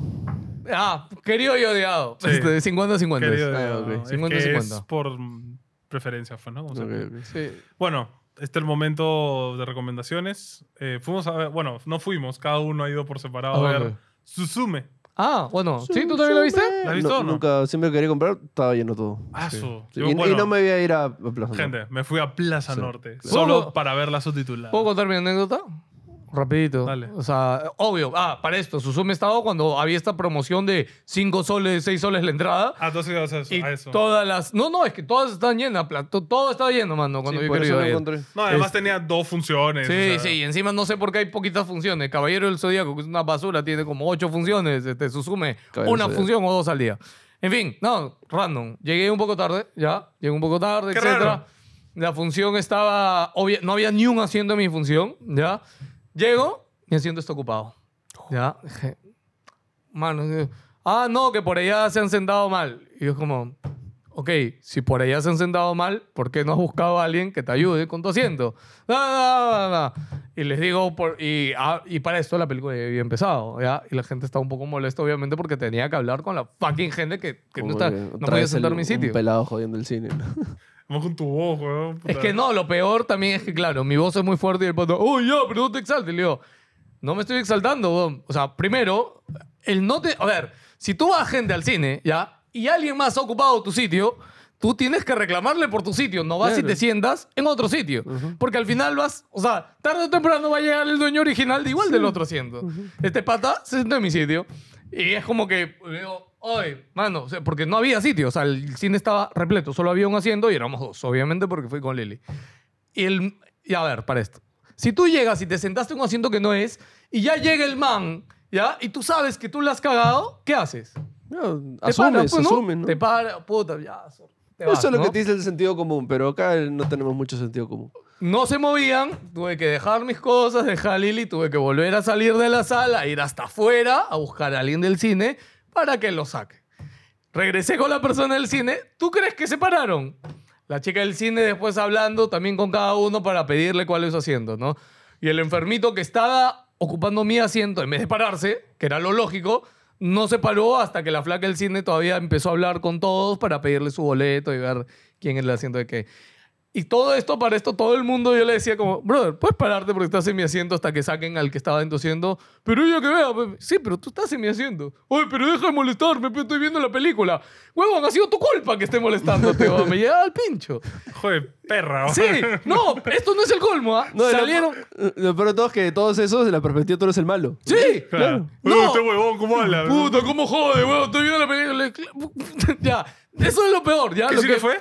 B: Ah, querido y odiado.
A: Sí.
B: Este, 50-50.
A: Querido,
C: Ah,
A: no,
C: ok.
A: es que
B: 50-50.
A: es por preferencia, fue, ¿no? Como se
C: Ok,
A: llama.
C: ok.
B: Sí.
A: Bueno, este es el momento de recomendaciones. Eh, fuimos a ver, bueno, no fuimos, cada uno ha ido por separado
B: ¿A
A: a ver
B: dónde?
A: Suzume.
B: Ah, bueno. ¿Sí? ¿Tú también lo viste?
A: ¿La has visto o no?
C: Nunca, siempre que quería comprar, estaba lleno todo.
B: Ah,
A: Asu.
C: Sí,
A: Yo,
C: y, y
A: bueno,
C: no me voy a ir a, a Plaza.
A: Gente, me fui a Plaza
C: Sí,
A: Norte
C: claro.
A: solo
B: ¿Puedo-
A: para verla subtitulada.
B: ¿Puedo contar mi anécdota? Rapidito.
A: Dale.
B: O sea, obvio. Ah, para esto, Susume estaba cuando había esta promoción de 5 soles, 6 soles la entrada.
A: Ah, entonces ibas a eso.
B: y
A: a eso.
B: todas las... No, no, es que todas están llenas. pla- to- Todo estaba lleno, mano, cuando
C: Sí,
B: yo
C: por
B: quería
C: eso lo
B: ir.
C: encontré.
A: No, además
B: es-
A: tenía dos funciones.
B: Sí,
A: o sea,
B: sí, y encima no sé por qué hay poquitas funciones. Caballero del Zodíaco, que es una basura, tiene como ocho funciones, este, Susume,
C: Caballero
B: una
C: del Zodíaco.
B: función o dos al día. En fin, no, random. Llegué un poco tarde, ya, llegué un poco tarde,
A: Qué raro.
B: etcétera. La función estaba, obvia- no había ni un asiento en mi función, ya. Llego, mi asiento está ocupado, ya. Dije, Mano, eh, ah, no, que por allá se han sentado mal. Y yo como, ok, si por allá se han sentado mal, ¿por qué no has buscado a alguien que te ayude con tu asiento? No, no, no, no. Y les digo, por- y, ah, y para esto la película ya había empezado, ¿ya? Y la gente estaba un poco molesta, obviamente, porque tenía que hablar con la fucking gente que, que no,
C: Como
B: está,
C: que
B: no
C: otra
B: podía
C: vez el-
B: sentar en mi sitio.
C: Un pelado jodiendo el cine.
A: Vamos con tu voz, weón. puta.
B: Es que no, lo peor también es que, claro, mi voz es muy fuerte y el pato, uy, ya, pero no te exaltes. Y Le digo, no me estoy exaltando, weón. O sea, primero, el no te. A ver, si tú vas gente al cine, ¿ya? Y alguien más ha ocupado tu sitio, tú tienes que reclamarle por tu sitio. No vas
C: Claro.
B: y te sientas en otro sitio. Porque al final vas, o sea, tarde o temprano va a llegar el dueño original de igual del otro asiento. Este pata se sentó en mi sitio. Y es como que, le digo, oye, mano, o sea, porque no había sitio, o sea, el cine estaba repleto, solo había un asiento y éramos dos, obviamente porque fui con Lili. Y, el, y a ver, para esto. Si tú llegas y te sentaste en un asiento que no es, y ya llega el man ¿Ya? Y tú sabes que tú la has cagado, ¿qué haces?
C: [LAUGHS] No,
B: Te paras,
C: asumes,
B: pues, ¿no?
C: asumes, ¿no?
B: Te para, puta, ya. te vas,
C: Eso es lo
B: ¿no?
C: que te dice el sentido común, pero acá no tenemos mucho sentido común.
B: No se movían, tuve que dejar mis cosas, dejar a Lili, tuve que volver a salir de la sala, ir hasta afuera a buscar a alguien del cine para que lo saque. Regresé con la persona del cine, ¿tú crees que se pararon? La chica del cine después hablando también con cada uno para pedirle cuál es su asiento, ¿no? Y el enfermito que estaba ocupando mi asiento, en vez de pararse, que era lo lógico, no se paró hasta que la flaca del cine todavía empezó a hablar con todos para pedirle su boleto y ver quién es el asiento de qué. Y todo esto, para esto, todo el mundo yo le decía como, brother, puedes pararte porque estás en mi asiento hasta que saquen al que estaba en tu asiento. Pero yo que vea, pues, sí, pero tú estás en mi asiento. Oye, pero deja de molestarme, pues, estoy viendo la película. Huevón, ha sido tu culpa que
A: [LAUGHS]
B: esté molestándote, huevón. me llega al pincho.
A: Joder, perra. [LAUGHS]
B: Sí, no, esto no es el colmo, ¿ah?
C: No,
B: Salieron...
C: Lo, lo peor de todo es que todos esos, de la perspectiva, tú eres el malo.
B: Sí,
A: Claro.
B: No.
A: Uy, este huevón, ¿cómo habla?
B: Puta, ¿cómo jode, huevón? Estoy viendo la película. [LAUGHS] ya, eso es lo peor, ¿ya?
A: ¿Qué
B: lo
A: cine
B: que-
A: fue?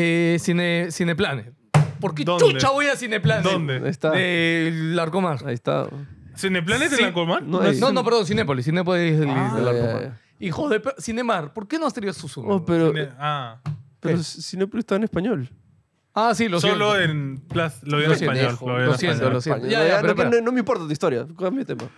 B: Eh, cine, Cineplanet. ¿Por qué
A: ¿Dónde?
B: chucha voy a Cineplanet?
C: Ahí
A: ¿Dónde?
C: está.
B: Del Larcomar.
C: Ahí está.
A: ¿Cineplanet
B: Sí.
A: en la Colmán?
C: No,
B: No, eh,
C: es-
B: no, no, perdón, Cinépolis. Cinépolis es el,
A: Ah,
B: del
C: ya,
B: Arco
C: ya,
B: Mar.
C: ya.
B: Hijo de... pe- Cinemar, ¿por qué no has traído sus uno?
C: Oh, pero
A: Cine- ah.
C: pero Cinepolis está en español.
B: Ah, sí, lo
A: Solo
B: siento.
A: en Plus, lo vi en
B: Lo siento,
A: español.
B: hijo,
A: vi en
B: lo siento,
A: español.
B: lo siento. Ya,
C: Español.
B: ya,
C: no,
B: pero
C: que
B: espera.
C: no- no me importa tu historia. Cambia de tema.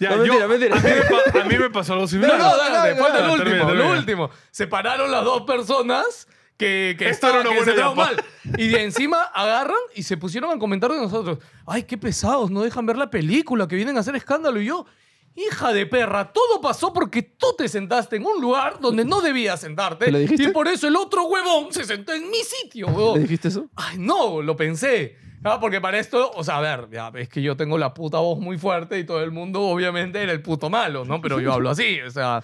A: Ya,
C: No,
A: yo-
C: mentira, mentira.
A: A mí, me pa- a mí me pasó algo
B: [LAUGHS] No,
A: similar.
B: no, dale,
C: dale,
B: falta
A: dale,
B: el
A: termina,
B: último, lo
A: termina.
B: último. Separaron las dos personas que, que,
A: Esto era
B: estaban-
A: una
B: que se
A: buena
B: trataron mal.
A: idea,
B: Y de encima agarran y se pusieron a comentar de nosotros. Ay, qué pesados, no dejan ver la película, que vienen a hacer escándalo. Y yo, hija de perra, todo pasó porque tú te sentaste en un lugar donde no debías sentarte.
C: ¿Te lo dijiste?
B: Y por eso el otro huevón se sentó en mi sitio,
C: ¿Le
B: huevón.
C: dijiste eso?
B: Ay, no, lo pensé. Ah, Porque para esto, o sea, a ver, ya, es que yo tengo la puta voz muy fuerte y todo el mundo obviamente era el puto malo, ¿no? Pero yo hablo así, o sea...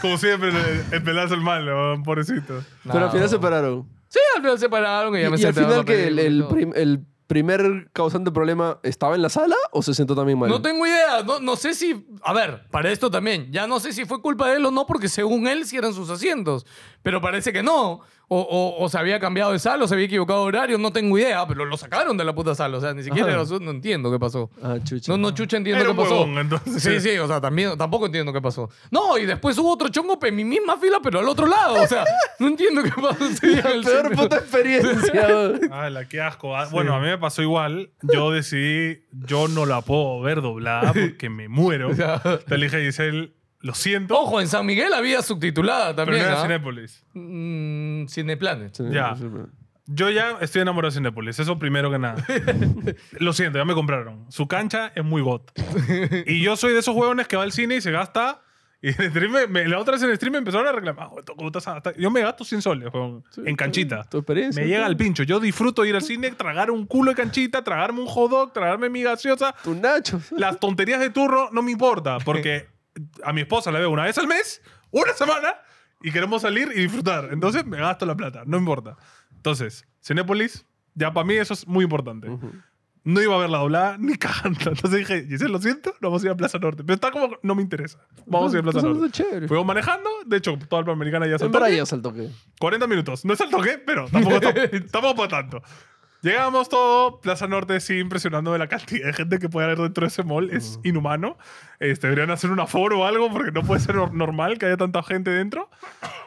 A: Como siempre, el, el pelazo el malo, pobrecito.
C: Pero al
B: no.
C: final se pararon.
B: Sí, al final se pararon y
C: Y,
B: ya me
C: y al
B: senté a ver
C: final
B: la
C: que el,
B: película y
C: el
B: todo.
C: prim- el primer causante del problema estaba en la sala o se sentó también mal.
B: No tengo idea, no, no sé si... A ver, para esto también, ya no sé si fue culpa de él o no, porque según él sí eran sus asientos, pero parece que no. O, o- o se había cambiado de sala, o se había equivocado de horario, no tengo idea, pero lo sacaron de la puta sala, o sea, ni siquiera
C: Ajá.
B: era su- No entiendo qué pasó.
C: Ah, chucha.
B: No, no, chucha, entiendo
A: Era
B: qué
A: un
B: pasó.
A: huevón, entonces.
B: Sí, sí, o sea, también, tampoco entiendo qué pasó. No, y después hubo otro chongo en mi misma fila, pero al otro lado.
A: [LAUGHS]
B: O sea, no entiendo qué pasó. ese día en el
C: Peor
B: cine. [LAUGHS]
C: puta experiencia. [LAUGHS] weón.
A: Ala, qué asco. Ah, Bueno, a mí me pasó igual. Yo decidí, yo no la puedo ver doblada porque me muero.
B: O sea,
A: Te dije, Giselle, lo siento,
B: Ojo, en San Miguel había subtitulada
A: pero
B: también.
A: no era
B: ¿ah?
A: Cinépolis.
B: Mm, Cineplanet.
C: Sí,
A: Ya.
C: sí, pero-
A: Yo ya estoy enamorado de Cinépolis, eso primero que nada. lo siento, ya me compraron. Su cancha es muy got. y yo soy de esos huevones que va al cine y se gasta. Y en el stream, me- me- la otra vez en el stream me empezaron a reclamar. "Ah, "Joder, ¿cómo estás a- Yo me gasto 100 soles, huevón, en canchita.
C: Tu experiencia.
A: Me llega al pincho. Yo disfruto ir al cine, tragar un culo de canchita, tragarme un hot dog, tragarme mi gaseosa.
C: Tu Nacho.
A: Las tonterías de turno no me importa, porque a mi esposa la veo una vez al mes, una semana, y queremos salir y disfrutar. Entonces me gasto la plata, no importa. Entonces, Cinépolis, ya para mí eso es muy importante. No iba a ver la doblada ni [LAUGHS] cagando. Entonces dije, Giselle, lo siento, no vamos a ir a Plaza Norte. Pero está como, no me interesa. Vamos a ir a Plaza
C: Plaza
A: Norte.
C: Norte pues, es chévere.
A: Fuimos manejando, de hecho, toda la Panamericana ya
C: En
A: saltó.
C: Brayas al toque.
A: 40 minutos. No es al toque, pero tampoco, tam- tampoco para tanto. Llegamos todo, Plaza Norte sigue impresionándome la cantidad de gente que puede haber dentro de ese mall. Es inhumano. Este, deberían hacer un aforo o algo porque no puede ser nor- normal que haya tanta gente dentro.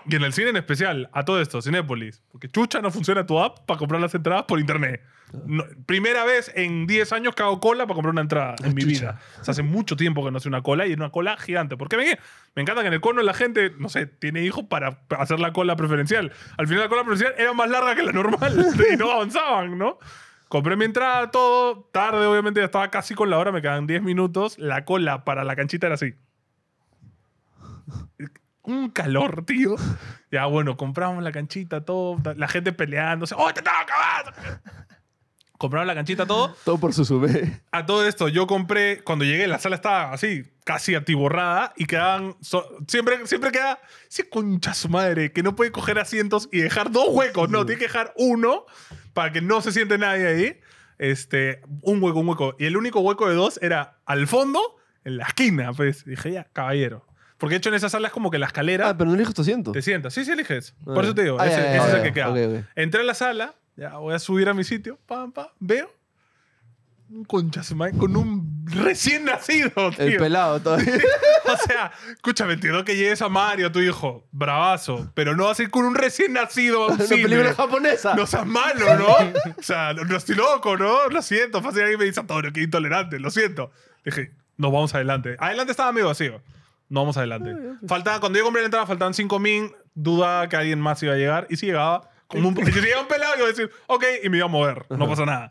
A: Y en el cine en especial, a todo esto, Cinépolis. Porque chucha no funciona tu app para comprar las entradas por internet. No- primera vez en 10 años que hago cola para comprar una entrada en mi vida. O sea, hace mucho tiempo que no hace una cola y era una cola gigante. Porque me, me encanta que en el cono la gente, no sé, tiene hijos para hacer la cola preferencial. Al final la cola preferencial era más larga que la normal [LAUGHS] y no avanzaban, ¿no? Compré mi entrada, todo. Tarde, obviamente, ya estaba casi con la hora, me quedan 10 minutos. La cola para la canchita era así un calor, tío. [LAUGHS] Ya, bueno, compramos la canchita, todo. La gente peleándose. ¡Oh, te estaba acabando! Compramos la canchita, todo.
C: Todo por su sube.
A: A todo esto, yo compré. Cuando llegué, la sala estaba así, casi atiborrada. Y quedaban. so- siempre, siempre queda. Ese concha su madre, que no puede coger asientos y dejar dos huecos. No, tiene que dejar uno para que no se siente nadie ahí. Este, un hueco, un hueco. Y el único hueco de dos era al fondo, en la esquina. Pues dije, ya, caballero. Porque de hecho en esa sala es como que la escalera.
C: Ah, pero no elijo tu asiento.
A: Te sientas. Sí, sí, eliges.
C: Ah,
A: Por eso te digo,
C: ya. Ah,
A: ese,
C: ya, ya,
A: ese es
C: ya,
A: el
C: ya.
A: que queda.
C: Ok, ok.
A: Entré a la sala, ya voy a subir a mi sitio, pam, pam, veo un concha su madre con un recién nacido, tío.
C: El pelado todavía.
A: [LAUGHS] O sea, escúchame, entiendo que llegues a Mario, tu hijo, bravazo, pero no así con un recién nacido. a
C: [LAUGHS]
A: un
C: [LAUGHS] Una
A: cine.
C: película japonesa.
A: No seas malo, ¿no? O sea, no, no estoy loco, ¿no? Lo siento. Fácil alguien me dice, Antonio, qué intolerante, lo siento. Dije, nos vamos adelante. Adelante estaba medio vacío. No vamos adelante.
C: Ah,
A: Faltaba, cuando yo compré la entrada, faltaban 5 min. Dudaba que alguien más iba a llegar. Y si llegaba, como un, si llegaba un pelado, iba a decir, ok, y me iba a mover. No pasa nada.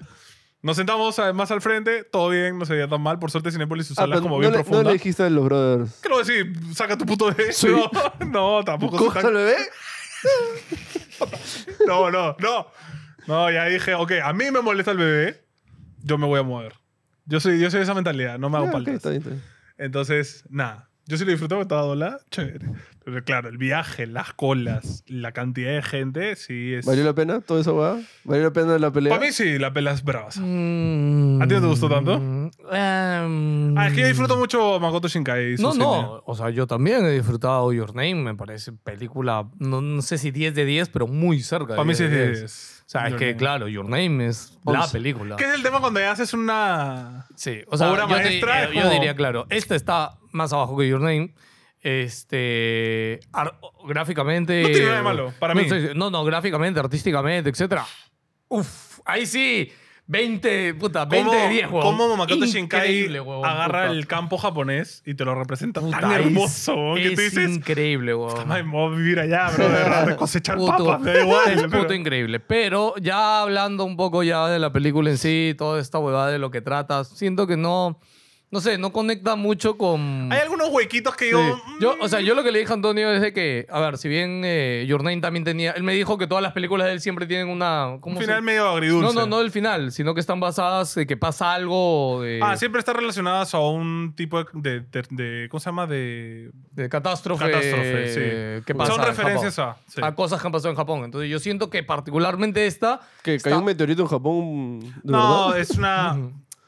A: Nos sentamos eh, más al frente, todo bien, no se veía tan mal. Por suerte, Cinepolis sus
C: Ah,
A: salas
C: pero
A: como
C: no,
A: bien
C: le, no
A: profundas.
C: le dijiste a los brothers.
A: ¿Qué lo voy a decir? Saca tu puto de
C: Sí.
A: No, [LAUGHS] no, tampoco. soy
C: ¿Coja
A: tan-
C: al bebé?
A: No, no, no. No, ya dije, ok, a mí me molesta el bebé, yo me voy a mover. Yo soy, yo soy de esa mentalidad, no me hago
C: Ah, ok,
A: paltas.
C: está bien, está bien.
A: Entonces, nada. Yo sí lo disfruté, estaba doblada, chévere. Pero claro, el viaje, las colas, la cantidad de gente, sí es.
C: ¿Valió la pena toda esa hueá? ¿Valió la pena la pelea?
A: Para mí sí, la pelas bravas.
B: ¿A
A: ¿A ti no te gustó tanto? Ah,
B: Ah,
A: es que yo disfruto mucho a Makoto Shinkai. y su
B: No,
A: cine.
B: no. O sea, yo también he disfrutado Your Name. Me parece película, no, no sé si 10 de 10, pero muy cerca. de
A: Para mí
B: 10
A: sí
B: de
A: es.
B: 10. O sea, Eh, es
A: Yo
B: que,
A: no.
B: claro, Your Name es la
C: Once.
B: película.
A: ¿Qué es el tema cuando ya haces una.
B: Sí, o sea,
A: Obra
B: yo, te-
A: maestra es
B: yo
A: como-
B: diría, claro, esta está más abajo que Your Name. Este, ar- gráficamente.
A: No tiene nada de malo, para
B: no,
A: mí.
B: sé, No, no, gráficamente, artísticamente, etcétera. Uf, ahí sí. 20, puta, 20 de 10, huevón.
A: ¿Cómo Makoto Shinkai
B: Increíble, huevón,
A: agarra
B: puta.
A: el campo japonés y te lo representa
B: Puta,
A: tan
B: es-
A: hermoso huevón, que
B: Es
A: tú dices,
B: increíble,
A: "Puta
B: huevón.
A: madre, me
B: [LAUGHS]
A: voy a vivir allá, bro, de verdad, cosechar papas, me da igual.
B: es
A: pero-
B: puto increíble. Pero ya hablando un poco ya de la película en sí, toda esta huevada de lo que trata, siento que no, no sé, no conecta mucho con...
A: Hay algunos huequitos que
B: Sí.
A: yo...
B: Yo,
A: mm,
B: o sea, yo lo que le dije a Antonio es de que, a ver, si bien eh, Your Name también tenía, él me dijo que todas las películas de él siempre tienen una... ¿cómo
A: un
B: se-
A: final medio agridulce.
B: No, no, no del final, sino que están basadas en que pasa algo de,
A: Ah, siempre está relacionadas a un tipo de, de- de- ¿Cómo se llama? De...
B: de catástrofe,
A: Catástrofe, sí.
B: eh, que pasa
A: Son
B: en
A: referencias
B: Japón.
A: a- sí.
B: a cosas que han pasado en Japón. Entonces yo siento que particularmente esta...
C: ¿Que
B: está-
C: cayó un meteorito en Japón? ¿De
A: No,
C: verdad?
A: es
B: [LAUGHS]
A: una...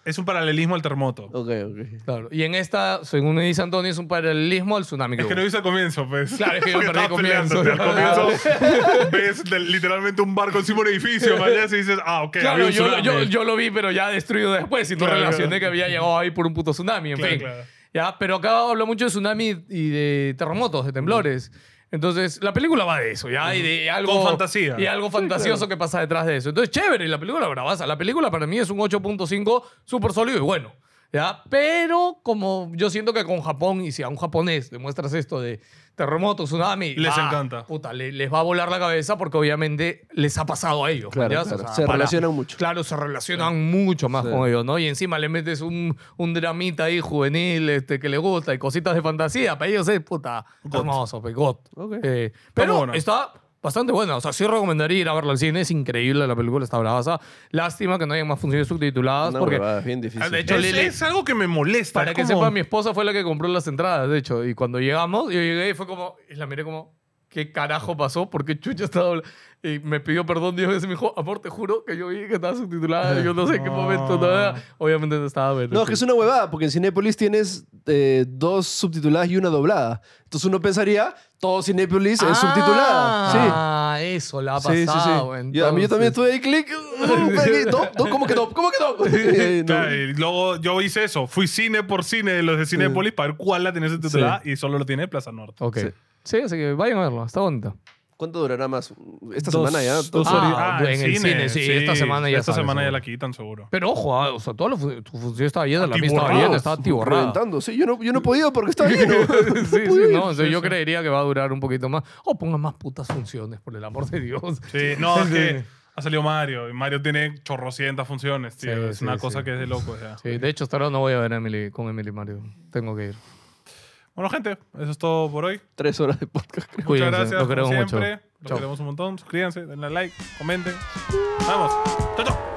A: es un paralelismo al terremoto.
C: Ok, ok.
B: Claro, y en esta, según me dice Antonio, es un paralelismo al tsunami. que
A: Es que
B: hubo.
A: no viste el comienzo, pues.
B: Claro, es
A: [LAUGHS]
B: que yo
A: Porque
B: perdí el
A: estabas peleándote.
B: comienzo.
A: Al
B: [LAUGHS]
A: comienzo ves de- literalmente un barco encima de un edificio, mañana y dices, ah, ok, había
B: Claro,
A: un
B: yo,
A: tsunami.
B: yo- yo lo vi, pero ya destruido después, y no
A: Claro,
B: relacioné
A: claro.
B: que había llegado ahí por un puto tsunami, en
A: Claro,
B: fin.
A: claro.
B: Ya, pero acá habla mucho de tsunami y de terremotos, de temblores. Entonces, la película va de eso, ¿ya? Y de algo...
A: Con fantasía.
B: Y algo fantasioso que pasa detrás de eso. Entonces, chévere, la película bravaza. La película para mí es un 8.5 súper sólido y bueno, ¿ya? Pero como yo siento que con Japón, y si a un japonés demuestras esto de terremoto, tsunami...
A: Les
B: va,
A: encanta.
B: Puta, le- les va a volar la cabeza porque obviamente les ha pasado a ellos.
C: Claro,
B: ¿ya? O
C: claro.
B: sea,
C: Se
B: para-
C: relacionan mucho.
B: Claro, se relacionan mucho más
C: Sí.
B: con ellos, ¿no? Y encima le metes un, un dramita ahí juvenil este, que le gusta y cositas de fantasía. Para ellos es puta hermoso, pe, got.
C: Ok.
B: Eh, pero
A: buena.
B: está bastante buena. O sea, sí recomendaría ir a verla al cine. Es increíble la película, está bravaza. Lástima que no haya más funciones subtituladas
C: Una
B: porque...
C: huevada, es bien difícil.
B: Ah, de hecho,
A: Es,
B: Lele-
A: es algo que me molesta.
B: Para
A: es
B: que
A: como- [LAUGHS]
B: sepa, mi [LAUGHS] esposa fue la que compró las entradas, de hecho. Y cuando llegamos, yo llegué y fue como, y la miré como, ¿qué carajo pasó? ¿Por qué chucha estaba habla-?" Y me pidió perdón Dios veces. Me dijo, amor, te juro que yo vi que estaba subtitulada. Yo no sé en qué
A: No.
B: momento. no era". Obviamente no estaba bueno.
C: Ah. No, es que es una huevada, porque en Cinépolis tienes eh, dos subtituladas y una doblada. Entonces uno pensaría, todo Cinépolis
A: Ah.
C: es subtitulada. Sí.
B: Ah, eso la ha pasado.
C: Sí, sí, sí. Y a mí yo también
B: entonces.
C: estuve ahí, clic.
B: [LAUGHS]
C: mm, ¿no? ¿no? ¿Cómo que no? ¿Cómo que no? Eh, no.
A: Claro, y luego yo hice eso. Fui cine por cine de los de Cinepolis para ver cuál la tenía subtitulada y solo lo tiene Plaza Norte.
B: Ok. Sí.
C: Sí.
B: así que vayan a verlo. Está bonito.
C: ¿Cuánto durará más? Esta
A: Dos-
C: semana ya.
A: dos
C: todo-
B: Ah,
A: horitas.
B: en el cine, sí, esta semana ya
A: Esta
B: sale,
A: semana ya
B: seguro.
A: la quitan, seguro.
B: Pero ojo, ah, o sea, toda la fu- tu función estaba llena, la mía estaba
A: Atiborrado.
B: llena, estaba tiborrada.
C: Reventando. Sí, yo
B: [LAUGHS]
C: no, yo no podía porque estaba lleno.
B: sí, sí,
C: Pude ir.
B: no, o sea, yo creería que va a durar un poquito más. O pongan más putas funciones, por el amor de Dios. [LAUGHS]
A: Sí, no, es que ha salido Mario. Y Mario tiene chorrocientas funciones, tío.
B: Sí,
A: es
B: sí,
A: una
B: sí.
A: cosa que es de loco. o sea.
B: Sí, de hecho, hasta ahora no voy a ver a Emily, con Emily Mario. Tengo que ir.
A: Bueno, gente, eso es todo por hoy.
C: Tres horas de podcast. creo.
B: Cuídense,
A: Muchas gracias,
B: los queremos
A: como
B: mucho.
A: siempre. Los
B: Chao.
A: queremos un montón. Suscríbanse, denle like, comenten. Vamos. Chao, chao.